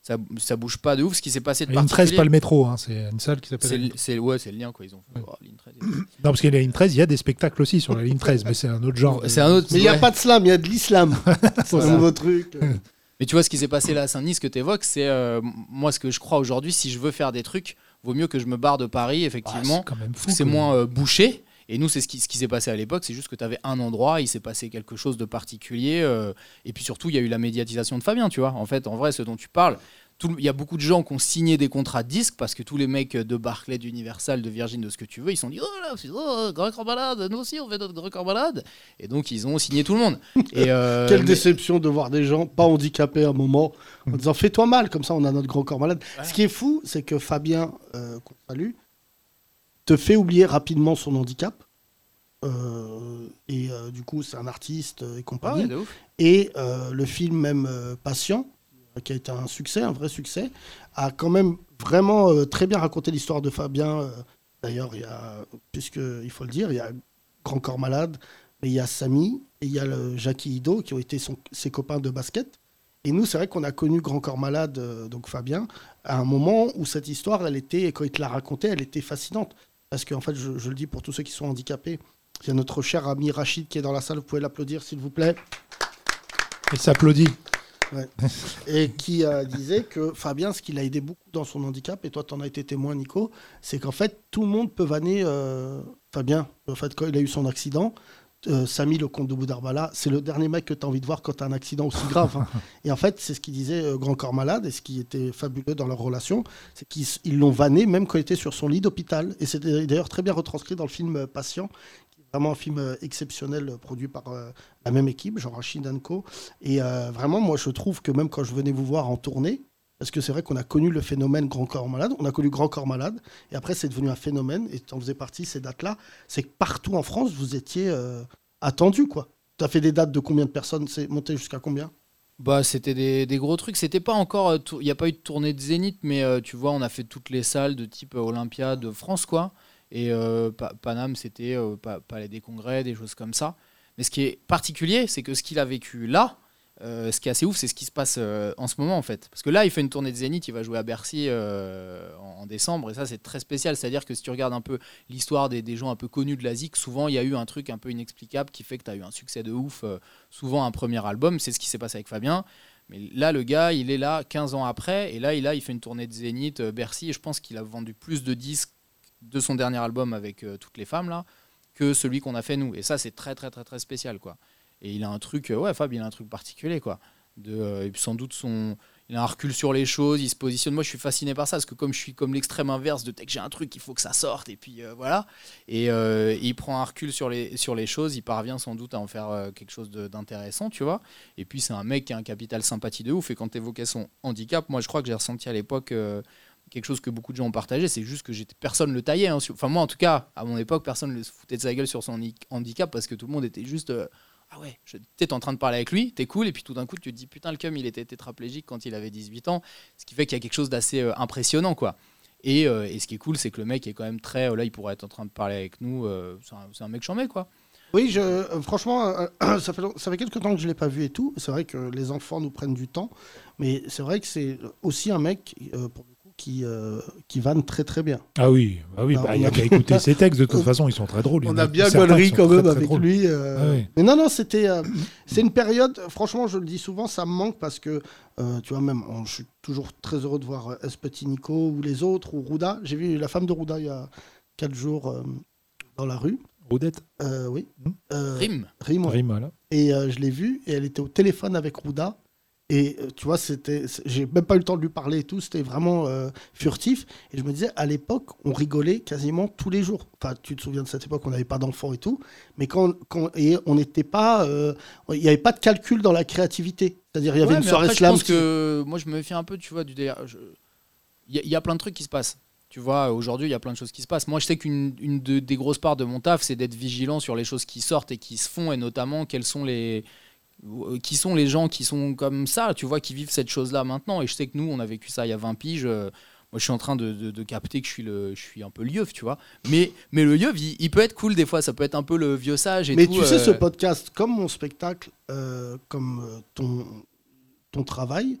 Speaker 7: Ça, ça bouge pas de ouf. Ce qui s'est passé de
Speaker 2: Une 13,
Speaker 7: particulier.
Speaker 2: pas le métro, hein, c'est une salle qui
Speaker 7: C'est
Speaker 2: s'appelle.
Speaker 7: le- C'est ouais, c'est le lien, quoi. Ils ont fait,
Speaker 2: Ouais.
Speaker 7: oh, ligne 13.
Speaker 2: Non, parce qu'il y a la ligne 13, il y a des spectacles aussi sur la ligne 13, mais c'est un autre genre.
Speaker 7: C'est un autre.
Speaker 5: Mais il n'y a
Speaker 7: ouais.
Speaker 5: pas de slam, il y a de l'islam. c'est un
Speaker 7: Voilà.
Speaker 5: nouveau truc.
Speaker 7: Mais tu vois, ce qui s'est passé là à Saint-Denis, ce que tu évoques, c'est euh, m- moi ce que je crois aujourd'hui. Si je veux faire des trucs, vaut mieux que je me barre de Paris,
Speaker 2: Ah, c'est
Speaker 7: effectivement.
Speaker 2: quand même fou.
Speaker 7: c'est
Speaker 2: que-
Speaker 7: moins euh, bouché. Et nous, c'est ce qui, ce qui s'est passé à l'époque, c'est juste que tu avais un endroit, il s'est passé quelque chose de particulier. euh, et puis surtout, il y a eu la médiatisation de Fabien, tu vois. En fait, en vrai, ce dont tu parles, tout le- il y a beaucoup de gens qui ont signé des contrats de disques parce que tous les mecs de Barclay, d'Universal, de Virgin, de ce que tu veux, ils se sont dit Oh là, c'est- oh, grand corps balade, nous aussi on fait notre grand corps balade. Et donc, ils ont signé tout le monde. Et, euh,
Speaker 5: Quelle
Speaker 7: mais- Mm.
Speaker 5: déception de voir des gens pas handicapés à un moment en disant fais-toi mal, comme ça on a notre grand corps malade. Ce qui est fou, c'est que Fabien, euh, qu'on salue, te fait oublier rapidement son handicap. Euh, et euh, du coup, c'est un artiste euh, et
Speaker 7: Ah
Speaker 5: compagnie.
Speaker 7: ouais, de ouf.
Speaker 5: Et euh, le film même euh, Patient, euh, qui a été un succès, un vrai succès, a quand même vraiment euh, très bien raconté l'histoire de Fabien. Euh, D'ailleurs, il y a, puisque il faut le dire, il y a Grand Corps Malade, mais il y a Samy et il y a le Jackie Ido qui ont été son- ses copains de basket. Et nous, c'est vrai qu'on a connu Grand Corps Malade, euh, donc Fabien, à un moment où cette histoire, elle était, et quand il te l'a racontée, elle était fascinante. Parce qu'en fait, je, je le dis pour tous ceux qui sont handicapés, il y a notre cher ami Rachid qui est dans la salle, vous pouvez l'applaudir s'il vous plaît.
Speaker 2: Il s'applaudit.
Speaker 5: et qui euh, disait que Fabien, ce qui l'a aidé beaucoup dans son handicap, et toi, tu en as été témoin, Nico, c'est qu'en fait, tout le monde peut vanner euh, Fabien. En fait, quand il a eu son accident, euh, Samy, le comte de Boudarbala, c'est le dernier mec que tu as envie de voir quand tu as un accident aussi grave. hein. Et en fait, c'est ce qu'il disait euh, Grand Corps Malade, et ce qui était fabuleux dans leur relation, c'est qu'ils s- ils l'ont vanné même quand il était sur son lit d'hôpital. Et c'était d'ailleurs très bien retranscrit dans le film euh, Patient, qui est vraiment un film euh, exceptionnel euh, produit par euh, la même équipe, genre Rachid Danko. Et euh, vraiment, moi, je trouve que même quand je venais vous voir en tournée, parce que c'est vrai qu'on a connu le phénomène Grand Corps Malade, on a connu Grand Corps Malade, et après, c'est devenu un phénomène, et en faisais partie ces dates-là, c'est que partout en France, vous étiez euh, attendu, quoi. Tu as fait des dates de combien de personnes C'est monté jusqu'à combien
Speaker 7: Bah, c'était des, des gros trucs. C'était pas encore. euh, tout- Il n'y a pas eu de tournée de Zénith, mais euh, tu vois, on a fait toutes les salles de type euh, Olympia de France, quoi. Et euh, Pa- Paname, c'était euh, Pa- Palais des Congrès, des choses comme ça. Mais ce qui est particulier, c'est que ce qu'il a vécu là, euh, ce qui est assez ouf, c'est ce qui se passe euh, en ce moment, en fait. Parce que là, il fait une tournée de Zénith, il va jouer à Bercy euh, en, en décembre, et ça, c'est très spécial. C'est-à-dire que si tu regardes un peu l'histoire des, des gens un peu connus de l'Asie, que souvent, il y a eu un truc un peu inexplicable qui fait que tu as eu un succès de ouf. euh, souvent un premier album, c'est ce qui s'est passé avec Fabien. Mais là, le gars, il est là 15 ans après, et là, il, a, il fait une tournée de Zénith, euh, Bercy, et je pense qu'il a vendu plus de disques de son dernier album avec euh, toutes les femmes, là, que celui qu'on a fait nous. Et ça, c'est très, très, très, très spécial, quoi. Et il a un truc, euh, ouais, Fab, il a un truc particulier, quoi. De, euh, et puis sans doute, son, il a un recul sur les choses, il se positionne. Moi, je suis fasciné par ça, parce que comme je suis comme l'extrême inverse de dès que j'ai un truc, il faut que ça sorte, et puis euh, voilà. Et euh, il prend un recul sur les, sur les choses, il parvient sans doute à en faire euh, quelque chose de- d'intéressant, tu vois. Et puis c'est un mec qui a un capital sympathie de ouf. Et quand tu évoquais son handicap, moi je crois que j'ai ressenti à l'époque euh, quelque chose que beaucoup de gens ont partagé, c'est juste que j'étais personne le taillait. hein, sur- Enfin moi en tout cas, à mon époque, personne ne se foutait de sa gueule sur son handi- handicap parce que tout le monde était juste... euh, ah ouais, je- t'es en train de parler avec lui, t'es cool, et puis tout d'un coup tu te dis putain le cum il était tétraplégique quand il avait 18 ans, ce qui fait qu'il y a quelque chose d'assez euh, impressionnant quoi. Et, oh, euh, et ce qui est cool, c'est que le mec est quand même très. euh, là, il pourrait être en train de parler avec nous. euh, c'est un, c'est un mec chambé, quoi.
Speaker 5: Oui, je, euh, franchement, euh, ça, fait, long- ça fait quelques temps que je ne l'ai pas vu et tout. C'est vrai que les enfants nous prennent du temps, mais c'est vrai que c'est aussi un mec, euh, pour le coup, qui, euh, qui vanne très très bien.
Speaker 2: Ah oui, ah oui,
Speaker 5: Non,
Speaker 2: bah, il
Speaker 5: on
Speaker 2: n'y a
Speaker 5: a-
Speaker 2: qu'à écouter ses textes, de toute façon, ils sont très drôles. Il y
Speaker 5: On
Speaker 2: en
Speaker 5: a bien
Speaker 2: certains qui
Speaker 5: gaulerie
Speaker 2: sont
Speaker 5: quand
Speaker 2: très,
Speaker 5: même
Speaker 2: très
Speaker 5: avec
Speaker 2: drôles.
Speaker 5: lui. euh,
Speaker 2: Ah oui.
Speaker 5: Mais non, non, c'était. euh, c'est une période, franchement, je le dis souvent, ça me manque parce que, euh, tu vois, même, on- je suis toujours très heureux de voir euh, S. Petit Nico ou les autres, ou Rouda. J'ai vu la femme de Rouda il y a 4 jours euh, dans la rue.
Speaker 2: Roudette,
Speaker 5: Euh, oui.
Speaker 2: Mhm.
Speaker 5: Euh,
Speaker 7: Rime.
Speaker 5: Rime, ouais.
Speaker 2: Rime, voilà.
Speaker 5: Et euh, je l'ai vue et elle était au téléphone avec Rouda. Et euh, tu vois, c'était, c'est- j'ai même pas eu le temps de lui parler et tout, c'était vraiment euh, furtif. Et je me disais, à l'époque, on rigolait quasiment tous les jours. Enfin, tu te souviens de cette époque, on n'avait pas d'enfants et tout, mais quand, quand et on n'était pas, euh, il n'y avait pas de calcul dans la créativité. C'est-à-dire, il y avait
Speaker 7: Ouais,
Speaker 5: une
Speaker 7: mais
Speaker 5: soirée
Speaker 7: après,
Speaker 5: slam.
Speaker 7: Je pense que moi, je me méfie un peu, tu vois, du délire. Je- Il y, a- il y a plein de trucs qui se passent. Tu vois, aujourd'hui, il y a plein de choses qui se passent. Moi, je sais qu'une une de- des grosses parts de mon taf, c'est d'être vigilant sur les choses qui sortent et qui se font, et notamment quels sont les euh, qui sont les gens qui sont comme ça, tu vois, qui vivent cette chose-là maintenant. Et je sais que nous, on a vécu ça il y a 20 piges. euh, Moi, je suis en train de, de- de capter que je suis, le, je suis un peu lieuf, tu vois. Mais, mais le lieuf, il, il peut être cool des fois. Ça peut être un peu le vieux sage et
Speaker 5: Mais
Speaker 7: tout.
Speaker 5: tu sais,
Speaker 7: euh,
Speaker 5: ce podcast, comme mon spectacle, euh, comme euh, ton, ton travail,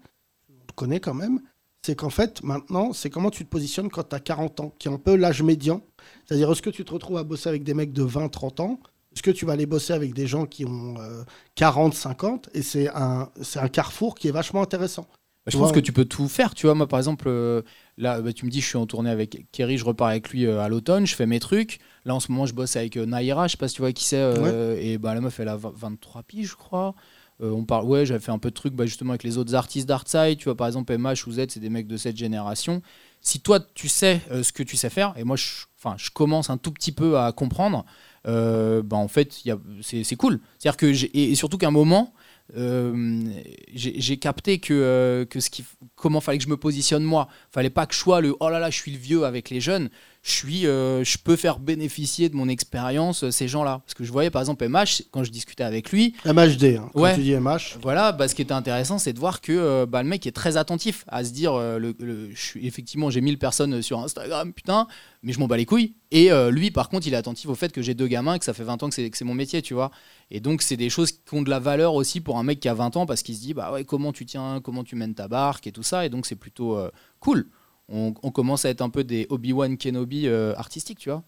Speaker 5: on te connaît quand même, c'est qu'en fait, maintenant, c'est comment tu te positionnes quand tu as 40 ans, qui est un peu l'âge médian. C'est-à-dire, est-ce que tu te retrouves à bosser avec des mecs de 20, 30 ans Est-ce que tu vas aller bosser avec des gens qui ont euh, 40, 50 Et c'est un, c'est un carrefour qui est vachement intéressant.
Speaker 7: Bah, je pense
Speaker 5: Ouais.
Speaker 7: que tu peux tout faire. Tu vois, moi, par exemple, euh, là, bah, tu me dis, je suis en tournée avec Kerry, je repars avec lui euh, à l'automne, je fais mes trucs. Là, en ce moment, je bosse avec euh, Naira, je sais pas si tu vois qui c'est. euh, Et bah, la meuf, elle a 20 23 piges, je crois. Euh, on parle, ouais, j'avais fait un peu de trucs bah, justement avec les autres artistes d'Artside. Tu vois, par exemple, MH ou Z, c'est des mecs de cette génération. Si toi, tu sais euh, ce que tu sais faire, et moi, je, enfin, je commence un tout petit peu à comprendre, euh, bah, en fait, il y a- c'est c'est cool. C'est-à-dire que, j'ai- et- et surtout qu'à un moment, euh, j'ai j'ai capté que, euh, que ce qui, comment fallait que je me positionne moi. Fallait pas que je sois le oh là là, je suis le vieux avec les jeunes. Je suis, euh, je peux faire bénéficier de mon expérience euh, ces gens-là. Parce que je voyais par exemple MH quand je discutais avec lui.
Speaker 5: MHD, hein, quand
Speaker 7: Ouais.
Speaker 5: tu dis MH.
Speaker 7: Voilà, bah, ce qui était intéressant, c'est de voir que euh, bah, le mec est très attentif à se dire, euh, le, le- je suis, effectivement, j'ai 1000 personnes sur Instagram, putain, mais je m'en bats les couilles. Et euh, lui, par contre, il est attentif au fait que j'ai deux gamins, et que ça fait 20 ans que c'est que c'est mon métier, tu vois. Et donc, c'est des choses qui ont de la valeur aussi pour un mec qui a 20 ans, parce qu'il se dit, bah ouais, comment tu tiens, comment tu mènes ta barque et tout ça. Et donc, c'est plutôt euh, cool. On, on commence à être un peu des Obi-Wan Kenobi euh, artistiques, tu vois.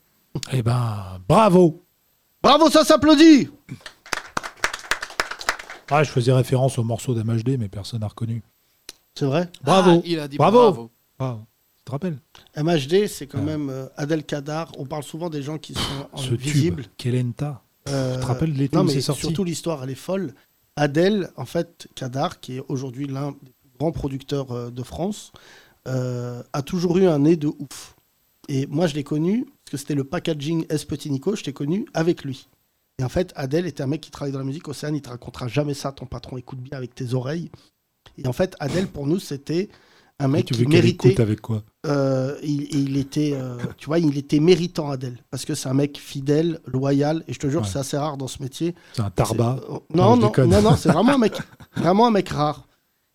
Speaker 2: Eh ben, bravo
Speaker 5: Bravo, ça s'applaudit
Speaker 2: Ah, je faisais référence au morceau d'MHD, mais personne n'a reconnu.
Speaker 5: C'est vrai
Speaker 2: Bravo.
Speaker 7: Ah, il a dit
Speaker 2: Bravo.
Speaker 7: bravo.
Speaker 2: Ah, tu te rappelles
Speaker 5: MHD, c'est quand
Speaker 2: Ouais.
Speaker 5: même euh, Adel Kadar. On parle souvent des gens qui sont euh,
Speaker 2: Ce
Speaker 5: visibles.
Speaker 2: tube, Kelenta.
Speaker 5: Euh,
Speaker 2: Tu te rappelles l'été
Speaker 5: Non,
Speaker 2: où
Speaker 5: mais
Speaker 2: c'est sorti
Speaker 5: surtout l'histoire, elle est folle. Adèle, en fait, Kadar, qui est aujourd'hui l'un des plus grands producteurs euh, de France, euh, a toujours eu un nez de ouf. Et moi, je l'ai connu, parce que c'était le packaging S Petit Nico, je t'ai connu avec lui. Et en fait, Adèle était un mec qui travaille dans la musique. Océane, il te racontera jamais ça. Ton patron écoute bien avec tes oreilles. Et en fait, Adèle, pour nous, c'était un
Speaker 2: Et
Speaker 5: mec
Speaker 2: tu
Speaker 5: qui
Speaker 2: veux qu'elle
Speaker 5: méritait
Speaker 2: écoute hein. avec quoi
Speaker 5: euh, il, et il était, euh, tu vois, il était méritant Adèle parce que c'est un mec fidèle, loyal et je te jure,
Speaker 2: Ouais.
Speaker 5: c'est assez rare dans ce métier.
Speaker 2: C'est un tarba.
Speaker 5: C'est- euh,
Speaker 2: Non,
Speaker 5: non,
Speaker 2: je
Speaker 5: non,
Speaker 2: déconne.
Speaker 5: non, non, c'est vraiment un mec, vraiment un mec rare.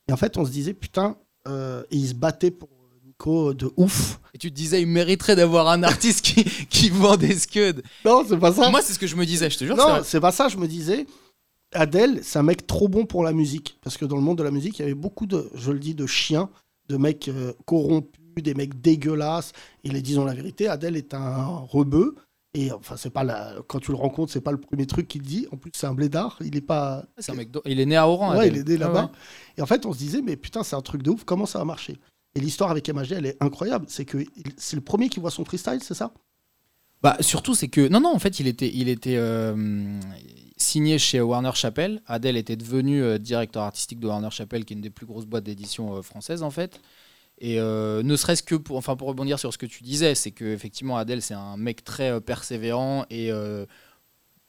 Speaker 5: Et en fait, on se disait putain, euh, et il se battait pour euh, Nico de ouf.
Speaker 7: Et tu te disais, il mériterait d'avoir un artiste qui, qui vend des scuds.
Speaker 5: Non, c'est pas ça.
Speaker 7: Moi, c'est ce que je me disais, je te jure. c'est vrai.
Speaker 5: non, c'est pas ça. Je me disais. Adèle, c'est un mec trop bon pour la musique. Parce que dans le monde de la musique, il y avait beaucoup de, je le dis, de chiens, de mecs euh, corrompus, des mecs dégueulasses. Et les disons la vérité, Adèle est un rebeu. Et enfin, c'est pas la... quand tu le rencontres, c'est pas le premier truc qu'il te dit. En plus, c'est un blédard. Il est pas.
Speaker 7: C'est un mec d'O- Il est né à Oran.
Speaker 5: Ouais,
Speaker 7: Adèle.
Speaker 5: il est né
Speaker 7: Ah
Speaker 5: là-bas.
Speaker 7: ouais.
Speaker 5: Et en fait, on se disait, mais putain, c'est un truc de ouf. Comment ça va marcher Et l'histoire avec MHD, elle est incroyable. C'est que il- c'est le premier qui voit son freestyle, c'est ça
Speaker 7: Bah, surtout, c'est que. Non, non, en fait, il était, il était euh, signé chez Warner Chappell. Adèle était devenu euh, directeur artistique de Warner Chappell, qui est une des plus grosses boîtes d'édition euh, française, en fait. Et euh, ne serait-ce que pour, enfin, pour rebondir sur ce que tu disais, c'est que effectivement Adèle, c'est un mec très euh, persévérant et euh,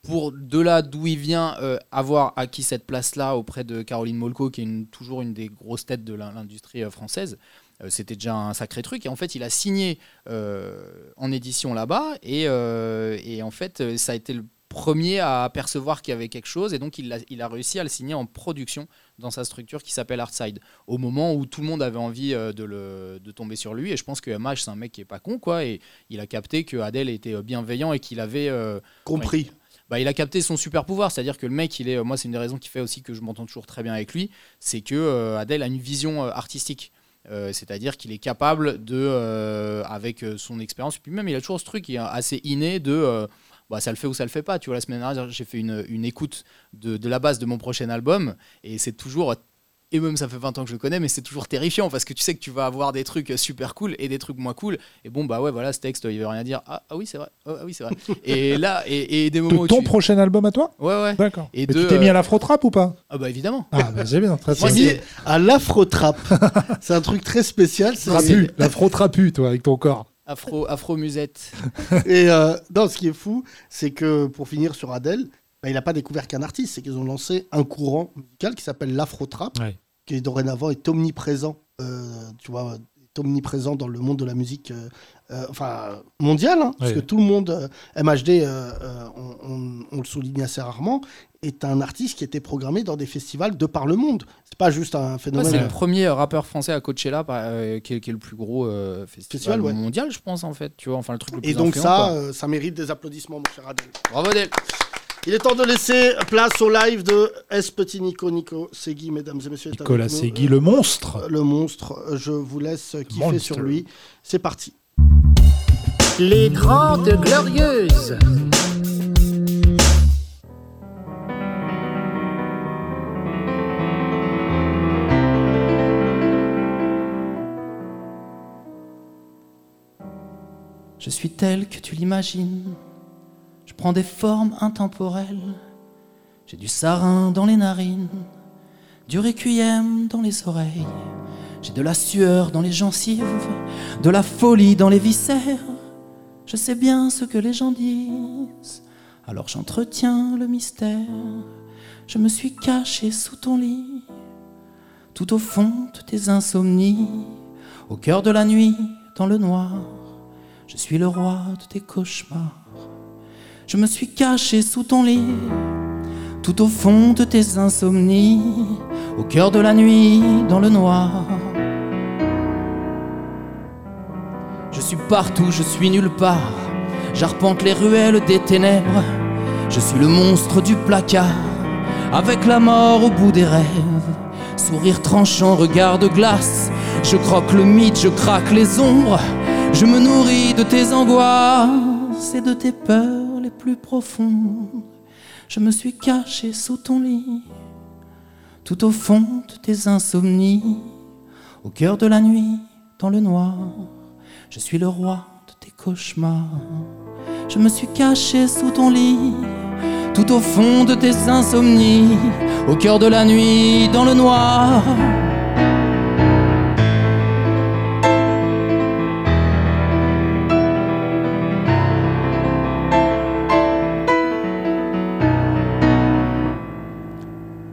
Speaker 7: pour de là d'où il vient euh, avoir acquis cette place-là auprès de Caroline Molko, qui est une- toujours une des grosses têtes de l'in- l'industrie euh, française. euh, C'était déjà un sacré truc. Et en fait, il a signé euh, en édition là-bas. Et, euh, et en fait, euh, ça a été le premier à apercevoir qu'il y avait quelque chose. Et donc, il a, il a réussi à le signer en production dans sa structure qui s'appelle Artside. Au moment où tout le monde avait envie euh, de, le, de tomber sur lui. Et je pense que MH, c'est un mec qui est pas con, quoi. Et il a capté que Adèle était euh, bienveillant et qu'il avait. euh,
Speaker 5: Compris.
Speaker 8: bah, il a capté son super pouvoir. C'est-à-dire que le mec, il est, euh, moi, c'est une des raisons qui fait aussi que je m'entends toujours très bien avec lui, c'est que euh, Adèle a une vision euh, artistique. Euh, c'est-à-dire qu'il est capable de, euh, avec euh, son expérience, puis même il a toujours ce truc qui est assez inné de, euh, bah, ça le fait ou ça le fait pas. Tu vois, la semaine dernière, j'ai fait une, une écoute de, de la base de mon prochain album, et c'est toujours et même ça fait 20 ans que je le connais, mais c'est toujours terrifiant parce que tu sais que tu vas avoir des trucs euh, super cool et des trucs moins cool. Et bon, bah ouais, voilà, ce texte, il veut rien dire. Ah, ah oui, c'est vrai. Ah, ah oui, c'est vrai. et là, et, et des moments
Speaker 2: De
Speaker 8: où
Speaker 2: ton
Speaker 8: tu...
Speaker 2: prochain album à toi
Speaker 8: Ouais, ouais.
Speaker 2: D'accord.
Speaker 8: Et
Speaker 2: Et
Speaker 8: de,
Speaker 2: tu t'es mis
Speaker 8: euh,
Speaker 2: à l'afro-trap ou pas
Speaker 8: Ah bah évidemment.
Speaker 2: Ah, bah, j'ai bien, très
Speaker 8: Moi,
Speaker 5: C'est
Speaker 2: bien.
Speaker 8: c'est-
Speaker 5: lié à l'afro-trap. c'est un truc très spécial. c'est-
Speaker 2: Trapu, l'afro-trapu, toi, avec ton corps.
Speaker 8: Afro, afro musette.
Speaker 5: Et euh, non, ce qui est fou, c'est que pour finir sur Adèle, bah, il n'a pas découvert qu'un artiste, c'est qu'ils ont lancé un courant musical qui s'appelle l'afro-trap,
Speaker 2: Ouais.
Speaker 5: qui dorénavant est omniprésent, euh, tu vois, est omniprésent dans le monde de la musique, euh, euh, enfin mondiale, hein, parce
Speaker 2: Ouais.
Speaker 5: que tout le monde, euh, MHD, euh, euh, on, on- on le souligne assez rarement, est un artiste qui était programmé dans des festivals de par le monde. C'est pas juste un
Speaker 8: Ouais,
Speaker 5: phénomène. euh,
Speaker 8: c'est le premier euh, rappeur français à Coachella, par- euh, qui, est, qui est le plus gros euh, festival
Speaker 5: Festival, ouais.
Speaker 8: mondial, je pense en fait. Tu vois, enfin le truc le plus
Speaker 5: Et donc
Speaker 8: influent,
Speaker 5: ça,
Speaker 8: quoi.
Speaker 5: euh, ça mérite des applaudissements, mon cher Adèle.
Speaker 8: Bravo Adèle.
Speaker 5: Il est temps de laisser place au live de S Petit Nico Nico Segui, mesdames et messieurs. est avec
Speaker 2: Nicolas
Speaker 5: nous.
Speaker 2: Segui, le monstre.
Speaker 5: Euh, Le monstre, je vous laisse kiffer
Speaker 2: Monster.
Speaker 5: sur lui. C'est parti.
Speaker 7: Les Grandes Glorieuses.
Speaker 8: Je suis tel que tu l'imagines. Je prends des formes intemporelles. J'ai du sarin dans les narines, du requiem dans les oreilles. J'ai de la sueur dans les gencives, de la folie dans les viscères. Je sais bien ce que les gens disent, alors j'entretiens le mystère. Je me suis caché sous ton lit, tout au fond de tes insomnies, au cœur de la nuit, dans le noir. Je suis le roi de tes cauchemars. Je me suis caché sous ton lit, tout au fond de tes insomnies, au cœur de la nuit, dans le noir. Je suis partout, je suis nulle part. J'arpente les ruelles des ténèbres. Je suis le monstre du placard, avec la mort au bout des rêves. Sourire tranchant, regard de glace. Je croque le mythe, je craque les ombres. Je me nourris de tes angoisses et de tes peurs les plus profondes. Je me suis caché sous ton lit, tout au fond de tes insomnies, au cœur de la nuit, dans le noir. Je suis le roi de tes cauchemars. Je me suis caché sous ton lit, tout au fond de tes insomnies, au cœur de la nuit, dans le noir.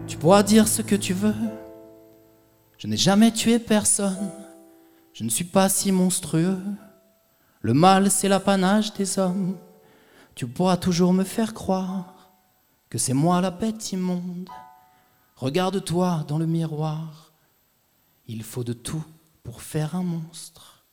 Speaker 8: Tu pourras dire ce que tu veux. Je n'ai jamais tué personne. Je ne suis pas si monstrueux. Le mal, c'est l'apanage des hommes. Tu pourras toujours me faire croire que c'est moi la bête immonde. Regarde-toi dans le miroir. Il faut de tout pour faire un monstre.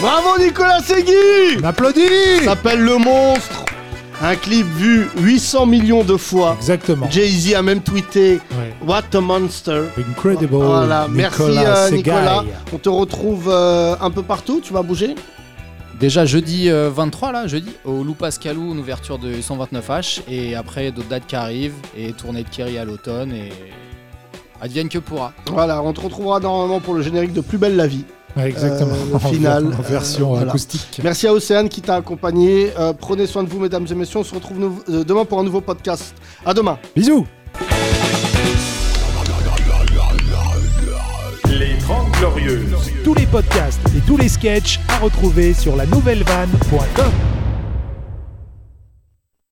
Speaker 5: Bravo Nicolas Segui
Speaker 2: On applaudit
Speaker 5: S'appelle Le Monstre. Un clip vu 800 millions de fois.
Speaker 2: Exactement.
Speaker 5: Jay-Z a même tweeté
Speaker 2: Ouais.
Speaker 5: What a Monster.
Speaker 2: Incredible.
Speaker 5: Voilà, merci euh,
Speaker 2: Segui.
Speaker 5: Nicolas. On te retrouve euh, un peu partout, tu vas bouger
Speaker 8: Déjà jeudi euh, 23 là, jeudi, au Loupas Calou en ouverture de 129H et après d'autres dates qui arrivent et tournée de Kerry à l'automne et advienne que pourra.
Speaker 5: Voilà, on te retrouvera normalement pour le générique de Plus Belle la Vie.
Speaker 2: Ouais, exactement.
Speaker 5: Euh, le
Speaker 2: En-
Speaker 5: final,
Speaker 2: En version
Speaker 5: euh, voilà.
Speaker 2: acoustique.
Speaker 5: Merci à Océane qui t'a accompagné. Euh, prenez soin de vous, mesdames et messieurs. On se retrouve nou- euh, demain pour un nouveau podcast. À demain.
Speaker 2: Bisous
Speaker 9: Les 30 Glorieuses.
Speaker 2: Tous les podcasts et tous les sketchs à retrouver sur la nouvellevanne.com.